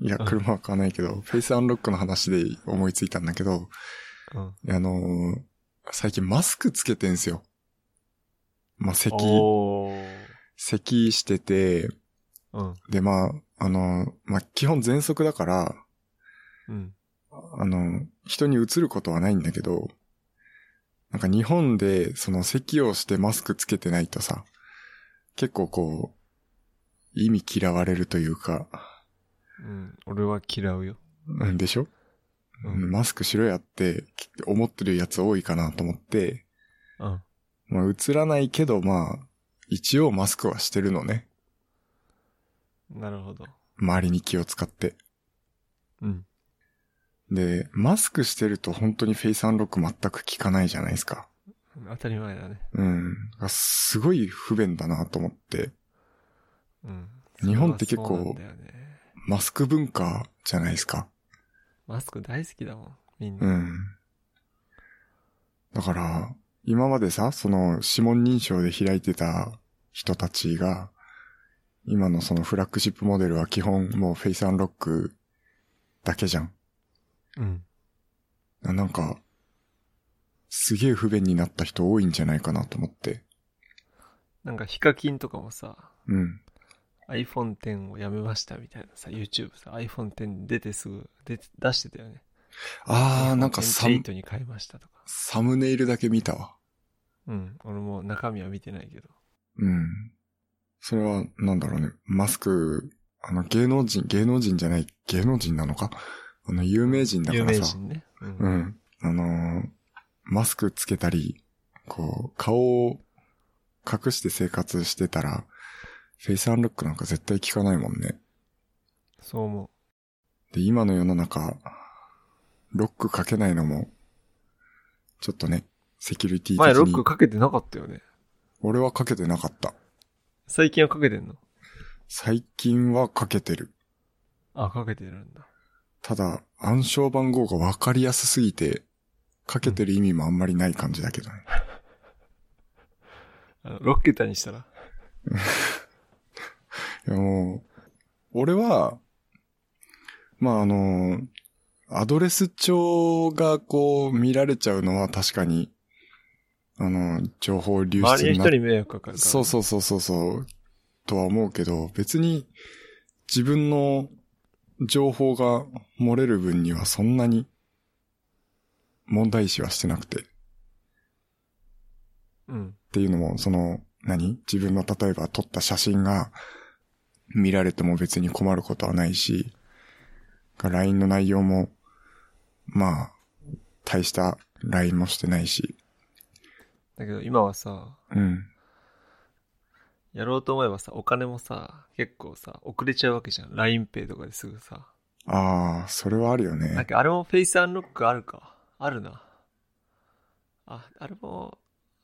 Speaker 1: いや、
Speaker 2: うん
Speaker 1: 車は買わないけど、フェイスアンロックの話で思いついたんだけど、
Speaker 2: うん。
Speaker 1: あのー最近マスクつけてんすよ。まあ、咳、
Speaker 2: おー。
Speaker 1: 咳してて、
Speaker 2: うん。
Speaker 1: で、まあ、あのーまあ、基本喘息だから、
Speaker 2: うん。
Speaker 1: あの、人に移ることはないんだけど、なんか日本でその咳をしてマスクつけてないとさ、結構こう、意味嫌われるというか、
Speaker 2: うん。俺は嫌うよ。
Speaker 1: うんでしょ、
Speaker 2: う
Speaker 1: うん
Speaker 2: ん。
Speaker 1: マスクしろやってき思ってるやつ多いかなと思って、
Speaker 2: うん。
Speaker 1: まあ映らないけどまあ、一応マスクはしてるのね。
Speaker 2: なるほど。
Speaker 1: 周りに気を使って。
Speaker 2: うん。
Speaker 1: で、マスクしてると本当にフェイスアンロック全く効かないじゃないですか。
Speaker 2: 当たり前だね。
Speaker 1: うん。あすごい不便だなと思って。
Speaker 2: うん。
Speaker 1: 日本って結構
Speaker 2: それはそうなんだよね
Speaker 1: マスク文化じゃないですか。
Speaker 2: マスク大好きだもん。みん
Speaker 1: う
Speaker 2: な。
Speaker 1: ん。だから、今までさ、その指紋認証で開いてた人たちが、今のそのフラッグシップモデルは基本もうフェイスアンロックだけじゃん。
Speaker 2: うん。
Speaker 1: ななんか、すげえ不便になった人多いんじゃないかなと思って。
Speaker 2: なんかヒカキンとかもさ、
Speaker 1: うん。
Speaker 2: iPhone X をやめましたみたいなさ、YouTube さ、iPhone X 出てすぐ出て出してたよね。
Speaker 1: あー、なんかサ
Speaker 2: サイ
Speaker 1: ム、
Speaker 2: トに変えましたとか。
Speaker 1: サムネイルだけ見たわ。
Speaker 2: うん。俺も中身は見てないけど。
Speaker 1: うん。それは、なんだろうね。マスク、あの、芸能人、芸能人じゃない、芸能人なのかあの、有名人だ
Speaker 2: 有
Speaker 1: から
Speaker 2: 名
Speaker 1: さ。
Speaker 2: 人ね。うん
Speaker 1: うん。あのーマスクつけたり、こう、顔を隠して生活してたら、フェイスアンロックなんか絶対効かないもんね。
Speaker 2: そう思う。
Speaker 1: で、今の世の中、ロックかけないのも、ちょっとね、セキュリティ
Speaker 2: 前
Speaker 1: 的
Speaker 2: ロ
Speaker 1: に。
Speaker 2: ックかけてなかったよね。
Speaker 1: 俺はかけてなかった。
Speaker 2: 最近はかけてんの
Speaker 1: 最近はかけてる。
Speaker 2: あ、かけてるんだ。
Speaker 1: ただ、暗証番号がわかりやすすぎて、かけてる意味もあんまりない感じだけどね。
Speaker 2: あの6桁にしたら。
Speaker 1: いやもう、俺は、まああの、アドレス帳がこう見られちゃうのは確かに、あの、情報流
Speaker 2: 周
Speaker 1: 出に
Speaker 2: りの
Speaker 1: な
Speaker 2: 人に迷惑かかるから。
Speaker 1: そうそうそうそうそう、とは思うけど、別に自分の情報が漏れる分にはそんなに問題視はしてなくて。
Speaker 2: う。うん。
Speaker 1: っていうのも、その、何自分の例えば撮った写真が見られても別に困ることはないし、LINE の内容も、まあ、大した LINE もしてないし、
Speaker 2: だけど今はさ、
Speaker 1: うん。
Speaker 2: やろうと思えばさ、お金もさ、結構さ、遅れちゃうわけじゃん。LINEPay とかですぐさ。
Speaker 1: ああ、それはあるよ
Speaker 2: なん
Speaker 1: ね。
Speaker 2: かあれもフェイスアンロックあるか。あるな。あ、あれも、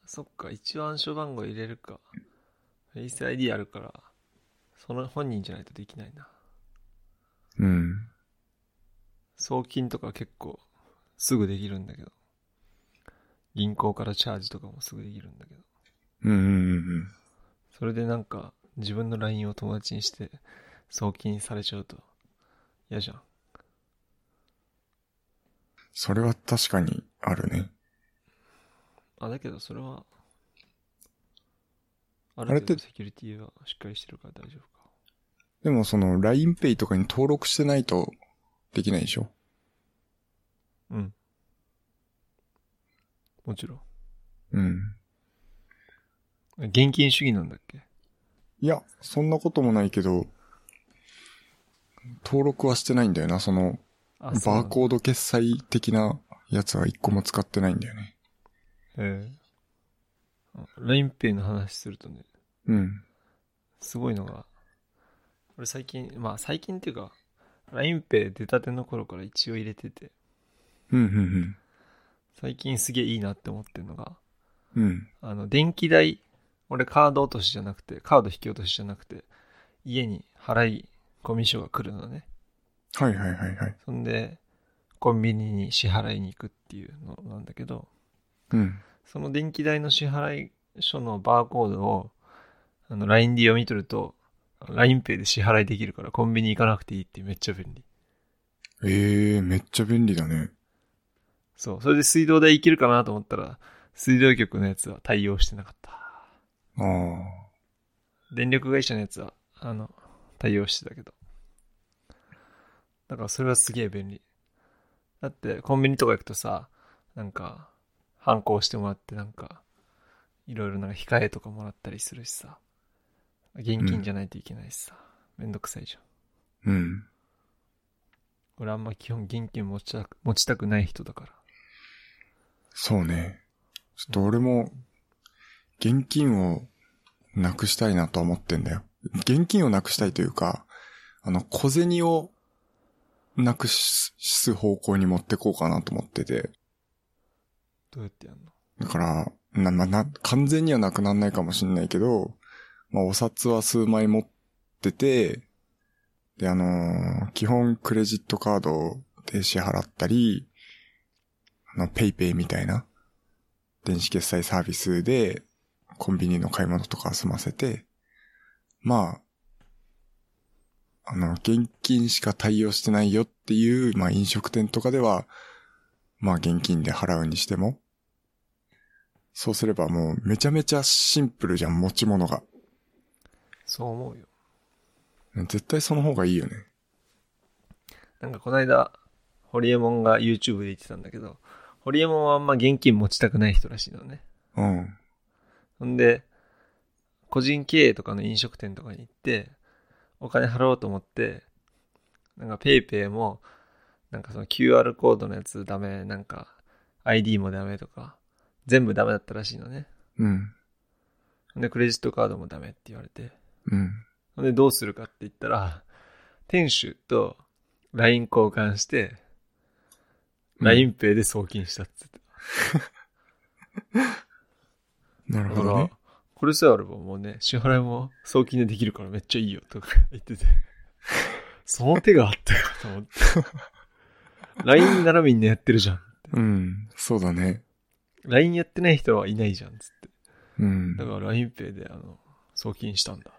Speaker 2: そっか、一応暗証番号入れるか。フェイス ID あるから、その本人じゃないとできないな。
Speaker 1: うん。
Speaker 2: 送金とか結構すぐできるんだけど。銀行からチャージとかもすぐできるんだけど。
Speaker 1: うんうんうん
Speaker 2: それでなんか自分の LINE を友達にして送金されちゃうと嫌じゃん。
Speaker 1: それは確かにあるね。
Speaker 2: あ、だけどそれは、あ
Speaker 1: れ
Speaker 2: る
Speaker 1: っ
Speaker 2: 程
Speaker 1: て
Speaker 2: 度セキュリティはしっかりしてるから大丈夫か。
Speaker 1: でもその LINEPay とかに登録してないとできないでしょ
Speaker 2: うん。もちろん。
Speaker 1: うん。
Speaker 2: 現金主義なんだっけ
Speaker 1: いや、そんなこともないけど、登録はしてないんだよな、その
Speaker 2: あ
Speaker 1: バー
Speaker 2: ー
Speaker 1: コード決済的なやつは一個も使ってないんだよね。
Speaker 2: ド。ええ LINEPay の話するとね、
Speaker 1: うん。
Speaker 2: すごいのが、俺最近、まあ最近っていうか、LINEPay 出たての頃から一応入れてて、
Speaker 1: うん、うん、
Speaker 2: 最近すげえいいなって思ってるのが、
Speaker 1: うん。うん。
Speaker 2: あの、電気代、俺カード落としじゃなくて、カード引き落としじゃなくて、家に払い込み書が来るのね。
Speaker 1: はいはいはいはい。
Speaker 2: そんで、コンビニに支払いに行くっていうのなんだけど、
Speaker 1: うん。
Speaker 2: その電気代の支払い書のバーコードを、あの、LINE で読み取ると、LINEPay で支払いできるからコンビニ行かなくていいってめっちゃ便利。
Speaker 1: ええー、めっちゃ便利だね。
Speaker 2: そう。それで水道代行けるかなと思ったら、水道局のやつは対応してなかった。
Speaker 1: ああ。
Speaker 2: 電力会社のやつは、あの、対応してたけど。だからそれはすげえ便利。だって、コンビニとか行くとさ、なんか、反抗してもらって、なんか、いろいろなんか控えとかもらったりするしさ。現金じゃないといけないしさ。めんどくさいじゃん。
Speaker 1: うん。
Speaker 2: 俺あんま基本現金持ちたく持ちたくない人だから。
Speaker 1: そうね。ちょっと俺も、現金をなくしたいなとは思ってんだよ。現金をなくしたいというか、あの、小銭をなくしす方向に持ってこうかなと思ってて。
Speaker 2: どうやってやんの
Speaker 1: だから、な、まあ、な、完全にはなくなんないかもしんないけど、まあ、お札は数枚持ってて、で、あのー基本クレジットカードで支払ったり、あの、ペイペイみたいな、電子決済サービスで、コンビニの買い物とか済ませて、まあ、あの、現金しか対応してないよっていう、まあ、飲食店とかでは、まあ、現金で払うにしても、そうすればもうめちゃめちゃシンプルじゃん、持ち物が。
Speaker 2: そう思うよ。
Speaker 1: 絶対その方がいいよね。
Speaker 2: なんかこの間、ホリエモンが YouTube で言ってたんだけど、ホリエモンはあんま現金持ちたくない人らしいのね。
Speaker 1: うん。
Speaker 2: ほんで、個人経営とかの飲食店とかに行って、お金払おうと思って、なんか PayPay ペイペイも、なんかその QR コードのやつダメ、なんか ID もダメとか、全部ダメだったらしいのね。
Speaker 1: うん。
Speaker 2: ほんで、クレジットカードもダメって言われて、
Speaker 1: うん。
Speaker 2: で、どうするかって言ったら、店主と LINE 交換して、
Speaker 1: うん
Speaker 2: LINEPay で送金したって言って
Speaker 1: なる
Speaker 2: ただ
Speaker 1: ほ
Speaker 2: か
Speaker 1: ど
Speaker 2: ら、
Speaker 1: ね。
Speaker 2: これさえあればもうね、支払いも送金でできるからめっちゃいいよとか 言ってて、その手があったかと 思って。LINE ならみんなやってるじゃん。
Speaker 1: うん。そうだね。
Speaker 2: LINE やってない人はいないじゃん、つって。
Speaker 1: うん
Speaker 2: だ。から LINEPay であの送金したんだ。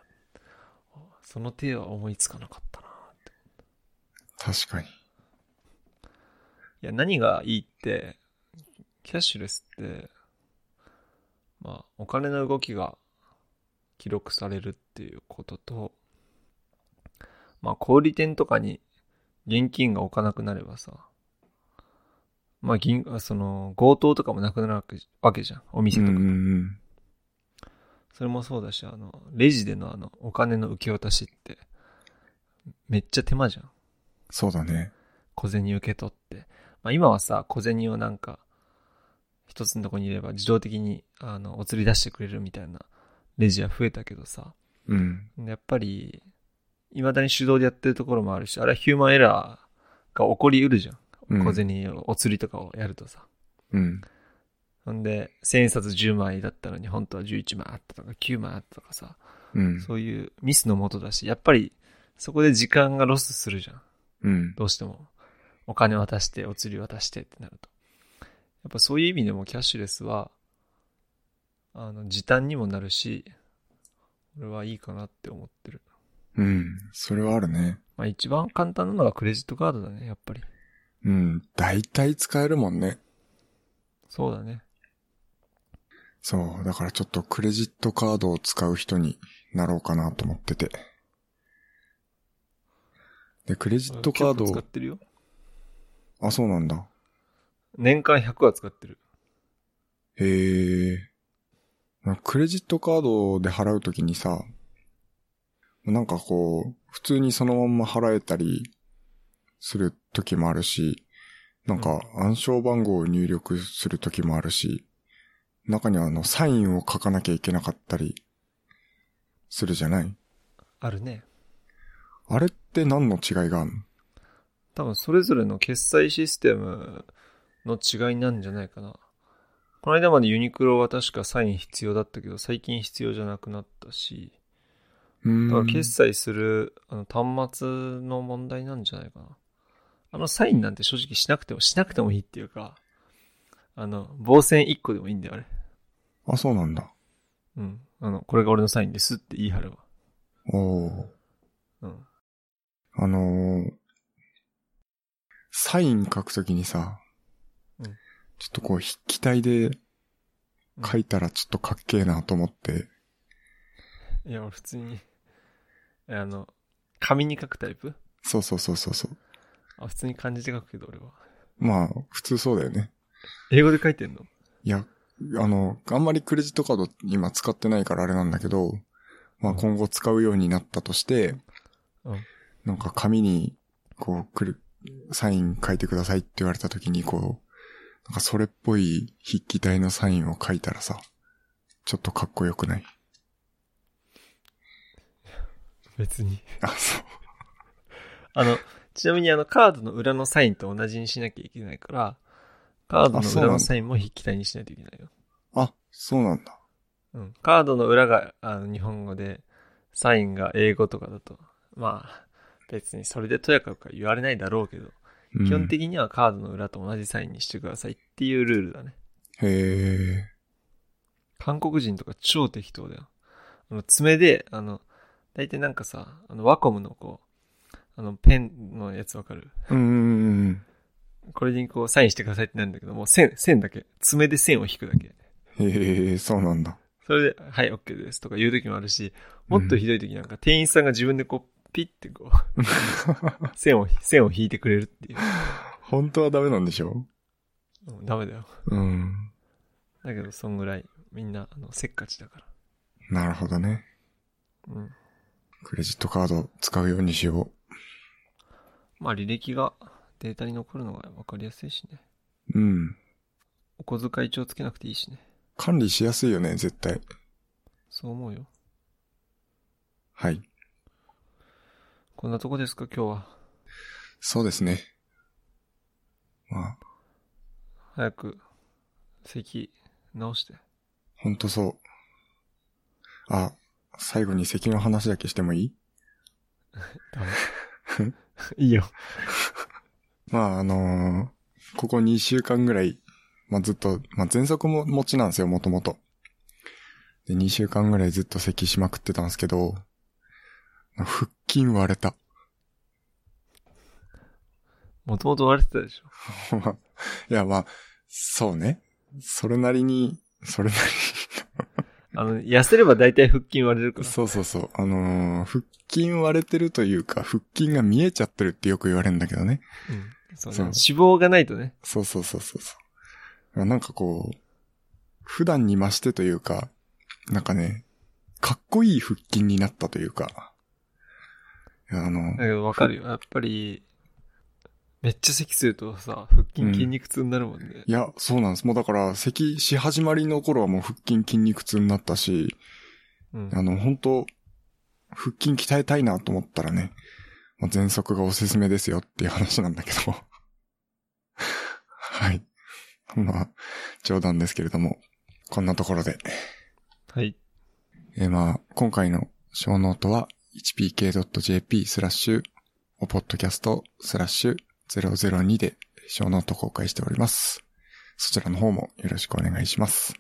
Speaker 2: あその手は思いつかなかったなって。
Speaker 1: 確かに。
Speaker 2: いや、何がいいって、キャッシュレスって、まあ、お金の動きが記録されるっていうことと、まあ、小売店とかに現金が置かなくなればさ、まあ、銀、あその、強盗とかもなくなるわけわけじゃん。お店
Speaker 1: う
Speaker 2: と
Speaker 1: ん
Speaker 2: か。
Speaker 1: うん
Speaker 2: それもそうだし、あの、レジでのあの、お金の受け渡しって、めっちゃ手間じゃん。
Speaker 1: そうだね。
Speaker 2: 小銭受け取って。まあ今はさ、小銭をなんか、一つのとこにいれば自動的に、あの、お釣り出してくれるみたいなレジは増えたけどさ、
Speaker 1: うん。
Speaker 2: やっぱり、未だに手動でやってるところもあるし、あれはヒューマンエラーが起こりうるじゃ
Speaker 1: うん
Speaker 2: ん。小銭を、お釣りとかをやるとさ。
Speaker 1: うん。
Speaker 2: ほんで、千円札10枚だったのに、本当は11枚あったとか、9枚あったとかさ、
Speaker 1: うん。
Speaker 2: そういうミスのもとだし、やっぱりそこで時間がロスするじゃん。
Speaker 1: うん。
Speaker 2: どうしても。お金渡して、お釣り渡してってなると。やっぱそういう意味でもキャッシュレスは、あの、時短にもなるし、俺はいいかなって思ってる。
Speaker 1: うん。それはあるね。
Speaker 2: まあ一番簡単なのがクレジットカードだね、やっぱり。
Speaker 1: うん。大体使えるもんね。
Speaker 2: そうだね。
Speaker 1: そう。だからちょっとクレジットカードを使う人になろうかなと思ってて。で、クレジットカード
Speaker 2: 結
Speaker 1: を
Speaker 2: 構使っ、てるよ。
Speaker 1: あ、そうなんだ。
Speaker 2: 年間100は使ってる。
Speaker 1: へえ。クレジットカードで払うときにさ、なんかこう、普通にそのまんま払えたりするときもあるし、なんか暗証番号を入力するときもあるし、中にはあの、サインを書かなきゃいけなかったりするじゃない
Speaker 2: あるね。
Speaker 1: あれって何の違いがあるの
Speaker 2: 多分それぞれの決済システムの違いなんじゃないかな。この間までユニクロは確かサイン必要だったけど、最近必要じゃなくなったし、
Speaker 1: う
Speaker 2: だか
Speaker 1: ー
Speaker 2: ら
Speaker 1: ん。
Speaker 2: 決済するあの端末の問題なんじゃないかな。あのサインなんて正直しなくても、しなくてもいいっていうか、あの、防線1個でもいいんだよ、あれ。
Speaker 1: あ、そうなんだ。
Speaker 2: うん。あの、これが俺のサインですって言い張れば。
Speaker 1: おー。
Speaker 2: うん。
Speaker 1: あのーサイン書くときにさ、
Speaker 2: うん
Speaker 1: ちょっとこう筆記体で書いたらちょっとかっけえなと思って、
Speaker 2: いや、俺普通に、あの、紙に書くタイプ
Speaker 1: そうそうそうそうそう。
Speaker 2: あ、普通に漢字で書くけど俺は。
Speaker 1: まあ、普通そうだよね。
Speaker 2: 英語で書いてんの
Speaker 1: いや、あの、あんまりクレジットカード今使ってないからあれなんだけど、まあ
Speaker 2: うん
Speaker 1: 今後使うようになったとして、
Speaker 2: うん
Speaker 1: なんか紙に、こう、くる、サイン書いてくださいって言われたときに、こう、なんかそれっぽい筆記体のサインを書いたらさ、ちょっとかっこよくない
Speaker 2: 別に。
Speaker 1: あ、そう。
Speaker 2: あの、ちなみにあのカードの裏のサインと同じにしなきゃいけないから、カード
Speaker 1: あ
Speaker 2: の
Speaker 1: そうなん
Speaker 2: 裏
Speaker 1: だ
Speaker 2: のサインも筆記体にしないといけないよ。
Speaker 1: あ、そうなんだ。
Speaker 2: うん。カードの裏があの日本語で、サインが英語とかだと、まあ、別にそれでとやかくは言われないだろうけど、
Speaker 1: うん
Speaker 2: 基本的にはカードの裏と同じサインにしてくださいっていうルールだね。
Speaker 1: へ
Speaker 2: 韓国人とか超適当だよ。あの、爪で、あの、大体なんかさ、あの、ワコムのこう、あの、ペンのやつわかる
Speaker 1: ー。うんうんうんうん。
Speaker 2: これにこうサインしてくださいってなるんだけど、もう線、線だけ。爪で線を引くだけ。
Speaker 1: へえ、そうなんだ。
Speaker 2: それで、はい、OK ですとか言う時もあるし、もっとひどい時なんか店員さんが自分でこう、ピッてこう、 線を、線を引いてくれるっていう。
Speaker 1: 本当はダメなんでしょ
Speaker 2: もうダメだよ。
Speaker 1: うん。
Speaker 2: だけど、そんぐらい、みんな、あの、せっかちだか
Speaker 1: なるほどね。
Speaker 2: ら。うん。
Speaker 1: クレジットカード使うようにしよ
Speaker 2: まあ、履歴がデータに残るのが分かりやすいしね。
Speaker 1: う。うん。
Speaker 2: お小遣い帳つけなくていいしね。
Speaker 1: 管理しやすいよね、絶対。
Speaker 2: そう思うよ。
Speaker 1: はい。
Speaker 2: こんなとこですか、今日は。
Speaker 1: そうですね。まあ、
Speaker 2: 早く、咳、直して。
Speaker 1: ほんとそう。あ、最後に咳の話だけしてもいい
Speaker 2: いいよ。
Speaker 1: まあ、あのーここ2週間ぐらい、まあずっと、まあ喘息も持ちなんですよ、もともと。で、2週間ぐらいずっと咳しまくってたんですけど、腹筋割れた。
Speaker 2: もともと割れてたでしょ。
Speaker 1: まあ いや、まあ、そうね。それなりに、それな
Speaker 2: あの、痩せれば大体腹筋割れるか
Speaker 1: り、
Speaker 2: ら。
Speaker 1: そうそうそう。あのー腹筋割れてるというか、腹筋が見えちゃってるってよく言われるんだけどね。
Speaker 2: うん。そうね
Speaker 1: そう
Speaker 2: 脂肪がないとね。
Speaker 1: そうそうそうそうそう。なんかこう、普段に増してというか、なんかね、かっこいい腹筋になったというか、いやあの、
Speaker 2: だけどわかるよ。やっぱり、めっちゃ咳するとさ、腹筋筋肉痛になるもんね。
Speaker 1: いや、そうなんです。もうだから、咳し始まりの頃はもう腹筋筋肉痛になったし、
Speaker 2: うん。
Speaker 1: あの、本当腹筋鍛えたいなと思ったらね、まあ、喘息がおすすめですよっていう話なんだけど。 はい。まあ、冗談ですけれども、こんなところで。
Speaker 2: はい。
Speaker 1: えーまあ、今回の小ノートは hpk.jp スラッシュ、おポッドキャストスラッシュ002で小ノート公開しております。そちらの方もよろしくお願いします。